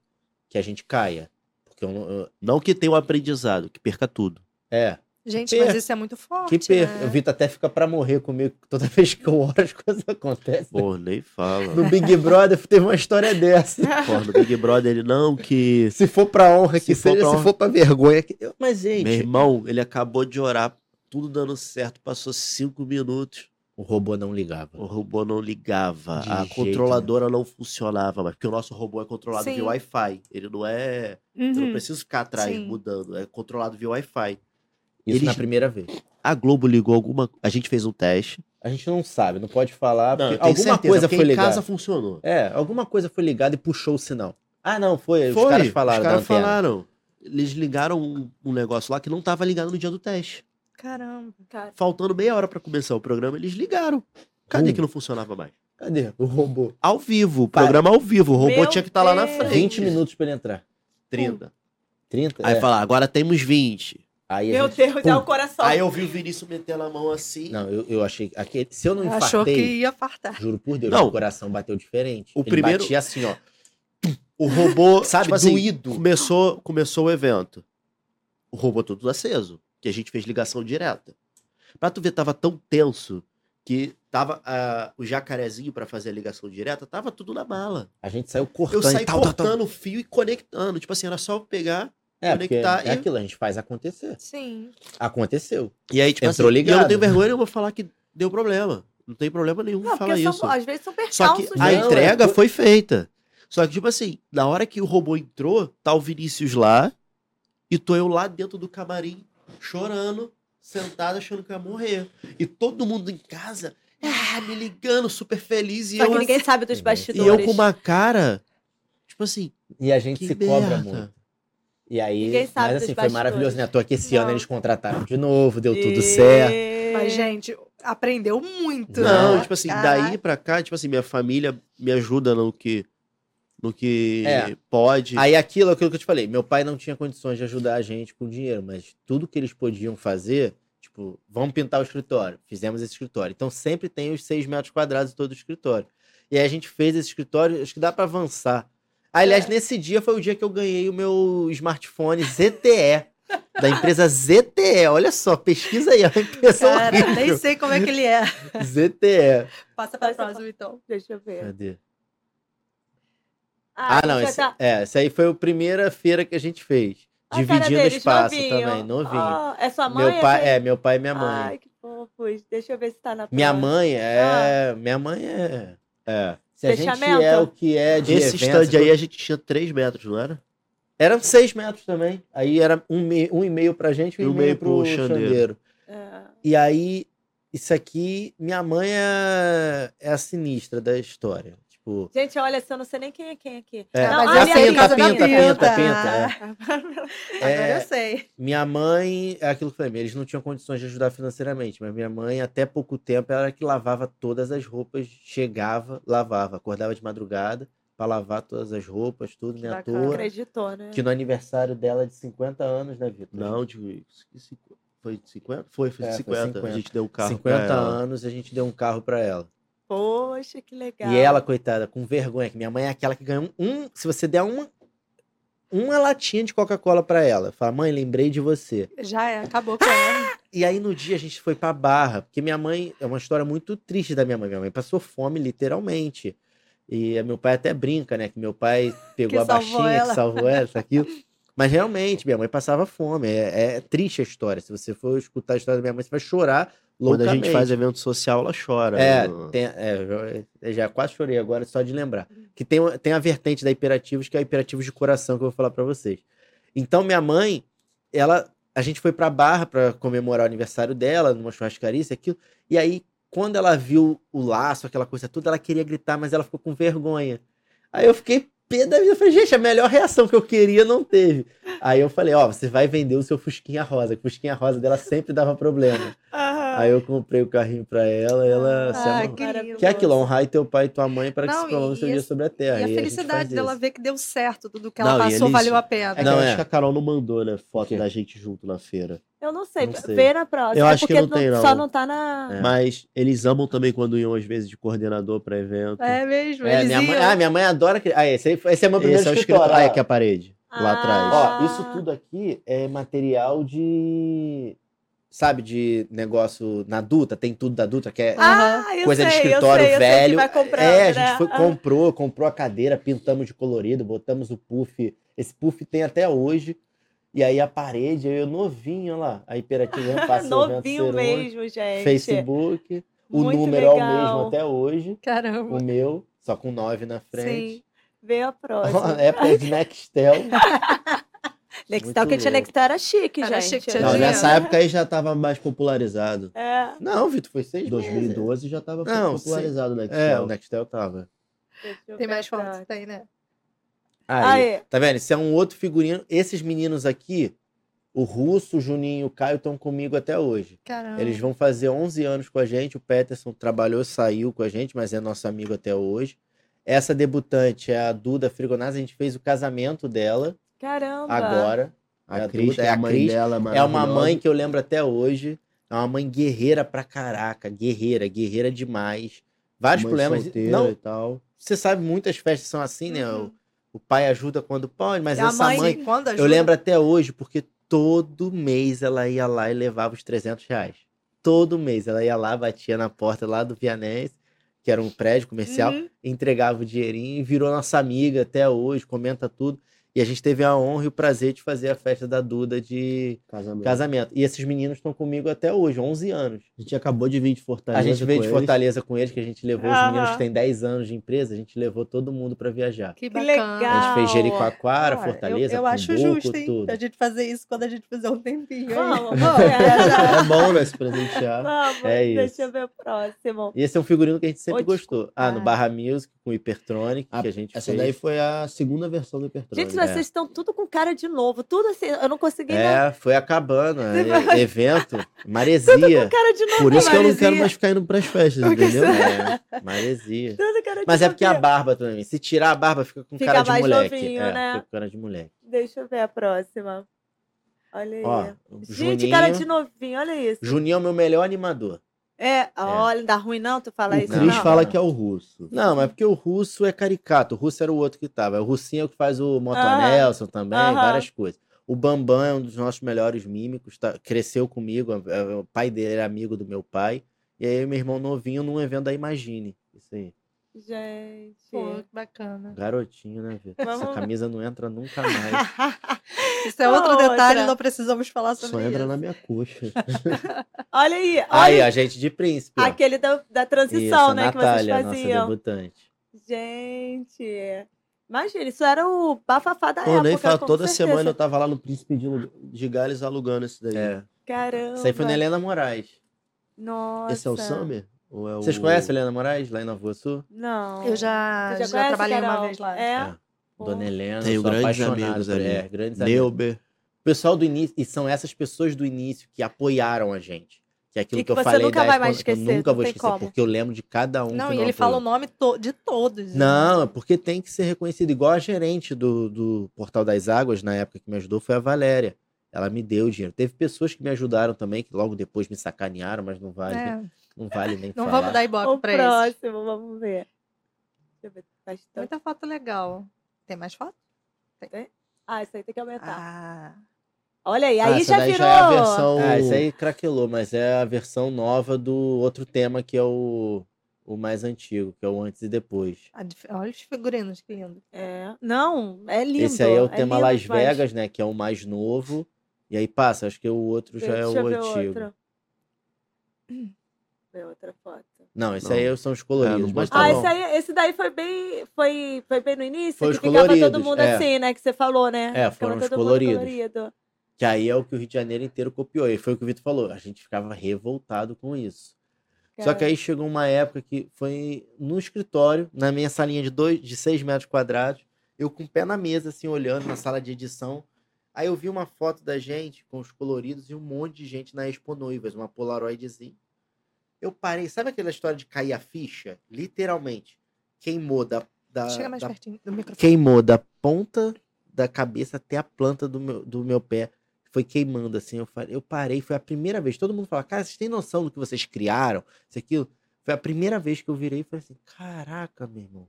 Speaker 4: que a gente caia. Porque eu, não- eu-
Speaker 3: Não que tenha um aprendizado, que perca tudo.
Speaker 4: é,
Speaker 2: Gente,
Speaker 4: Que
Speaker 2: mas
Speaker 4: per-
Speaker 2: isso é muito forte.
Speaker 4: que perca.
Speaker 2: né?
Speaker 4: O Vitor até fica pra morrer comigo toda vez que eu oro, as coisas acontecem.
Speaker 3: Pô, nem fala.
Speaker 4: No Big Brother teve uma história dessa.
Speaker 2: É.
Speaker 3: Pô, no Big Brother ele não que...
Speaker 4: Se for pra honra,
Speaker 3: Se
Speaker 4: que
Speaker 3: for
Speaker 4: seja,
Speaker 3: pra
Speaker 4: se
Speaker 3: honra.
Speaker 4: for pra vergonha. Que... Eu- Mas,
Speaker 3: Meu
Speaker 4: gente,
Speaker 3: irmão, ele acabou de orar, tudo dando certo, passou cinco minutos,
Speaker 4: o robô não ligava.
Speaker 3: o robô não ligava,
Speaker 4: De
Speaker 3: a
Speaker 4: jeito
Speaker 3: controladora não funcionava, mas porque o nosso robô é controlado
Speaker 2: Sim.
Speaker 3: via Wi-Fi, ele não é... Eu não
Speaker 2: Uhum.
Speaker 3: preciso ficar atrás
Speaker 2: Sim.
Speaker 3: mudando, é controlado via Wi-Fi.
Speaker 4: Isso
Speaker 3: Eles-
Speaker 4: na primeira vez.
Speaker 3: A Globo ligou alguma. A gente fez um teste.
Speaker 4: A gente não sabe, não pode falar.
Speaker 3: Não, eu
Speaker 4: Ah, porque
Speaker 3: tenho
Speaker 4: alguma
Speaker 3: certeza,
Speaker 4: coisa
Speaker 3: porque
Speaker 4: foi
Speaker 3: em
Speaker 4: ligada.
Speaker 3: casa funcionou.
Speaker 4: É, alguma coisa foi ligada e puxou o sinal. Ah, não, foi.
Speaker 3: Foi,
Speaker 4: os caras falaram né,
Speaker 3: Os
Speaker 4: da
Speaker 3: caras
Speaker 4: antena.
Speaker 3: falaram. Eles ligaram um, um negócio lá que não tava ligado no dia do teste.
Speaker 2: Caramba.
Speaker 1: Cara,
Speaker 3: Faltando meia hora pra começar o programa, eles ligaram. Cadê
Speaker 4: Hum.
Speaker 3: que não funcionava mais?
Speaker 4: Cadê? O robô.
Speaker 3: Ao vivo,
Speaker 4: Pai.
Speaker 3: programa ao vivo. O robô
Speaker 1: Meu
Speaker 3: tinha que estar lá na
Speaker 1: Deus.
Speaker 2: É
Speaker 3: frente.
Speaker 4: 20 minutos pra ele entrar.
Speaker 3: 30.
Speaker 4: 30?
Speaker 3: Aí
Speaker 4: é.
Speaker 3: fala, "Ah, agora temos 20.
Speaker 4: Aí a
Speaker 1: meu
Speaker 4: gente-
Speaker 1: Deus, é
Speaker 4: Pum.
Speaker 1: o coração.
Speaker 3: Aí eu vi o Vinícius metendo a mão assim.
Speaker 4: Não, eu, eu achei. Aquele... Se eu não
Speaker 2: Achou que
Speaker 4: infartei,
Speaker 2: ia fartar.
Speaker 4: juro por Deus,
Speaker 3: Não.
Speaker 4: meu coração bateu diferente.
Speaker 3: O
Speaker 4: ele
Speaker 3: primeiro-
Speaker 4: batia assim, ó.
Speaker 3: O robô,
Speaker 4: Sabe,
Speaker 3: tipo assim,
Speaker 4: doído.
Speaker 3: Começou, começou o evento. O robô todo aceso, que a gente fez ligação direta. Pra tu ver, tava tão tenso que tava ah, o jacarezinho pra fazer a ligação direta, tava tudo na mala.
Speaker 4: A gente saiu
Speaker 3: Eu
Speaker 4: cortando.
Speaker 3: saí
Speaker 4: e tal, tal,
Speaker 3: cortando
Speaker 4: tal.
Speaker 3: o fio e conectando. Tipo assim, era só eu pegar.
Speaker 4: É, porque
Speaker 3: conectar
Speaker 4: é
Speaker 3: e-
Speaker 4: aquilo, a gente faz acontecer.
Speaker 2: Sim.
Speaker 4: Aconteceu.
Speaker 3: E aí, tipo
Speaker 4: Entrou
Speaker 3: assim, e
Speaker 4: ligado.
Speaker 3: eu não tenho vergonha nenhuma de falar que deu problema. Não tem problema nenhum
Speaker 1: Não,
Speaker 3: falar
Speaker 1: porque
Speaker 3: isso.
Speaker 1: são, às vezes são
Speaker 3: Só que
Speaker 1: percalços.
Speaker 3: a
Speaker 4: né?
Speaker 1: gente.
Speaker 3: entrega
Speaker 4: Não, é-
Speaker 3: foi feita. Só que, tipo assim, na hora que o robô entrou, tá o Vinícius lá e tô eu lá dentro do camarim, chorando, sentado, achando que eu ia morrer. E todo mundo em casa, ah, me ligando, super feliz.
Speaker 1: Só que
Speaker 3: E eu, assim, Uhum.
Speaker 1: ninguém sabe dos
Speaker 4: E eu
Speaker 3: e
Speaker 1: bastidores.
Speaker 3: eu com uma cara, tipo assim,
Speaker 4: E a gente
Speaker 3: Que
Speaker 4: se cobra
Speaker 3: merda.
Speaker 4: muito. E aí,
Speaker 1: Ninguém sabe
Speaker 4: mas assim,
Speaker 1: dos
Speaker 4: foi maravilhoso, né?
Speaker 1: bastidores.
Speaker 4: Tô aqui esse ano,
Speaker 2: Não.
Speaker 4: eles contrataram de novo, deu tudo certo.
Speaker 2: Mas, gente, aprendeu muito.
Speaker 3: não,
Speaker 2: né?
Speaker 3: tipo assim,
Speaker 2: Caraca.
Speaker 3: daí pra cá, tipo assim, minha família me ajuda no que, no que
Speaker 4: É.
Speaker 3: pode.
Speaker 4: Aí aquilo, aquilo que eu te falei, meu pai não tinha condições de ajudar a gente com dinheiro, mas tudo que eles podiam fazer, tipo, vamos pintar o escritório. Fizemos esse escritório. Então sempre tem os seis metros quadrados em todo o escritório. E aí a gente fez esse escritório, acho que dá pra avançar. Aliás,
Speaker 1: É.
Speaker 4: nesse dia foi o dia que eu ganhei o meu smartphone ZTE, da empresa ZTE. Olha só, pesquisa aí, é uma empresa
Speaker 2: Cara, nem
Speaker 4: horrível.
Speaker 2: sei como é que ele é.
Speaker 4: ZTE.
Speaker 2: Passa pra
Speaker 1: Passa pra-
Speaker 2: próxima, então.
Speaker 1: Deixa eu ver.
Speaker 4: Cadê?
Speaker 1: Ah,
Speaker 4: Ah, não,
Speaker 1: já
Speaker 4: esse,
Speaker 1: tá-
Speaker 4: é, esse aí foi a primeira feira que a gente fez.
Speaker 1: Olha a Ah, cara
Speaker 4: dividindo
Speaker 1: deles,
Speaker 4: espaço
Speaker 1: novinho.
Speaker 4: também, novinho.
Speaker 1: Ah, é sua mãe?
Speaker 4: Meu pai,
Speaker 1: gente?
Speaker 4: é, meu pai e minha mãe.
Speaker 1: Ai, que fofos. Deixa eu ver se tá na
Speaker 4: minha
Speaker 1: próxima.
Speaker 4: mãe é, minha mãe é, é. Se a gente
Speaker 1: Ah. Fechamento?
Speaker 4: é o que é de
Speaker 3: Esse
Speaker 4: eventos,
Speaker 3: stand aí a gente tinha 3 metros, não era?
Speaker 4: eram seis metros também. Aí era um, me- um e meio pra gente, um, e meio pro,
Speaker 3: chandeiro.
Speaker 4: chandeiro.
Speaker 1: É.
Speaker 4: E aí, isso aqui, minha mãe é, é a sinistra da história. Tipo,
Speaker 1: Gente, olha, se eu não sei nem quem é quem aqui.
Speaker 4: é,
Speaker 1: Não,
Speaker 2: mas
Speaker 4: já
Speaker 1: olha
Speaker 2: essa aí é
Speaker 1: ali,
Speaker 2: a casa
Speaker 4: pinta,
Speaker 2: da
Speaker 4: pinta, pinta, pinta,
Speaker 2: Pinta.
Speaker 4: pinta, é.
Speaker 2: Agora
Speaker 4: É,
Speaker 2: eu sei.
Speaker 4: Minha mãe, é aquilo que eu falei, eles não tinham condições de ajudar financeiramente, mas minha mãe, até pouco tempo, ela era que lavava todas as roupas, chegava, lavava, acordava de madrugada pra lavar todas as roupas, tudo, nem à
Speaker 2: bacana.
Speaker 4: toa.
Speaker 1: acreditou, né?
Speaker 4: Que no aniversário dela de 50 anos, né, Vitor?
Speaker 3: Não, de, cinqu- foi de 50? Foi, foi de
Speaker 4: É, foi
Speaker 3: 50. A
Speaker 4: 50.
Speaker 3: gente deu o carro. pra
Speaker 4: 50
Speaker 3: ela.
Speaker 4: anos, a gente deu um carro pra ela.
Speaker 1: Poxa, que legal.
Speaker 4: E ela, coitada, com vergonha, que minha mãe é aquela que ganha um. um- se você der uma, uma latinha de Coca-Cola pra ela, fala, mãe, lembrei de você.
Speaker 2: Já é, acabou com ela.
Speaker 4: E aí no dia a gente foi pra Barra, porque minha mãe, é uma história muito triste da minha mãe, minha mãe passou fome literalmente. E meu pai até brinca, né, que meu pai pegou a
Speaker 2: salvou
Speaker 4: baixinha
Speaker 2: ela.
Speaker 4: que salvou ela, isso aqui. Mas realmente, minha mãe passava fome. É, é triste a história. Se você for escutar a história da minha mãe, você vai chorar
Speaker 3: Quando
Speaker 4: loucamente.
Speaker 3: a gente faz evento social, ela chora.
Speaker 4: É,
Speaker 3: mano.
Speaker 4: tem- é, eu já quase chorei agora só de lembrar. Que tem, tem a vertente da Imperativos, que é a Imperativos de coração, que eu vou falar pra vocês. Então, minha mãe, ela, a gente foi pra Barra pra comemorar o aniversário dela, numa churrascaria, isso e aquilo. E aí, quando ela viu o laço, aquela coisa toda, ela queria gritar, mas ela ficou com vergonha. Aí eu fiquei pé da vida. Eu falei, gente, a melhor reação que eu queria não teve. Aí eu falei, ó, você vai vender o seu Fusquinha Rosa, que o Fusquinha Rosa dela sempre dava problema.
Speaker 2: Ah,
Speaker 4: Aí eu comprei o carrinho pra ela, ela se
Speaker 2: ah,
Speaker 4: amarrou.
Speaker 2: que lindo.
Speaker 4: Que é aquilo, honrar teu pai e tua mãe para que
Speaker 2: Não,
Speaker 4: se prolongue o seu
Speaker 2: e
Speaker 4: dia
Speaker 2: esse-
Speaker 4: sobre a
Speaker 2: E
Speaker 4: terra.
Speaker 2: a
Speaker 4: gente faz
Speaker 2: felicidade dela
Speaker 4: isso.
Speaker 2: ver que deu certo, tudo que ela
Speaker 3: Não, e
Speaker 2: passou
Speaker 3: eles-
Speaker 2: valeu a
Speaker 3: É
Speaker 2: pena.
Speaker 3: que
Speaker 4: Não,
Speaker 3: eu acho
Speaker 4: é.
Speaker 3: que a Carol não mandou, né? Foto
Speaker 4: quê?
Speaker 3: da gente junto na feira.
Speaker 1: Eu não sei.
Speaker 4: Não sei.
Speaker 1: Vê na próxima.
Speaker 3: Eu
Speaker 1: É
Speaker 3: acho que
Speaker 1: porque
Speaker 3: não tem, não.
Speaker 1: Só não tá na.
Speaker 4: É.
Speaker 3: Mas eles amam também quando iam, às vezes, de coordenador pra evento.
Speaker 2: É mesmo,
Speaker 4: É,
Speaker 2: eles
Speaker 4: minha mãe,
Speaker 2: iam.
Speaker 4: ah, minha mãe adora. cri- Ah, esse, aí- esse é meu primeiro
Speaker 3: Esse é o
Speaker 4: escritório.
Speaker 3: escritório. Ah,
Speaker 4: ó.
Speaker 3: é que é a parede. Lá atrás.
Speaker 4: Ó,
Speaker 1: Ah.
Speaker 4: isso tudo aqui é material de. Sabe, de negócio na Dutra, tem tudo da Dutra, que é
Speaker 2: Ah, eu
Speaker 4: coisa de
Speaker 2: sei, eu
Speaker 4: escritório
Speaker 2: sei, eu sei que
Speaker 4: velho.
Speaker 2: vai comprando,
Speaker 4: é,
Speaker 2: né?
Speaker 4: a gente foi,
Speaker 2: Ah.
Speaker 4: comprou, comprou a cadeira, pintamos de colorido, botamos o puff. Esse puff tem até hoje. E aí a parede, eu novinho, olha lá. A Imperativa passou o evento
Speaker 1: É Novinho
Speaker 4: Serum,
Speaker 1: mesmo, gente.
Speaker 4: é? Facebook. O
Speaker 1: Muito
Speaker 4: número é o
Speaker 1: legal.
Speaker 4: mesmo até hoje.
Speaker 2: Caramba.
Speaker 4: ah, O meu, só com nove na frente.
Speaker 1: Vê a próxima.
Speaker 4: Apple de Nextel.
Speaker 1: Nextel, que tinha
Speaker 4: louco.
Speaker 1: Nextel era chique,
Speaker 2: Era
Speaker 1: gente.
Speaker 2: chique, tinha
Speaker 4: Não,
Speaker 2: dinheiro.
Speaker 4: nessa época aí já tava
Speaker 3: Tava mais popularizado.
Speaker 1: É,
Speaker 4: Não, Vitor, foi seis
Speaker 3: Em
Speaker 4: meses.
Speaker 3: 2012 já tava
Speaker 4: Não,
Speaker 3: popularizado, né?
Speaker 4: É, o Nextel tava.
Speaker 1: deixa eu
Speaker 2: Tem mais
Speaker 1: pensar.
Speaker 2: fotos? Tem, né?
Speaker 4: Aí,
Speaker 1: Aí,
Speaker 4: tá vendo? Isso é um outro figurino. Esses meninos aqui, o Russo, o Juninho e o Caio estão comigo até hoje.
Speaker 2: Caramba.
Speaker 4: Eles vão fazer 11 anos com a gente. O Peterson trabalhou, saiu com a gente, mas é nosso amigo até hoje. Essa debutante é a Duda Frigonazzi. A gente fez o casamento dela
Speaker 1: caramba.
Speaker 4: agora. É
Speaker 3: A Cris,
Speaker 4: Duda,
Speaker 3: que é
Speaker 4: é
Speaker 3: a mãe
Speaker 4: Cris.
Speaker 3: dela,
Speaker 4: É uma
Speaker 3: maravilhosa.
Speaker 4: mãe que eu lembro até hoje. É uma mãe guerreira pra caraca. Guerreira, guerreira demais. Vários
Speaker 3: Mãe
Speaker 4: problemas.
Speaker 3: solteira
Speaker 4: Não,
Speaker 3: e tal.
Speaker 4: você sabe, muitas festas são assim, né? O-
Speaker 2: Uhum.
Speaker 4: O, pai ajuda quando pode, mas
Speaker 2: E a
Speaker 4: essa mãe.
Speaker 2: mãe, quando ajuda,
Speaker 4: eu lembro até hoje, porque todo mês ela ia lá e levava os 300 reais. Todo mês ela ia lá, batia na porta lá do Vianense, que era um prédio comercial
Speaker 2: Uhum.
Speaker 4: entregava o dinheirinho e virou nossa amiga até hoje, comenta tudo. E a gente teve a honra e o prazer de fazer a festa da Duda de
Speaker 3: Casamento.
Speaker 4: casamento. E esses meninos estão comigo até hoje, 11 anos.
Speaker 3: A gente acabou de vir de
Speaker 4: A
Speaker 3: Fortaleza.
Speaker 4: gente veio
Speaker 3: Tá com
Speaker 4: de
Speaker 3: eles.
Speaker 4: Fortaleza com eles, que a gente levou os
Speaker 2: Aham.
Speaker 4: meninos que têm 10 anos de empresa, a gente levou todo mundo para viajar.
Speaker 1: Que
Speaker 2: Que bacana.
Speaker 4: A gente fez
Speaker 1: legal.
Speaker 4: Jericoacoara,
Speaker 2: Ah, eu-
Speaker 4: Fortaleza,
Speaker 2: Eu, acho
Speaker 4: Cumbuco,
Speaker 2: justo, hein?
Speaker 4: tudo.
Speaker 2: A gente fazer isso quando a gente fizer um tempinho. hein?
Speaker 1: Vamos, vamos.
Speaker 4: É bom, né, se presentear.
Speaker 1: Vamos,
Speaker 4: É isso.
Speaker 1: deixa eu ver o próximo.
Speaker 4: E esse é um figurino que a gente sempre
Speaker 1: Ô,
Speaker 4: gostou. Ah, no
Speaker 2: Ah.
Speaker 4: Barra Music, com o Hypertronic,
Speaker 3: Ah,
Speaker 4: que a gente
Speaker 3: Essa
Speaker 4: fez.
Speaker 3: daí foi a segunda versão do né? Hipertrônico.
Speaker 1: Gente, vocês estão tudo com cara de novo. Tudo assim, eu não consegui não.
Speaker 4: é. É, foi acabando. é, evento,
Speaker 1: Tudo com
Speaker 4: maresia.
Speaker 1: cara de novo.
Speaker 3: Por isso que eu não quero
Speaker 2: Maresia.
Speaker 3: mais ficar indo pras festas, entendeu?
Speaker 4: É, maresia.
Speaker 1: Tudo cara de
Speaker 4: Mas é porque a
Speaker 1: novo.
Speaker 4: barba também. Se tirar a barba, fica com
Speaker 1: Fica
Speaker 4: cara de
Speaker 1: mais
Speaker 4: moleque.
Speaker 1: novinho,
Speaker 4: é,
Speaker 1: né?
Speaker 4: fica com cara de moleque.
Speaker 1: Deixa eu ver a próxima. Olha aí.
Speaker 4: Ó, o
Speaker 1: É. Gente,
Speaker 4: Juninho.
Speaker 1: cara de novinho, olha isso.
Speaker 4: Juninho é o meu melhor animador.
Speaker 1: É, olha, dá ruim não tu falar
Speaker 3: o
Speaker 1: isso
Speaker 3: Cris
Speaker 1: não.
Speaker 3: fala que é o russo.
Speaker 4: Não, mas porque o russo é caricato. O russo era o outro que tava. O russinho é o que faz o Motonelson também,
Speaker 1: Ah, Aham.
Speaker 4: várias coisas. O Bambam é um dos nossos melhores mímicos, tá- cresceu comigo. é- é- O pai dele era amigo do meu pai. E aí, meu irmão novinho num evento da Imagine. Isso aí.
Speaker 1: Gente.
Speaker 2: Pô, que bacana.
Speaker 4: Garotinho, né, Vitor?
Speaker 1: Vamos-
Speaker 4: Essa camisa não entra nunca mais.
Speaker 2: Isso é outro
Speaker 1: Outra.
Speaker 2: detalhe, não precisamos falar sobre
Speaker 3: Só entra
Speaker 2: isso.
Speaker 3: na minha coxa.
Speaker 1: olha aí,
Speaker 4: aí,
Speaker 1: olha
Speaker 4: a gente de príncipe. ó.
Speaker 1: aquele da, da
Speaker 4: Isso,
Speaker 1: transição,
Speaker 4: a
Speaker 1: né,
Speaker 4: Natália,
Speaker 1: que vocês faziam.
Speaker 4: nossa debutante.
Speaker 1: Gente. Imagina, isso era o bafafá da
Speaker 3: Pô,
Speaker 1: época,
Speaker 3: nem fala,
Speaker 1: É, com
Speaker 3: toda
Speaker 1: certeza.
Speaker 3: semana eu tava lá no Príncipe de, de Gales alugando esse daí.
Speaker 4: É.
Speaker 1: Caramba.
Speaker 4: Isso aí foi na Helena Moraes.
Speaker 1: Nossa.
Speaker 3: Esse é o Summer? Ou é o...
Speaker 4: Vocês conhecem a Helena Moraes, lá em Nova Iguaçu?
Speaker 1: Não.
Speaker 2: Eu já,
Speaker 1: Você
Speaker 2: já,
Speaker 1: conhece,
Speaker 2: trabalhei uma
Speaker 1: Carol?
Speaker 2: vez lá.
Speaker 1: É?
Speaker 4: É.
Speaker 1: Pô.
Speaker 4: Dona Helena,
Speaker 3: Tenho
Speaker 4: sou
Speaker 3: grandes
Speaker 4: apaixonado
Speaker 3: amigos
Speaker 4: por-
Speaker 3: ali.
Speaker 4: É, grandes amigos.
Speaker 3: Neuber.
Speaker 4: O pessoal do início, e são essas pessoas do início que apoiaram a gente. Que é aquilo
Speaker 1: E
Speaker 4: que,
Speaker 1: que
Speaker 4: eu
Speaker 1: você
Speaker 4: falei
Speaker 1: nunca
Speaker 4: da
Speaker 1: vai mais
Speaker 4: Expo- eu
Speaker 1: esquecer,
Speaker 4: nunca
Speaker 1: não
Speaker 4: vou
Speaker 1: tem
Speaker 4: esquecer,
Speaker 1: como.
Speaker 4: porque eu lembro de cada um.
Speaker 2: Não, e
Speaker 4: que não
Speaker 2: ele
Speaker 4: apoiou.
Speaker 2: fala o nome to- de todos. né?
Speaker 4: Não, é porque tem que ser reconhecido. Igual a gerente do, do Portal das Águas, na época que me ajudou, foi a Valéria. Ela me deu o dinheiro. Teve pessoas que me ajudaram também, que logo depois me sacanearam, mas não vale,
Speaker 2: É,
Speaker 4: não vale nem
Speaker 2: não
Speaker 4: falar.
Speaker 2: vamos dar ibope
Speaker 1: O
Speaker 2: pra isso.
Speaker 1: próximo, vamos ver. Deixa eu ver. tá Faz tanto-
Speaker 2: Muita foto legal. Tem mais foto?
Speaker 1: Ah, isso aí tem que aumentar.
Speaker 2: Ah.
Speaker 1: Olha aí,
Speaker 3: Ah,
Speaker 1: aí
Speaker 3: essa
Speaker 1: já
Speaker 3: daí
Speaker 1: virou.
Speaker 3: já é a versão...
Speaker 4: Ah, isso aí craquelou, mas é a versão nova do outro tema que é o, o o mais antigo, que é o antes e depois.
Speaker 2: A dif- Olha os figurinos, que lindo.
Speaker 1: É. Não, é lindo.
Speaker 4: Esse aí é o tema
Speaker 1: lindo
Speaker 4: Las
Speaker 1: demais.
Speaker 4: Vegas, né? Que é o mais novo. E aí passa, acho que o outro já é
Speaker 1: Deixa
Speaker 4: o
Speaker 1: eu ver
Speaker 4: antigo. Tá
Speaker 1: outra. Ver outra foto.
Speaker 4: Não, esse
Speaker 3: Não.
Speaker 4: aí são os
Speaker 3: É,
Speaker 4: coloridos.
Speaker 3: não pode
Speaker 4: mas tá
Speaker 1: ah,
Speaker 4: bom.
Speaker 1: esse, aí, esse daí foi bem, foi, foi bem no início,
Speaker 4: Foi
Speaker 1: que
Speaker 4: os
Speaker 1: ficava todo
Speaker 4: coloridos,
Speaker 1: mundo
Speaker 4: é.
Speaker 1: assim, né? Que você falou, né?
Speaker 4: É,
Speaker 1: Ficava
Speaker 4: foram os
Speaker 1: todo mundo
Speaker 4: coloridos.
Speaker 1: colorido.
Speaker 4: Que aí é o que o Rio de Janeiro inteiro copiou. E foi o que o Vitor falou. A gente ficava revoltado com isso. Só que aí chegou uma época que foi no escritório, na minha salinha de, dois, de seis metros quadrados, eu com o pé na mesa, assim, olhando na sala de edição. Aí eu vi uma foto da gente com os coloridos e um monte de gente na Expo Noivas, uma polaroidzinha. Eu parei, sabe aquela história de cair a ficha? Literalmente, queimou da, da,
Speaker 2: Chega mais
Speaker 4: da
Speaker 2: pertinho do microfone.
Speaker 4: queimou da ponta da cabeça até a planta do meu, do meu pé. Foi queimando, assim. Eu, falei, eu parei, foi a primeira vez. Todo mundo fala, cara, vocês têm noção do que vocês criaram? Isso aquilo. Foi a primeira vez que eu virei e falei assim: caraca, meu irmão,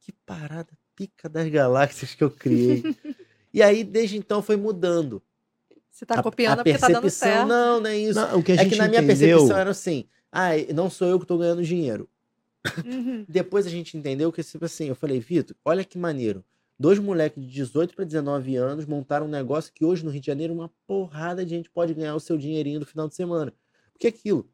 Speaker 4: que parada pica das galáxias que eu criei. e aí, desde então, foi mudando.
Speaker 2: Você tá
Speaker 4: A-
Speaker 2: copiando
Speaker 4: a
Speaker 2: porque tá
Speaker 4: percepção,
Speaker 2: dando certo.
Speaker 4: não, não é isso.
Speaker 3: Não, o que a
Speaker 4: é
Speaker 3: gente
Speaker 4: que na minha
Speaker 3: entendeu,
Speaker 4: percepção era assim: ah, não sou eu que tô ganhando dinheiro. né?
Speaker 2: Uhum.
Speaker 4: Depois a gente entendeu que, tipo assim, eu falei, Vitor, olha que maneiro. Dois moleques de 18 para 19 anos montaram um negócio que hoje no Rio de Janeiro uma porrada de gente pode ganhar o seu dinheirinho no final de semana. Porque aquilo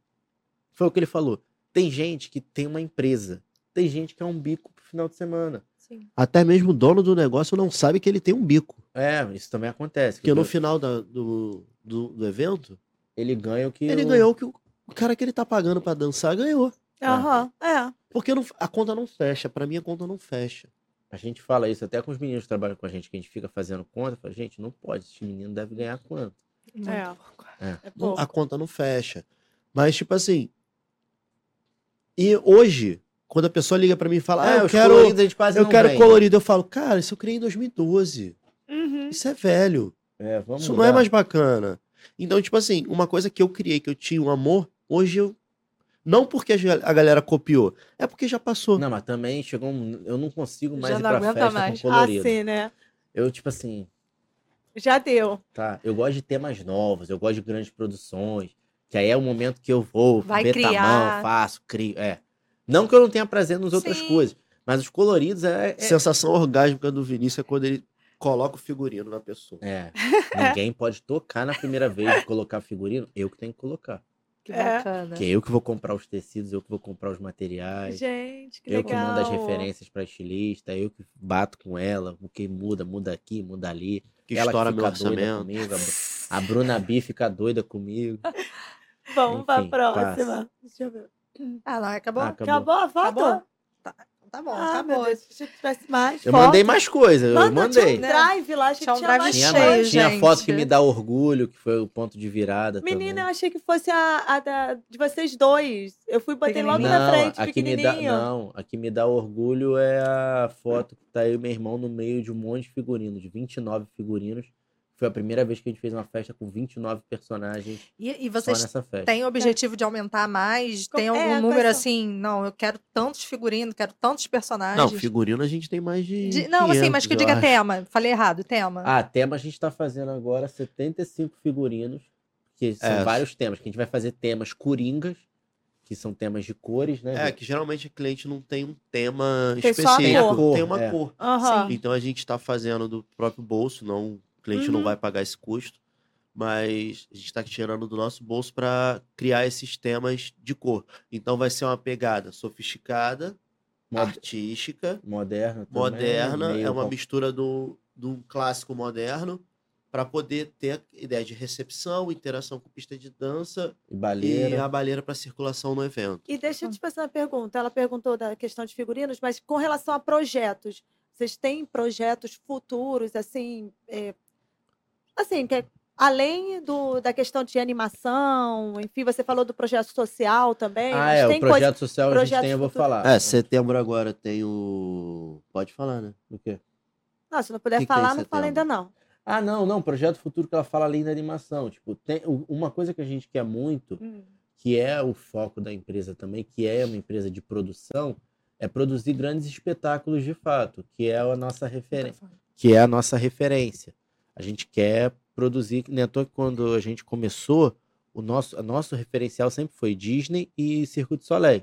Speaker 4: foi o que ele falou. Tem gente que tem uma empresa, tem gente que é um bico pro final de semana.
Speaker 2: Sim.
Speaker 3: até mesmo o dono do negócio não sabe que ele tem um bico.
Speaker 4: É, isso também acontece.
Speaker 3: Porque no final
Speaker 4: final
Speaker 3: da- do, do, do evento,
Speaker 4: ele ganha o que
Speaker 3: ele
Speaker 4: o-
Speaker 3: ganhou o que o o cara que ele tá pagando pra dançar ganhou.
Speaker 2: Ah.
Speaker 1: Aham, é.
Speaker 3: Porque não- a conta não fecha. Pra mim, a conta não fecha.
Speaker 4: A gente fala isso até com os meninos que trabalham com a gente, que a gente fica fazendo conta, fala, gente, não pode, esse menino deve ganhar quanto?
Speaker 2: Muito
Speaker 1: É.
Speaker 2: pouco.
Speaker 4: um
Speaker 1: É
Speaker 3: Não-
Speaker 1: pouco.
Speaker 3: a conta não fecha. Mas, tipo assim. E hoje, quando a pessoa liga pra mim e fala, ah, eu
Speaker 4: É, os
Speaker 3: quero,
Speaker 4: coloridos a gente quase
Speaker 3: eu
Speaker 4: não
Speaker 3: quero
Speaker 4: vende.
Speaker 3: colorido, eu falo, cara, isso eu criei em 2012.
Speaker 2: Uhum.
Speaker 3: Isso é velho.
Speaker 4: É, vamos
Speaker 3: isso não é
Speaker 4: mudar.
Speaker 3: mais bacana. Então, tipo assim, uma coisa que eu criei, que eu tinha um amor, hoje eu. Não porque a gal- a galera copiou, é porque já passou.
Speaker 4: Não, mas também chegou um. Eu não consigo mais
Speaker 2: Já
Speaker 4: ir
Speaker 2: não
Speaker 4: pra
Speaker 2: aguenta
Speaker 4: festa
Speaker 2: mais. Ah,
Speaker 4: com colorido.
Speaker 1: Assim, né?
Speaker 4: Eu, tipo assim,
Speaker 1: Já deu.
Speaker 4: tá, eu gosto de temas novos, eu gosto de grandes produções. Que aí é o momento que eu vou,
Speaker 2: Vai
Speaker 4: meto a
Speaker 2: criar.
Speaker 4: mão, faço, crio. É. Não que eu não tenha prazer nas outras
Speaker 2: Sim.
Speaker 4: coisas, mas os coloridos é. é-
Speaker 3: Sensação orgásmica do Vinícius é quando ele coloca o figurino na pessoa.
Speaker 4: é. Ninguém pode tocar na primeira vez e colocar figurino. Eu que tenho que colocar.
Speaker 2: Que
Speaker 1: É.
Speaker 2: bacana.
Speaker 4: Que é eu que vou comprar os tecidos, eu que vou comprar os materiais.
Speaker 1: Gente, que
Speaker 4: Eu que
Speaker 1: legal.
Speaker 4: mando as referências pra estilista, eu que bato com ela, o que muda, muda aqui, muda ali.
Speaker 3: Que
Speaker 4: ela
Speaker 3: estoura meu
Speaker 4: fica doida
Speaker 3: orçamento.
Speaker 4: comigo, a Bru- a Bruna B fica doida comigo.
Speaker 1: Vamos pra
Speaker 4: Enfim, tá.
Speaker 1: próxima.
Speaker 4: passa.
Speaker 1: Deixa eu ver.
Speaker 2: Ah, lá, acabou?
Speaker 4: Ah,
Speaker 1: Acabou, a foto?
Speaker 2: Acabou? Tá, tá bom,
Speaker 1: Ah,
Speaker 2: acabou.
Speaker 1: meu Deus, se tivesse mais
Speaker 4: Eu
Speaker 1: foto.
Speaker 4: mandei mais coisa, eu
Speaker 1: Manda, Tá tinha
Speaker 4: mandei.
Speaker 1: um drive lá, achei
Speaker 2: Tinha
Speaker 1: que
Speaker 2: um
Speaker 1: tinha
Speaker 2: drive
Speaker 1: mais
Speaker 4: Tinha,
Speaker 2: cheio,
Speaker 1: coisa.
Speaker 4: mais- tinha
Speaker 2: gente.
Speaker 4: foto que me dá orgulho, que foi o ponto de virada.
Speaker 1: Menina, eu
Speaker 4: também.
Speaker 1: achei que fosse a, a da- de vocês dois. Eu fui botei logo tá na
Speaker 4: não,
Speaker 1: frente,
Speaker 4: a que me dá,
Speaker 1: pequenininho.
Speaker 4: não, a que me dá orgulho é a foto que tá eu e meu irmão no meio de um monte de figurinos, de 29 figurinos. Foi a primeira vez que a gente fez uma festa com 29 personagens
Speaker 2: E, e
Speaker 4: só
Speaker 2: vocês
Speaker 4: nessa festa.
Speaker 2: têm o objetivo de aumentar mais?
Speaker 1: Com-
Speaker 2: Tem
Speaker 1: é,
Speaker 2: algum
Speaker 1: quais
Speaker 2: número
Speaker 1: são?
Speaker 2: assim? Não, eu quero tantos figurinos, quero tantos
Speaker 3: Não,
Speaker 2: personagens.
Speaker 3: figurino a gente tem mais de.
Speaker 2: Ah, De- não, assim, mas que eu
Speaker 3: 500,
Speaker 2: diga
Speaker 3: acho.
Speaker 2: tema. Falei errado, tema.
Speaker 4: Ah, tema a gente tá fazendo agora 75 figurinos, que são
Speaker 3: É.
Speaker 4: vários temas, que a gente vai fazer temas coringas, que são temas de cores, né?
Speaker 3: É,
Speaker 4: Vitor?
Speaker 3: que geralmente o cliente não tem um tema
Speaker 1: Tem só a
Speaker 3: específico.
Speaker 4: cor.
Speaker 3: Tem uma
Speaker 4: É.
Speaker 3: cor.
Speaker 1: Aham.
Speaker 2: Sim.
Speaker 3: Então a gente tá fazendo do próprio bolso, não, o cliente
Speaker 1: Uhum.
Speaker 3: não vai pagar esse custo, mas a gente tá tirando do nosso bolso para criar esses temas de cor. Então vai ser uma pegada sofisticada,
Speaker 4: Mod-
Speaker 3: artística,
Speaker 4: Moderna também,
Speaker 3: ah,
Speaker 4: é
Speaker 3: moderna,
Speaker 4: meio
Speaker 3: é uma
Speaker 4: com-
Speaker 3: mistura do, do clássico moderno para poder ter ideia de recepção, interação com pista de dança
Speaker 4: e
Speaker 3: e
Speaker 4: baleira.
Speaker 3: a baleira para circulação no evento.
Speaker 1: E deixa eu te fazer uma pergunta. Ela perguntou da questão de figurinos, mas com relação a projetos, vocês têm projetos futuros, assim, é, assim, que é- além do, da questão de animação, enfim, você falou do projeto social também.
Speaker 4: Ah,
Speaker 1: mas
Speaker 4: é,
Speaker 1: tem
Speaker 4: o projeto social a gente
Speaker 1: projetos
Speaker 4: tem, eu vou
Speaker 1: futuros.
Speaker 4: falar.
Speaker 3: É, setembro agora tem o. Pode falar, né?
Speaker 4: O quê?
Speaker 1: Não, se não puder
Speaker 3: que que tem em
Speaker 1: falar, não fala
Speaker 3: setembro?
Speaker 1: ainda não.
Speaker 4: Ah, não, não, projeto futuro que ela fala além da animação. Tipo, tem u- uma coisa que a gente quer muito, que é o foco da empresa também, que é uma empresa de produção, é produzir grandes espetáculos de fato, que é a nossa referência.
Speaker 2: Microfone.
Speaker 4: que é a nossa referência. A gente quer produzir, né? Então, quando a gente começou, o nosso, o nosso referencial sempre foi Disney e Circuito Soleil.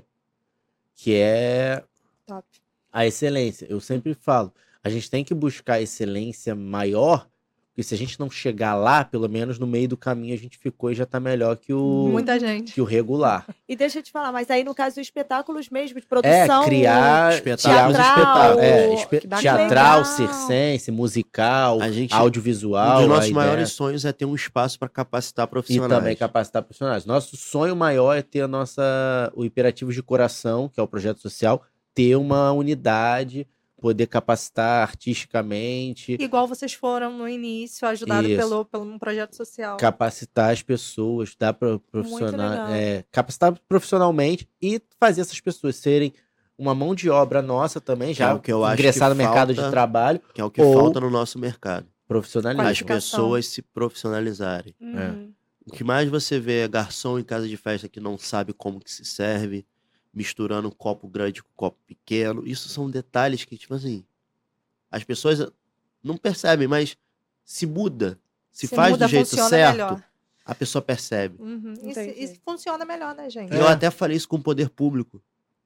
Speaker 4: que é
Speaker 2: Top.
Speaker 4: a excelência. Eu sempre falo, a gente tem que buscar a excelência maior, porque se a gente não chegar lá, pelo menos no meio do caminho a gente ficou e já tá melhor que o,
Speaker 2: Muita gente.
Speaker 4: que o regular.
Speaker 1: E deixa eu te falar, mas aí no caso dos espetáculos mesmo, de produção.
Speaker 4: é, criar
Speaker 3: espetáculo.
Speaker 4: criar um espetáculo. É, espe-
Speaker 2: que bacana.
Speaker 4: teatral,
Speaker 1: Legal.
Speaker 4: circense, musical,
Speaker 3: A gente,
Speaker 4: audiovisual.
Speaker 3: um dos
Speaker 4: a
Speaker 3: nossos
Speaker 4: ideia-
Speaker 3: maiores sonhos é ter um espaço para capacitar
Speaker 4: E
Speaker 3: profissionais.
Speaker 4: também capacitar profissionais. Nosso sonho maior é ter a nossa, o Imperativos de Coração, que é o projeto social, ter uma unidade, poder capacitar artisticamente,
Speaker 2: Igual vocês foram no início, ajudado
Speaker 4: Isso.
Speaker 2: pelo, pelo um projeto social.
Speaker 4: capacitar as pessoas, dar pro,
Speaker 1: legal.
Speaker 4: profissional, é, capacitar profissionalmente e fazer essas pessoas serem uma mão de obra nossa também,
Speaker 3: é
Speaker 4: já
Speaker 3: o que eu acho
Speaker 4: ingressar
Speaker 3: que
Speaker 4: no mercado de
Speaker 3: falta.
Speaker 4: trabalho,
Speaker 3: Que é o que
Speaker 4: Ou-
Speaker 3: falta no nosso mercado.
Speaker 4: profissionalizar.
Speaker 3: As
Speaker 2: Qualificação.
Speaker 3: pessoas se profissionalizarem.
Speaker 1: um
Speaker 4: é.
Speaker 2: Uhum.
Speaker 3: O que mais você vê é garçom em casa de festa que não sabe como que se serve, misturando um copo grande com um copo pequeno. Isso são detalhes que, tipo assim, as pessoas não percebem, mas se muda, se, faz
Speaker 2: muda,
Speaker 3: do jeito
Speaker 2: funciona
Speaker 3: certo,
Speaker 2: melhor.
Speaker 3: a pessoa percebe.
Speaker 2: Uhum. Isso,
Speaker 1: Entendi.
Speaker 2: isso funciona melhor, né, gente?
Speaker 4: É,
Speaker 3: E eu até falei isso com o poder público,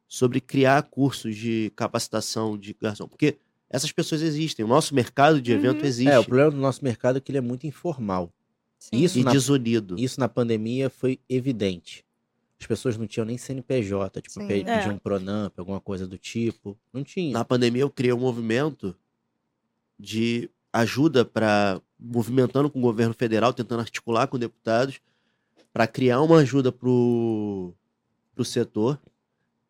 Speaker 3: sobre criar cursos de capacitação de garçom. Porque essas pessoas existem, o nosso mercado de evento
Speaker 2: Uhum.
Speaker 3: existe.
Speaker 4: É, o problema do nosso mercado é que ele é muito informal.
Speaker 2: Sim.
Speaker 4: isso
Speaker 3: e
Speaker 4: na-
Speaker 3: desunido.
Speaker 4: Isso na pandemia foi evidente. As pessoas não tinham nem CNPJ, tipo,
Speaker 2: Sim.
Speaker 4: pe-
Speaker 1: É.
Speaker 4: pediam um Pronamp, alguma coisa do tipo. Não tinha.
Speaker 3: Na pandemia, eu criei um movimento de ajuda para movimentando com o governo federal, tentando articular com deputados para criar uma ajuda pro pro setor.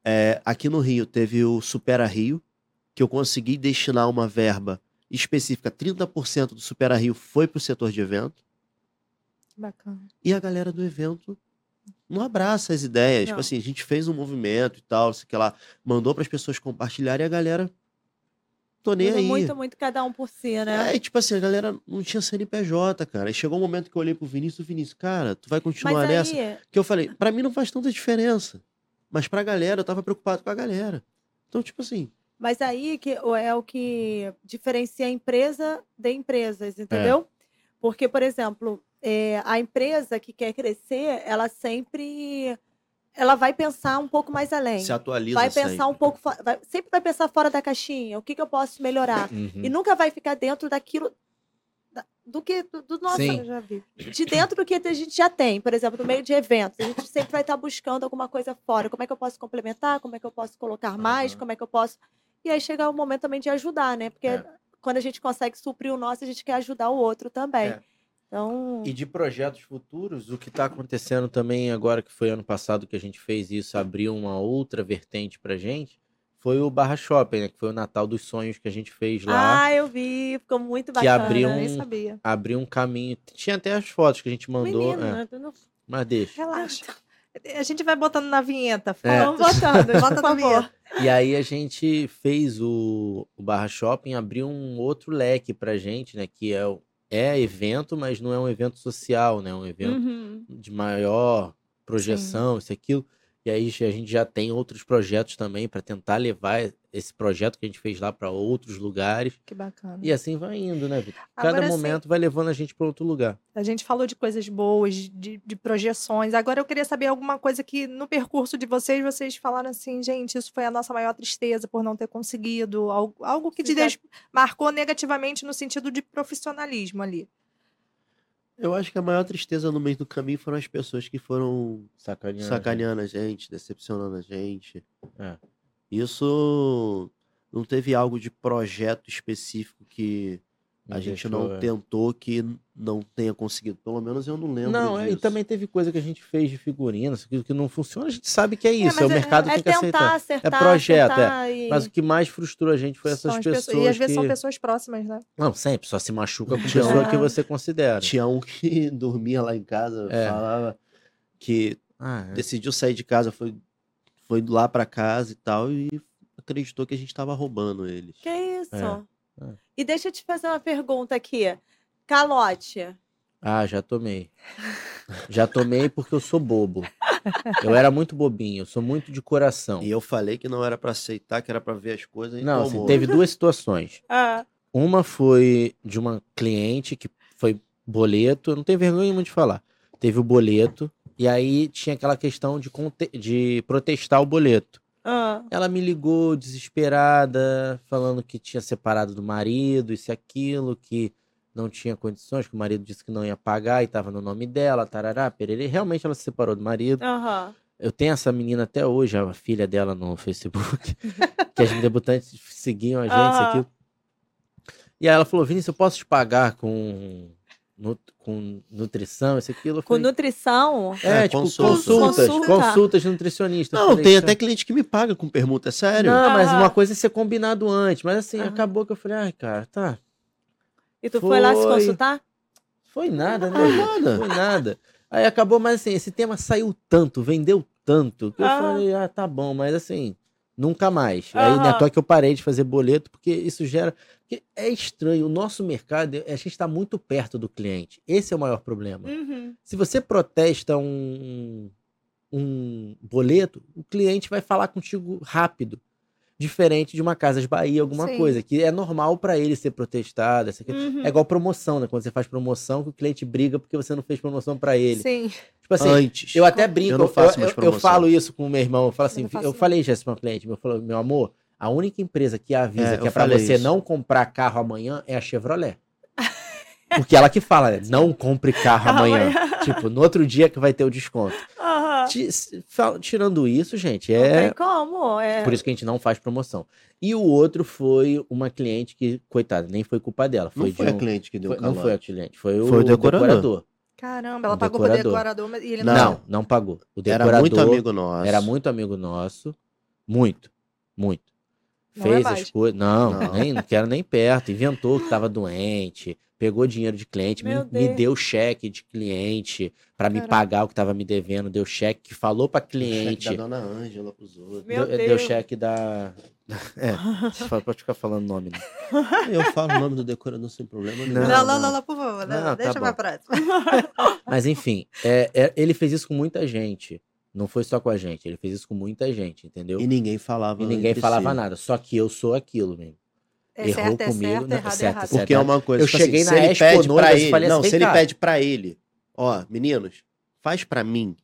Speaker 3: É, aqui no Rio teve o Supera Rio, que eu consegui destinar uma verba específica, 30% do Supera Rio foi pro setor de evento,
Speaker 2: Bacana.
Speaker 3: e a galera do evento não abraça as ideias.
Speaker 1: Não.
Speaker 3: Tipo assim, a gente fez um movimento e tal, sei que lá, mandou para as pessoas compartilharem e a galera tô nem
Speaker 1: Tudo
Speaker 3: aí.
Speaker 1: muito, muito cada um por si, né?
Speaker 3: É, tipo assim, a galera não tinha CNPJ, cara. Aí chegou um momento que eu olhei pro Vinícius, Vinícius, cara, tu vai
Speaker 1: mas
Speaker 3: continuar
Speaker 1: aí,
Speaker 3: nessa? Que eu falei, pra mim não faz tanta diferença. Mas pra galera, eu tava preocupado com a galera. Então, tipo assim,
Speaker 1: mas aí que o- é o que diferencia a empresa de empresas, entendeu? Porque, por exemplo, é, a empresa que quer crescer, ela sempre ela vai pensar um pouco mais além.
Speaker 3: se atualiza
Speaker 1: Vai
Speaker 3: sempre. né?
Speaker 1: pensar um pouco, fo- vai- sempre vai pensar fora da caixinha. O que, que eu posso melhorar?
Speaker 4: Uhum.
Speaker 1: E nunca vai ficar dentro daquilo da- do que do, do nosso
Speaker 4: Sim.
Speaker 2: Eu já vi.
Speaker 1: de dentro do que a gente já tem, por exemplo, no meio de eventos, a gente sempre vai estar buscando alguma coisa fora. Como é que eu posso complementar? Como é que eu posso colocar mais?
Speaker 5: Aham.
Speaker 1: Como é que eu posso? E aí chega o momento também de ajudar, né? Porque
Speaker 5: É.
Speaker 1: quando a gente consegue suprir o nosso, a gente quer ajudar o outro também.
Speaker 5: É.
Speaker 1: Então,
Speaker 4: E de projetos futuros, o que está acontecendo também agora que foi ano passado que a gente fez isso, abriu uma outra vertente pra gente, foi o Barra Shopping, né? Que foi o Natal dos Sonhos que a gente fez lá.
Speaker 1: ah, eu vi, ficou muito
Speaker 4: Que
Speaker 1: bacana.
Speaker 4: abriu
Speaker 2: Eu nem
Speaker 4: um-
Speaker 2: sabia.
Speaker 4: Abriu um caminho. Tinha até as fotos que a gente mandou. é,
Speaker 1: Menina, tu não-
Speaker 4: mas deixa.
Speaker 2: Relaxa. Ah, então, A gente vai botando na vinheta.
Speaker 4: É.
Speaker 2: Vamos botando,
Speaker 1: Por
Speaker 2: bota na
Speaker 1: favor.
Speaker 2: vinheta.
Speaker 4: E aí a gente fez o, o Barra Shopping, abriu um outro leque pra gente, né? Que é, o- é evento, mas não é um evento social, né? É um evento
Speaker 1: Uhum.
Speaker 4: de maior projeção, isso e aquilo. E aí a gente já tem outros projetos também para tentar levar esse projeto que a gente fez lá para outros lugares.
Speaker 2: Que bacana.
Speaker 4: E assim vai indo, né, Vitor? Cada
Speaker 2: Agora sim.
Speaker 4: momento vai levando a gente para outro lugar.
Speaker 2: A gente falou de coisas boas, de, de projeções. Agora eu queria saber alguma coisa que no percurso de vocês, vocês falaram assim, gente, isso foi a nossa maior tristeza por não ter conseguido. Algo, algo que te
Speaker 1: Fica-
Speaker 2: des- marcou negativamente no sentido de profissionalismo ali.
Speaker 3: Eu acho que a maior tristeza no meio do caminho foram as pessoas que foram
Speaker 4: Sacaneando.
Speaker 3: sacaneando a gente, decepcionando a gente.
Speaker 4: É.
Speaker 3: Isso não teve algo de projeto específico que a gente não
Speaker 4: tem.
Speaker 3: tentou que não tenha conseguido. Pelo menos eu não lembro
Speaker 4: Não, é,
Speaker 3: disso.
Speaker 4: e também teve coisa que a gente fez de figurino, isso aqui que não funciona, a gente sabe que é isso, é,
Speaker 2: mas
Speaker 4: o
Speaker 2: é-
Speaker 4: mercado
Speaker 1: É
Speaker 4: tem que aceitar.
Speaker 1: tentar acertar,
Speaker 4: projeto, é.
Speaker 1: acertar e-
Speaker 4: Mas o que mais frustrou a gente foi essas
Speaker 2: São as
Speaker 4: pessoas.
Speaker 2: E às vezes
Speaker 4: que...
Speaker 2: são pessoas próximas, né?
Speaker 4: Não, sempre, só se machuca com a
Speaker 3: Tinha um-
Speaker 4: pessoa que você considera.
Speaker 3: Tinha um que dormia lá em casa,
Speaker 4: É.
Speaker 3: falava que
Speaker 4: Ah, é.
Speaker 3: decidiu sair de casa, foi, foi lá pra casa e tal, e acreditou que a gente tava roubando eles.
Speaker 1: Que isso?
Speaker 4: É, é.
Speaker 1: E deixa eu te fazer uma pergunta aqui. Calote.
Speaker 4: Ah, já tomei. Já tomei porque eu sou bobo. Eu era muito bobinho, eu sou muito de coração.
Speaker 3: E eu falei que não era pra aceitar, que era pra ver as coisas e
Speaker 4: Não, assim,
Speaker 3: tomou.
Speaker 4: teve duas situações.
Speaker 1: Ah,
Speaker 4: Uma foi de uma cliente que foi boleto, eu não tenho vergonha nenhuma de falar. Teve o boleto, e aí tinha aquela questão de, conte- de protestar o boleto.
Speaker 1: Ah,
Speaker 4: Ela me ligou desesperada, falando que tinha separado do marido, isso e aquilo, que não tinha condições, que o marido disse que não ia pagar e estava no nome dela, tarará, perere. Realmente ela se separou do marido.
Speaker 1: aham.
Speaker 4: Eu tenho essa menina até hoje, a filha dela no Facebook, que as debutantes seguiam a gente, isso e
Speaker 1: Aham.
Speaker 4: aquilo. E aí ela falou, Vinícius, eu posso te pagar com, nu- com nutrição, isso e aquilo. Eu
Speaker 1: Com
Speaker 4: falei,
Speaker 1: nutrição.
Speaker 4: é,
Speaker 3: É,
Speaker 4: tipo,
Speaker 3: consulta.
Speaker 4: consultas,
Speaker 1: Consulta.
Speaker 4: consultas de nutricionista. Eu
Speaker 3: Não,
Speaker 4: falei, é
Speaker 3: tem
Speaker 4: "Cara,
Speaker 3: até cliente que me paga com permuta, é sério.
Speaker 4: não, mas
Speaker 1: Aham.
Speaker 4: uma coisa é ser combinado antes. Mas assim,
Speaker 1: Aham.
Speaker 4: acabou que eu falei, ai, cara, tá.
Speaker 1: E tu foi, lá se
Speaker 4: Foi.
Speaker 1: consultar?
Speaker 4: Foi nada, né?
Speaker 3: Ah,
Speaker 4: gente?
Speaker 3: nada.
Speaker 4: Foi nada. Aí acabou, mas assim, esse tema saiu tanto, vendeu tanto, que eu
Speaker 1: Aham.
Speaker 4: falei, ah, tá bom, mas assim, nunca mais. Aí, né,
Speaker 1: Aham.
Speaker 4: à toa que eu parei de fazer boleto, porque isso gera. Porque é estranho, o nosso mercado, a gente está muito perto do cliente. Esse é o maior problema.
Speaker 1: Uhum.
Speaker 4: Se você protesta um, um boleto, o cliente vai falar contigo rápido. Diferente de uma Casas Bahia, alguma
Speaker 2: Sim.
Speaker 4: coisa, que é normal para ele ser protestado. Essa aqui.
Speaker 1: Uhum.
Speaker 4: É igual promoção, né? Quando você faz promoção, que o cliente briga porque você não fez promomoção para ele.
Speaker 2: Sim.
Speaker 4: Tipo assim,
Speaker 3: Antes.
Speaker 4: eu até brinco,
Speaker 3: Eu não faço mais
Speaker 4: eu- eu
Speaker 3: promoção.
Speaker 4: falo isso com o meu irmão. Eu falo assim,
Speaker 2: Eu não faço
Speaker 4: eu
Speaker 2: não.
Speaker 4: falei já isso pra um cliente, meu, eu falo, meu amor, a única empresa que avisa
Speaker 3: É,
Speaker 4: que
Speaker 3: eu
Speaker 4: é pra
Speaker 3: falei
Speaker 4: você
Speaker 3: isso.
Speaker 4: não comprar carro amanhã é a Chevrolet. Porque ela que fala, né? Não compre carro amanhã. tipo, no outro dia que vai ter o desconto.
Speaker 1: Aham.
Speaker 4: Ti- se- fal- Tirando isso, gente,
Speaker 1: Não
Speaker 4: é
Speaker 1: tem como. É...
Speaker 4: por isso que a gente não faz promoção. E o outro foi uma cliente que, coitada, nem foi culpa dela. Foi
Speaker 3: Não
Speaker 4: de
Speaker 3: foi a
Speaker 4: um-
Speaker 3: cliente que deu
Speaker 4: foi-
Speaker 3: calor.
Speaker 4: não foi a cliente, foi o,
Speaker 3: Foi o decorador.
Speaker 4: decorador.
Speaker 2: Caramba, ela
Speaker 4: Um
Speaker 2: pagou pro
Speaker 4: decorador.
Speaker 2: decorador, mas e ele
Speaker 4: Não,
Speaker 2: não.
Speaker 4: não, pagou. O decorador
Speaker 3: Era muito amigo nosso.
Speaker 4: era muito amigo nosso. Muito, muito.
Speaker 2: Não é
Speaker 4: Fez as
Speaker 2: mais.
Speaker 4: coisas. Não,
Speaker 3: Não.
Speaker 4: Nem, não quero nem perto. Inventou que estava doente, pegou dinheiro de cliente, me,
Speaker 1: Meu
Speaker 4: me
Speaker 1: Deus.
Speaker 4: deu cheque de cliente para me
Speaker 2: Caraca.
Speaker 4: pagar o que estava me devendo, deu cheque que falou
Speaker 3: O
Speaker 4: para
Speaker 3: cheque
Speaker 4: cliente.
Speaker 3: Da dona Ângela pros outros.
Speaker 1: Meu
Speaker 4: deu, deu
Speaker 1: Deus.
Speaker 4: cheque da. É, você fala, pode ficar falando nome, né?
Speaker 3: Ah, Eu falo o nome do decorador sem problema nenhum.
Speaker 4: Não,
Speaker 2: Não, não, não,
Speaker 4: não.
Speaker 2: por favor,
Speaker 4: Não,
Speaker 2: não,
Speaker 4: tá
Speaker 2: deixa pra
Speaker 4: bom.
Speaker 2: próxima.
Speaker 4: Mas enfim, é- é- ele fez isso com muita gente. Não foi só com a gente, ele fez isso com muita gente, entendeu?
Speaker 3: E
Speaker 4: E,
Speaker 3: ninguém falava
Speaker 4: ninguém
Speaker 3: entre
Speaker 4: falava
Speaker 3: si.
Speaker 4: nada. Só que eu sou aquilo mesmo.
Speaker 2: É
Speaker 4: Errou
Speaker 2: certo, é
Speaker 4: comigo,
Speaker 2: certo,
Speaker 4: não,
Speaker 2: errado,
Speaker 4: certo,
Speaker 2: errado.
Speaker 4: certo.
Speaker 3: Porque é uma coisa.
Speaker 4: Eu
Speaker 3: tipo assim,
Speaker 4: cheguei na
Speaker 3: se ele
Speaker 4: Expo
Speaker 3: pede pra
Speaker 4: Noivas e
Speaker 3: ele,
Speaker 4: falei
Speaker 3: não,
Speaker 4: assim,
Speaker 3: se ele
Speaker 4: "Vem cá."
Speaker 3: pede pra ele, ó, meninos, faz pra mim.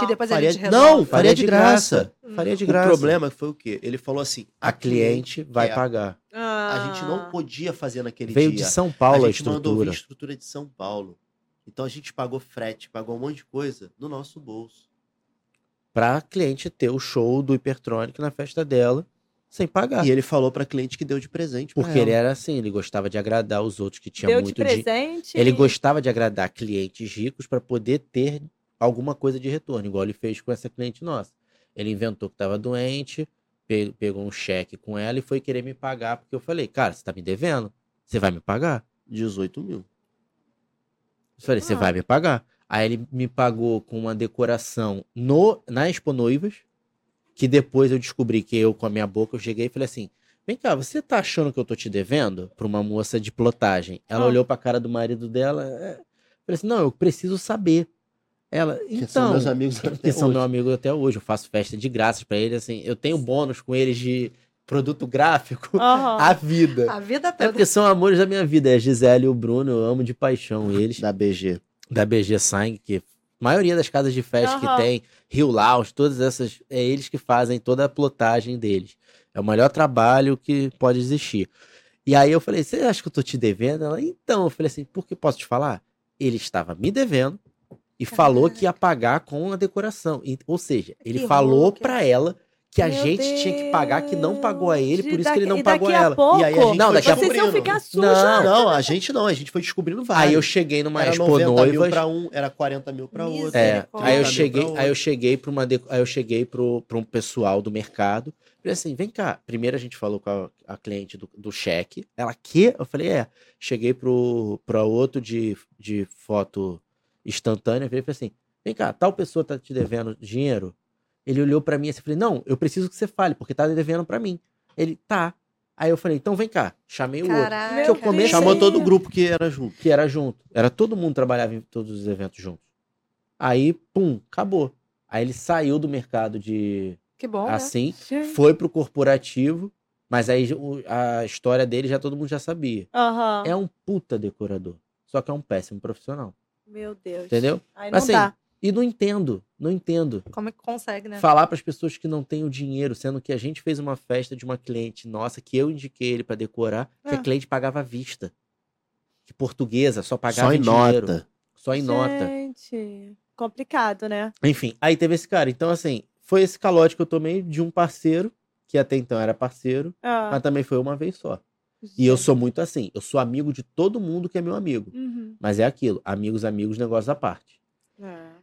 Speaker 2: Que depois
Speaker 3: Faria
Speaker 2: a gente
Speaker 3: de-
Speaker 2: resolve.
Speaker 3: não, faria de graça.
Speaker 4: Faria
Speaker 1: Hum.
Speaker 4: de
Speaker 3: O
Speaker 4: graça.
Speaker 3: problema foi o quê? Ele falou assim:
Speaker 4: A cliente vai
Speaker 3: é,
Speaker 4: pagar.
Speaker 1: Ah.
Speaker 3: A gente não podia fazer naquele
Speaker 4: Veio
Speaker 3: dia.
Speaker 4: de São Paulo a,
Speaker 3: a gente mandou vir
Speaker 4: estrutura.
Speaker 3: estrutura de São Paulo. Então a gente pagou frete, pagou um monte de coisa no nosso bolso.
Speaker 4: Pra cliente ter o show do Hipertronic na festa dela sem pagar.
Speaker 3: E é. ele falou pra cliente que deu de presente. pra
Speaker 4: É. Porque ele
Speaker 3: ela.
Speaker 4: era assim, ele gostava de agradar os outros que tinham
Speaker 1: Deu de
Speaker 4: muito dinheiro.
Speaker 1: presente.
Speaker 4: Ele gostava de agradar clientes ricos para poder ter alguma coisa de retorno, igual ele fez com essa cliente nossa. Ele inventou que estava doente, pe- pegou um cheque com ela e foi querer me pagar, porque eu falei, cara, você tá me devendo? Você vai me pagar?
Speaker 3: 18 mil.
Speaker 4: Eu falei, você
Speaker 1: Ah.
Speaker 4: vai me pagar. Aí ele me pagou com uma decoração no, na Expo Noivas, que depois eu descobri que eu, com a minha boca, eu cheguei e falei assim, vem cá, você tá achando que eu tô te devendo? Pra uma moça de plotagem. Ela
Speaker 1: Ah.
Speaker 4: olhou pra cara do marido dela, é... falei assim, não, eu preciso saber. Ela, então...
Speaker 3: que são meus amigos até
Speaker 4: que são
Speaker 3: hoje.
Speaker 4: meu amigo até hoje, eu faço festa de graças pra eles, assim, eu tenho bônus com eles de produto gráfico,
Speaker 1: Aham.
Speaker 4: a vida.
Speaker 2: A vida
Speaker 1: Ah,
Speaker 2: tá
Speaker 4: É
Speaker 2: toda.
Speaker 4: porque são amores da minha vida, é a Gisele e o Bruno, eu amo de paixão eles
Speaker 3: Da BG.
Speaker 4: da BG Sang, que a maioria das casas de festa
Speaker 1: Aham.
Speaker 4: que tem, Rio Laos, todas essas, é eles que fazem toda a plotagem deles. É o melhor trabalho que pode existir. E aí eu falei, você acha que eu tô te devendo? Ela, então, eu falei assim, porque posso te falar? Ele estava me devendo e falou que ia pagar com a decoração. E- ou seja, ele
Speaker 2: Que
Speaker 4: falou
Speaker 2: rolo que é.
Speaker 4: pra ela que a
Speaker 1: Meu
Speaker 4: gente tinha que pagar, que não pagou a ele,
Speaker 1: Deus.
Speaker 4: por isso
Speaker 1: E
Speaker 4: que ele não
Speaker 1: daqui-
Speaker 4: pagou
Speaker 1: e
Speaker 4: a
Speaker 1: daqui
Speaker 4: ela.
Speaker 1: Pouco,
Speaker 3: E aí a gente
Speaker 4: Não,
Speaker 3: foi
Speaker 4: daqui a
Speaker 1: Vocês iam
Speaker 3: descobrindo.
Speaker 1: ficar assim. sujos.
Speaker 4: Não,
Speaker 3: Não, a gente não, a gente foi descobrindo vários.
Speaker 4: aí
Speaker 1: tá.
Speaker 4: eu cheguei numa
Speaker 3: era
Speaker 4: Expo
Speaker 3: 90 mil
Speaker 4: Noivas,
Speaker 3: pra um, era 40 mil pra outro.
Speaker 4: É,
Speaker 2: Misericórdia.
Speaker 4: aí eu
Speaker 3: 30 mil
Speaker 4: cheguei,
Speaker 3: pra
Speaker 4: aí eu
Speaker 3: outro.
Speaker 4: cheguei para uma, de- aí eu cheguei pro, pra um pessoal do mercado. Falei assim, vem cá. Primeiro a gente falou com a, a cliente do, do cheque. Ela que? Eu falei, é. Cheguei pro para outro de, de foto instantânea, falei assim, vem cá, tal pessoa tá te devendo dinheiro. Ele olhou pra mim assim, falei, não, eu preciso que você fale, porque tá devendo pra mim. Ele tá. Aí eu falei, então vem cá. Chamei o outro
Speaker 2: Caraca.
Speaker 1: Que eu comecei-
Speaker 3: Chamou todo o grupo que era junto.
Speaker 4: que era junto. Era todo mundo trabalhava em todos os eventos juntos. Aí, pum, acabou. Aí ele saiu do mercado de
Speaker 2: Que bom, né?
Speaker 4: assim,
Speaker 1: Gente.
Speaker 4: foi pro corporativo, mas aí o- a história dele já todo mundo já sabia.
Speaker 1: Aham.
Speaker 4: É um puta decorador, só que é um é péssimo profissional,
Speaker 1: Meu Deus.
Speaker 4: entendeu?
Speaker 1: Aí não
Speaker 4: assim,
Speaker 1: dá.
Speaker 4: E não entendo, não entendo.
Speaker 2: Como é que consegue, né?
Speaker 4: Falar para as pessoas que não têm o dinheiro, sendo que a gente fez uma festa de uma cliente nossa que eu indiquei ele para decorar, que
Speaker 2: Ah.
Speaker 4: a cliente pagava à vista. Que portuguesa só pagava
Speaker 3: Só em
Speaker 4: dinheiro.
Speaker 3: nota.
Speaker 4: Só em nota.
Speaker 1: Gente, complicado, né?
Speaker 4: Enfim, aí teve esse cara. Então, assim, foi esse calote que eu tomei de um parceiro, que até então era parceiro,
Speaker 1: Ah,
Speaker 4: mas também foi uma vez só. E eu
Speaker 1: gente.
Speaker 4: sou muito assim. Eu sou amigo de todo mundo que é meu amigo.
Speaker 1: Uhum.
Speaker 4: Mas é aquilo, amigos, amigos, negócio à parte.
Speaker 1: É.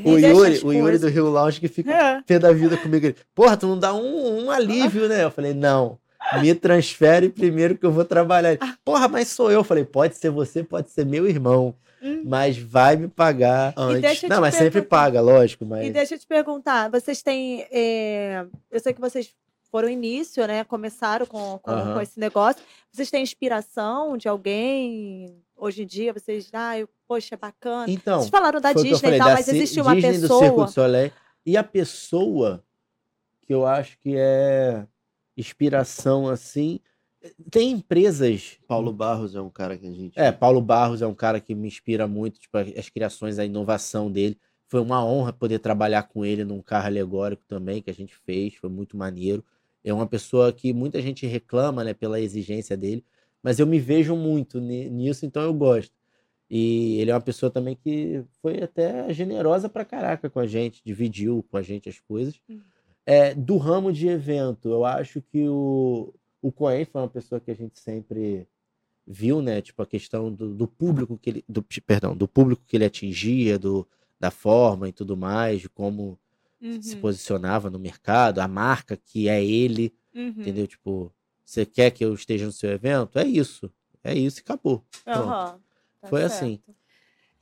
Speaker 4: O
Speaker 1: Deixa
Speaker 4: Yuri,
Speaker 1: as
Speaker 4: o Yuri do
Speaker 1: coisas.
Speaker 4: Rio Lounge que fica
Speaker 1: É.
Speaker 4: pé da vida comigo. Ele, Porra, tu não dá um, um alívio, né? Eu falei, não, me transfere primeiro que eu vou trabalhar. Ele, Porra, mas sou eu. Eu falei, pode ser você, pode ser meu irmão,
Speaker 1: Hum.
Speaker 4: mas vai me pagar antes.
Speaker 1: deixa eu
Speaker 4: Não,
Speaker 1: te
Speaker 4: mas sempre
Speaker 1: perguntar.
Speaker 4: paga, lógico, mas...
Speaker 1: E deixa eu te perguntar, vocês têm. é, Eu sei que vocês foram início, né? Começaram com, com,
Speaker 4: Aham.
Speaker 1: com esse negócio. Vocês têm inspiração de alguém? Hoje em dia, vocês. Ah, eu- poxa, é bacana.
Speaker 4: Então,
Speaker 1: vocês falaram da
Speaker 4: foi o que eu
Speaker 1: Disney
Speaker 4: falei,
Speaker 1: e tal,
Speaker 4: da
Speaker 1: mas
Speaker 4: Ci-
Speaker 1: existe uma
Speaker 4: Disney do Circo
Speaker 1: pessoa.
Speaker 4: du Soleil. E a pessoa que eu acho que é inspiração, assim... Tem empresas...
Speaker 3: Paulo Barros é um cara que a gente.
Speaker 4: É, Paulo Barros é um cara que me inspira muito, tipo, as criações, a inovação dele. Foi uma honra poder trabalhar com ele num carro alegórico também, que a gente fez, foi muito maneiro. É uma pessoa que muita gente reclama, né, pela exigência dele, mas eu me vejo muito ni- nisso, então eu gosto. E ele é uma pessoa também que foi até generosa pra caraca com a gente, dividiu com a gente as coisas. É, do ramo de evento, eu acho que o, o Coen foi uma pessoa que a gente sempre viu, né? Tipo, a questão do, do público que ele. Do, perdão, do público que ele atingia, do, da forma e tudo mais, de como se
Speaker 1: Uhum,
Speaker 4: posicionava no mercado, a marca que é ele,
Speaker 1: uhum,
Speaker 4: entendeu? Tipo, você quer que eu esteja no seu evento? É isso. É isso e acabou.
Speaker 1: aham, tá
Speaker 4: Então, Foi assim.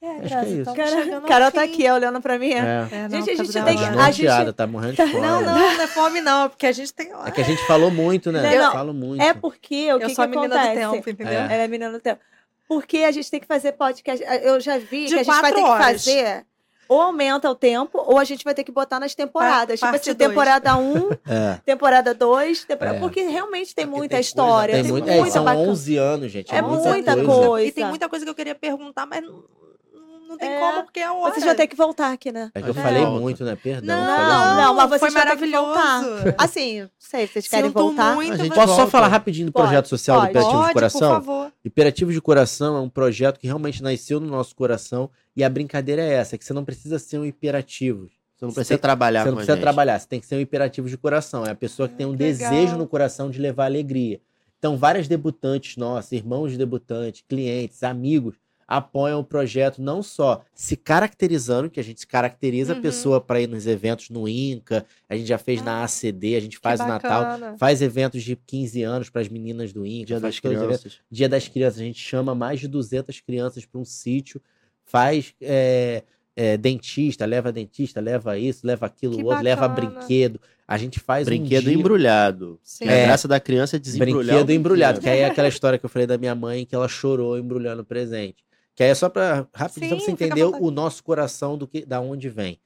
Speaker 2: É,
Speaker 4: que é
Speaker 2: Grazi,
Speaker 4: isso.
Speaker 2: estamos chegando
Speaker 1: Cara,
Speaker 2: ao
Speaker 1: Carol tá
Speaker 2: fim.
Speaker 1: aqui, ó, olhando pra mim.
Speaker 4: É.
Speaker 2: É, não,
Speaker 1: Gente, a
Speaker 2: tá
Speaker 1: gente tem
Speaker 2: dando
Speaker 4: tá
Speaker 1: que-
Speaker 2: hora.
Speaker 1: a gente-
Speaker 4: desnorteada, tá morrendo de fome.
Speaker 2: Não, não, não é fome não, porque a gente tem...
Speaker 4: É que a gente falou muito, né?
Speaker 1: Não, não.
Speaker 4: Falo muito.
Speaker 1: É porque o
Speaker 2: Eu
Speaker 1: que, que
Speaker 2: sou a menina do
Speaker 1: acontece?
Speaker 2: tempo, entendeu?
Speaker 1: Ela
Speaker 4: É.
Speaker 1: é menina do tempo. Porque a gente tem que fazer podcast. Ah, Eu já vi que
Speaker 2: De
Speaker 1: a gente vai
Speaker 2: quatro
Speaker 1: ter
Speaker 2: horas.
Speaker 1: que fazer. Ou aumenta o tempo, ou a gente vai ter que botar nas temporadas.
Speaker 2: Pa-
Speaker 1: tipo
Speaker 2: parte
Speaker 1: assim,
Speaker 2: dois.
Speaker 1: temporada 1, um,
Speaker 4: É.
Speaker 1: temporada 2, temporada...
Speaker 4: É.
Speaker 1: porque realmente tem
Speaker 6: Porque
Speaker 1: muita
Speaker 6: tem coisa,
Speaker 1: história.
Speaker 4: Tem
Speaker 1: tem
Speaker 4: muito,
Speaker 1: muita,
Speaker 4: é, são
Speaker 1: bacana.
Speaker 4: 11 anos, gente. É,
Speaker 1: É muita coisa.
Speaker 2: E tem muita coisa que eu queria perguntar, mas não, não tem
Speaker 1: É.
Speaker 2: como, porque é hora.
Speaker 1: Vocês vão ter que voltar aqui, né?
Speaker 4: É que eu
Speaker 3: É.
Speaker 4: falei muito, né? Perdão.
Speaker 2: Não,
Speaker 4: falei muito.
Speaker 1: Não, não, mas vocês
Speaker 2: foi
Speaker 1: vão ter que
Speaker 2: maravilhoso. Ah,
Speaker 1: Assim, não sei, vocês
Speaker 2: É. Sinto
Speaker 1: querem voltar?
Speaker 2: muito,
Speaker 4: A gente
Speaker 2: mas-
Speaker 4: posso só falar rapidinho do
Speaker 1: Pode,
Speaker 4: projeto social do
Speaker 1: pode.
Speaker 4: Imperativo de
Speaker 2: Então Pode, por
Speaker 4: Coração?
Speaker 2: favor.
Speaker 4: Imperativo de Coração é um projeto que realmente nasceu no nosso coração e a brincadeira é essa, que você não precisa ser um imperativo.
Speaker 3: Você não
Speaker 4: Você
Speaker 3: precisa
Speaker 4: tem-
Speaker 3: trabalhar
Speaker 4: Você
Speaker 3: com
Speaker 4: não
Speaker 3: a
Speaker 4: precisa
Speaker 3: gente.
Speaker 4: trabalhar, você tem que ser um imperativo de coração. É a pessoa que tem um
Speaker 2: que
Speaker 4: desejo
Speaker 2: legal.
Speaker 4: no coração de levar alegria. Então, várias debutantes nossas, irmãos de debutantes, clientes, amigos, apoiam o projeto não só se caracterizando, que a gente se caracteriza
Speaker 2: Uhum.
Speaker 4: a pessoa para ir nos eventos no Inca, a gente já fez na ACD, a gente
Speaker 2: Que
Speaker 4: faz o Natal,
Speaker 2: bacana.
Speaker 4: faz eventos de 15 anos para as meninas do Inca,
Speaker 3: Dia
Speaker 4: faz
Speaker 3: das
Speaker 4: todos os eventos.
Speaker 3: crianças.
Speaker 4: Dia das Crianças, a gente chama mais de 200 crianças para um sítio, faz é, é, dentista, leva dentista, leva isso, leva aquilo,
Speaker 2: Que
Speaker 4: outro, leva
Speaker 2: bacana.
Speaker 4: brinquedo. A gente faz um
Speaker 3: Brinquedo
Speaker 4: dia-
Speaker 3: embrulhado.
Speaker 2: Sim.
Speaker 3: Que A
Speaker 4: É.
Speaker 3: graça da criança é desembrulhar. o
Speaker 4: brinquedo
Speaker 3: brinquedo.
Speaker 4: embrulhado, que aí é aquela história que eu falei da minha mãe que ela chorou embrulhando o presente. Que aí é só para rapidinho só pra
Speaker 2: Sim,
Speaker 4: você
Speaker 2: fica à
Speaker 4: entender
Speaker 2: vontade.
Speaker 4: o nosso coração do que da onde vem.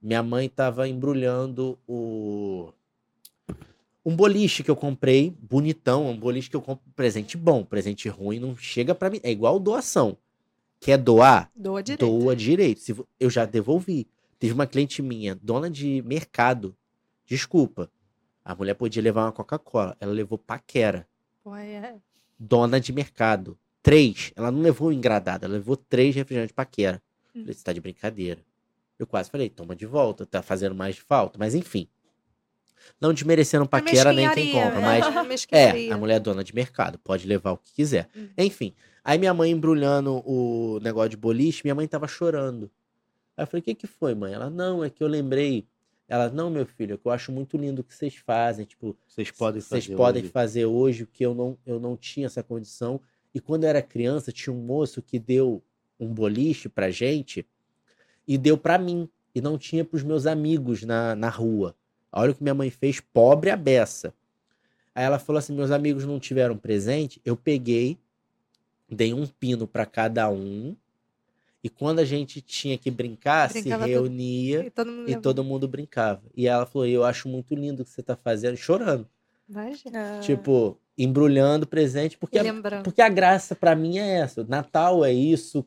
Speaker 4: Minha mãe estava embrulhando o um boliche que eu comprei, bonitão, um boliche que eu compro presente bom, presente ruim não chega para mim, é igual doação. Quer doar?
Speaker 2: Doa direito.
Speaker 4: Doa direito. Se vo- Eu já devolvi. Teve uma cliente minha, dona de mercado. Desculpa. A mulher podia levar uma Coca-Cola. Ela levou paquera.
Speaker 2: Pô, é.
Speaker 4: Dona de mercado. Três. Ela não levou um engradado. Ela levou três refrigerantes paquera.
Speaker 1: Hum.
Speaker 4: Falei, você tá de brincadeira. Eu quase falei, toma de volta. Tá fazendo mais falta. Mas enfim. Não desmerecendo
Speaker 2: É
Speaker 4: paquera nem quem
Speaker 2: mesquinharia,
Speaker 4: compra.
Speaker 2: né?
Speaker 4: Mas
Speaker 2: Mesquinharia.
Speaker 4: é, a mulher é dona de mercado, pode levar o que quiser. Enfim, aí minha mãe embrulhando o negócio de boliche, minha mãe tava chorando. Aí eu falei, o que que foi, mãe? Ela, não, é que eu lembrei. Ela, não, meu filho, é que eu acho muito lindo o que vocês fazem. Tipo,
Speaker 3: Vocês podem fazer.
Speaker 4: vocês podem
Speaker 3: hoje.
Speaker 4: fazer hoje o que eu não, eu não tinha essa condição. E quando eu era criança, tinha um moço que deu um boliche pra gente e deu pra mim. E não tinha pros meus amigos na, na rua. Olha o que minha mãe fez, pobre a beça. Aí ela falou assim: meus amigos não tiveram presente. Eu peguei, dei um pino pra cada um. E quando a gente tinha que brincar,
Speaker 2: Brincava
Speaker 4: se
Speaker 2: todo- né?
Speaker 4: reunia
Speaker 2: E todo mundo
Speaker 4: e
Speaker 2: levou.
Speaker 4: todo mundo brincava. E ela falou: eu acho muito lindo o que você tá fazendo, chorando.
Speaker 2: Vai, gente.
Speaker 1: Ah,
Speaker 4: Tipo, embrulhando presente, porque
Speaker 2: E
Speaker 4: a,
Speaker 2: lembrando.
Speaker 4: porque a graça pra mim é essa. Natal é isso,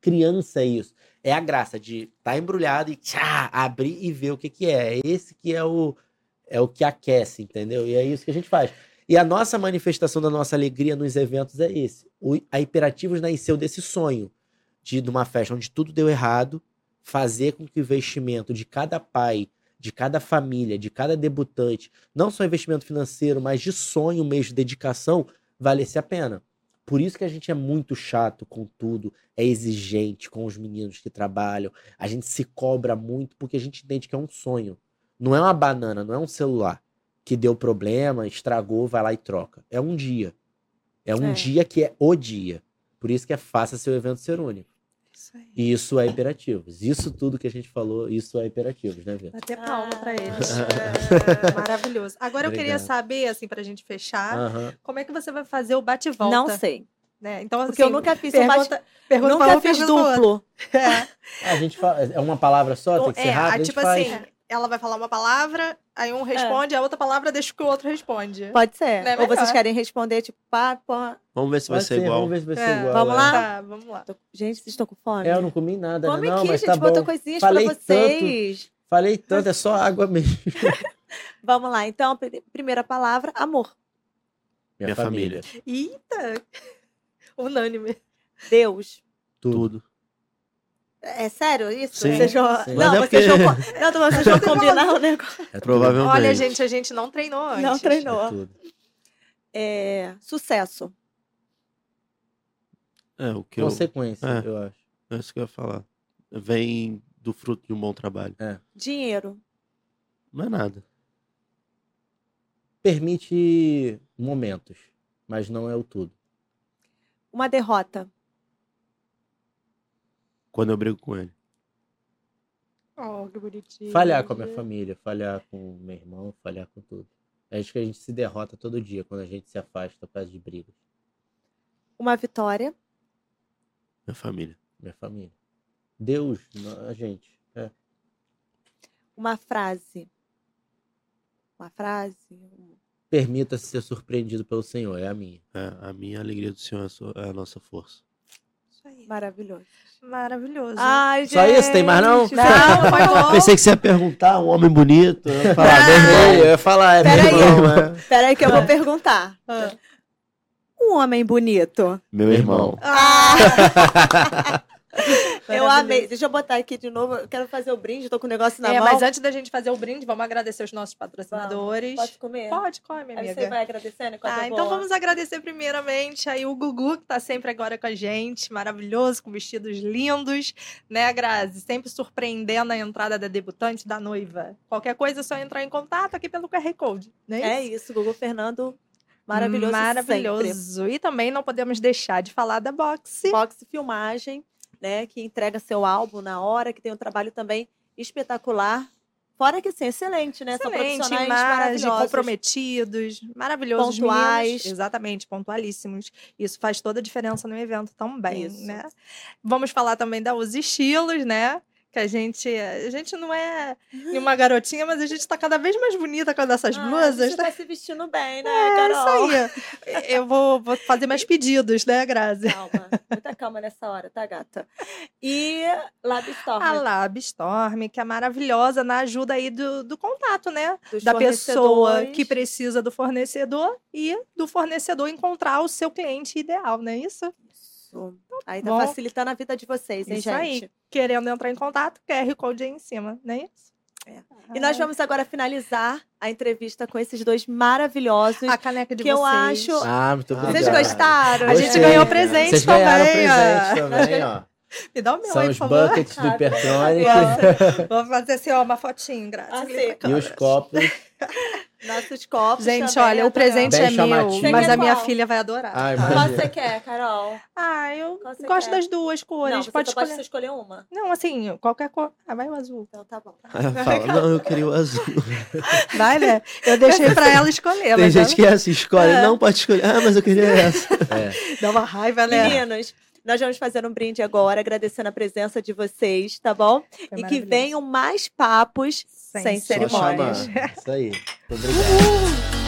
Speaker 4: criança isso. É a graça de estar tá embrulhado e tchá, abrir e ver o que que é. É Esse que é o é o que aquece, entendeu? E é isso que a gente faz. E a nossa manifestação da nossa alegria nos eventos é esse. O, a Imperativos nasceu desse sonho de, de uma festa onde tudo deu errado, fazer com que o investimento de cada pai, de cada família, de cada debutante, não só investimento financeiro, mas de sonho mesmo, dedicação, valesse a pena. Por isso que a gente é muito chato com tudo, é exigente com os meninos que trabalham, a gente se cobra muito porque a gente entende que é um sonho. Não é uma banana, não é um celular que deu problema, estragou, vai lá e troca. É um dia. É um
Speaker 1: É.
Speaker 4: dia que é o dia. Por isso que é faça seu evento ser único.
Speaker 2: Isso aí.
Speaker 4: E isso é imperativos. Isso tudo que a gente falou, isso é imperativos, né, Vitor?
Speaker 2: Bater palma pra
Speaker 1: Ah.
Speaker 2: eles. É, maravilhoso. Agora eu queria
Speaker 4: Obrigado. Ah.
Speaker 2: saber, assim, pra gente fechar,
Speaker 4: Aham.
Speaker 2: como é que você vai fazer o bate-volta?
Speaker 1: Não sei.
Speaker 2: né? Então,
Speaker 1: Porque eu
Speaker 2: assim,
Speaker 1: nunca fiz um
Speaker 2: pergunta,
Speaker 1: bate...
Speaker 2: pergunta pra É.
Speaker 1: Nunca
Speaker 2: um,
Speaker 1: fiz
Speaker 2: pergunta pra outra.
Speaker 1: duplo.
Speaker 4: A gente fala, é uma palavra só, tem que ser
Speaker 2: É,
Speaker 4: rápido,
Speaker 2: aí,
Speaker 4: a gente
Speaker 2: tipo
Speaker 4: faz.
Speaker 2: assim, ela vai falar uma palavra, aí um responde, a outra palavra deixa que o outro responde.
Speaker 1: Pode ser.
Speaker 2: Não é
Speaker 1: Ou vocês
Speaker 2: melhor.
Speaker 1: querem responder, tipo, pá, pá.
Speaker 3: Vamos ver se vai
Speaker 4: Pode
Speaker 3: ser igual.
Speaker 4: Vamos ver se vai ser
Speaker 2: É,
Speaker 4: igual.
Speaker 1: vamos
Speaker 4: é.
Speaker 1: lá?
Speaker 2: Tá, vamos lá.
Speaker 1: tô- Gente, vocês estão com fome?
Speaker 4: É, eu não comi nada,
Speaker 1: Come
Speaker 4: né? não,
Speaker 1: aqui,
Speaker 4: mas
Speaker 1: gente.
Speaker 4: tá
Speaker 1: botou
Speaker 4: bom.
Speaker 1: coisinhas
Speaker 4: Falei
Speaker 1: pra
Speaker 4: tanto.
Speaker 1: vocês.
Speaker 4: Falei tanto, é só água mesmo.
Speaker 1: Vamos lá. Então, pri- primeira palavra, amor.
Speaker 3: Minha,
Speaker 4: É
Speaker 3: família.
Speaker 2: Eita! Unânime.
Speaker 1: Deus.
Speaker 3: Tudo.
Speaker 1: É sério isso?
Speaker 3: Sim,
Speaker 1: Vocês vão-
Speaker 4: sim.
Speaker 1: Não,
Speaker 3: Mas é
Speaker 1: vocês vão...
Speaker 3: porque-
Speaker 1: co- Não, tô- vocês vão combinar o negócio.
Speaker 4: É
Speaker 3: Provavelmente.
Speaker 2: Olha, gente, a gente não treinou antes.
Speaker 1: Não
Speaker 4: tudo, é
Speaker 1: treinou.
Speaker 4: tudo.
Speaker 1: É, sucesso.
Speaker 3: É, o que eu,
Speaker 4: Consequência,
Speaker 3: É.
Speaker 4: eu acho.
Speaker 3: é isso que eu ia falar. Vem do fruto de um bom trabalho.
Speaker 1: Dinheiro.
Speaker 3: Não é nada.
Speaker 4: Permite momentos, mas não é o tudo.
Speaker 1: Uma derrota.
Speaker 3: Quando eu brigo com ele.
Speaker 2: Oh, que bonitinho.
Speaker 4: Falhar com a minha família, falhar com o meu irmão, falhar com tudo. Acho que a gente se derrota todo dia quando a gente se afasta por causa de brigas.
Speaker 1: Uma vitória.
Speaker 3: Minha família.
Speaker 4: Minha família. Deus, nó- a gente. É.
Speaker 1: Uma frase. Uma frase. um-
Speaker 4: Permita-se ser surpreendido pelo Senhor, é a minha.
Speaker 3: É, a minha alegria do Senhor é a sua- é a nossa força.
Speaker 2: Isso aí. Ah,
Speaker 1: Maravilhoso.
Speaker 2: Maravilhoso.
Speaker 1: Ai,
Speaker 4: Só isso? Tem mais não?
Speaker 1: gente,
Speaker 2: Não, foi bom.
Speaker 3: Pensei que você ia perguntar um homem bonito. Eu ia falar,
Speaker 1: Ah,
Speaker 3: meu irmão.
Speaker 4: ia falar, é
Speaker 1: Peraí.
Speaker 4: irmão, é.
Speaker 1: Peraí que eu vou perguntar.
Speaker 2: Ah.
Speaker 1: Um homem bonito.
Speaker 3: Meu irmão.
Speaker 1: Ah. eu amei. Deixa eu botar aqui de novo. Eu quero fazer o brinde, tô com o negócio na
Speaker 2: É,
Speaker 1: mão.
Speaker 2: mas antes da gente fazer o brinde, vamos agradecer os nossos patrocinadores.
Speaker 1: Posso comer?
Speaker 2: Pode, come,
Speaker 1: Aí
Speaker 2: amiga.
Speaker 1: você vai agradecendo com a
Speaker 2: Ah, então vamos agradecer primeiramente aí o Gugu, que tá sempre agora com a gente, maravilhoso, com vestidos lindos, né, Grazi? Sempre surpreendendo a entrada da debutante, da noiva. Qualquer coisa é só entrar em contato aqui pelo QR Code, né?
Speaker 1: É isso, Google Fernando. Maravilhoso. Sempre.
Speaker 2: Maravilhoso. E também não podemos deixar de falar da Boxe.
Speaker 1: Fox Filmagem, né? Que entrega seu álbum na hora, que tem um trabalho também espetacular. Fora que assim, excelente, né? São
Speaker 2: Excelente,
Speaker 1: profissionais
Speaker 2: imagem,
Speaker 1: maravilhosos.
Speaker 2: comprometidos, maravilhosos,
Speaker 1: Pontuais.
Speaker 2: meninos. Exatamente, pontualíssimos. Isso faz toda a diferença no evento também,
Speaker 1: Isso.
Speaker 2: né? Vamos falar também da Os Estilos, né? Que a gente, a gente não é nenhuma garotinha, mas a gente tá cada vez mais bonita com essas
Speaker 1: Uhum. Ah,
Speaker 2: blusas.
Speaker 1: Você
Speaker 2: tá?
Speaker 1: tá se vestindo bem, né,
Speaker 2: É
Speaker 1: Carol?
Speaker 2: isso aí. Eu vou, vou fazer mais pedidos, né, Grazi?
Speaker 1: Calma, muita calma nessa hora, tá, gata? E Labstorm,
Speaker 2: A Lab Storm, que é maravilhosa na ajuda aí do, do contato, né?
Speaker 1: dos
Speaker 2: da pessoa
Speaker 1: fornecedores.
Speaker 2: que precisa do fornecedor e do fornecedor encontrar o seu cliente ideal, não é isso?
Speaker 1: Isso. Aí tá
Speaker 2: Bom.
Speaker 1: facilitando a vida de vocês, hein,
Speaker 2: Isso aí.
Speaker 1: gente?
Speaker 2: Querendo entrar em contato, QR Code aí em cima, não é isso?
Speaker 1: É. E nós vamos agora finalizar a entrevista com esses dois maravilhosos
Speaker 2: a caneca de
Speaker 1: que eu
Speaker 2: vocês.
Speaker 1: acho-
Speaker 4: Ah, muito
Speaker 3: Vocês
Speaker 4: obrigado.
Speaker 1: Vocês gostaram?
Speaker 2: Ah, A gente
Speaker 4: Gostei.
Speaker 2: ganhou presente
Speaker 4: Vocês
Speaker 2: também.
Speaker 4: ganharam
Speaker 2: ó.
Speaker 4: presente também, ó.
Speaker 2: Me dá o meu
Speaker 4: São
Speaker 2: aí,
Speaker 4: os
Speaker 2: por favor.
Speaker 4: buckets do Hipertronic
Speaker 2: Nossa, Vamos fazer assim, ó, uma fotinho, graças.
Speaker 1: Ah,
Speaker 2: ali
Speaker 1: sim.
Speaker 2: pra
Speaker 4: e
Speaker 2: câmera.
Speaker 4: os copos.
Speaker 1: Nossos copos.
Speaker 2: Gente,
Speaker 1: também,
Speaker 2: olha, o
Speaker 1: adoramos.
Speaker 2: presente
Speaker 4: Bem
Speaker 2: é
Speaker 4: chamativo.
Speaker 2: meu,
Speaker 4: Você
Speaker 2: mas
Speaker 1: quer
Speaker 2: a minha
Speaker 1: qual?
Speaker 2: filha vai adorar.
Speaker 4: Ai,
Speaker 2: tá?
Speaker 1: Qual você quer, Carol?
Speaker 2: Ah, eu
Speaker 1: Qual você
Speaker 2: gosto
Speaker 1: quer?
Speaker 2: das duas cores.
Speaker 1: não, você
Speaker 2: pode
Speaker 1: só pode
Speaker 2: escolher.
Speaker 1: escolher uma.
Speaker 2: Não, assim, qualquer cor. Ah, vai o azul.
Speaker 1: Então tá bom.
Speaker 3: Aí ela fala, não, eu queria o azul.
Speaker 2: Vai, né? Eu deixei pra ela escolher,
Speaker 3: Tem
Speaker 2: mas
Speaker 3: gente que é assim, escolhe.
Speaker 2: É.
Speaker 3: Não pode escolher. Ah, mas eu queria essa.
Speaker 4: É.
Speaker 2: dá uma raiva, né?
Speaker 1: Meninos, nós vamos fazer um brinde agora, agradecendo a presença de vocês, tá bom?
Speaker 2: Foi
Speaker 1: e que
Speaker 2: maravilhoso.
Speaker 1: venham mais papos
Speaker 2: Sem
Speaker 1: sem
Speaker 2: cerimônia.
Speaker 1: cerimônias.
Speaker 4: Isso aí. Muito obrigado.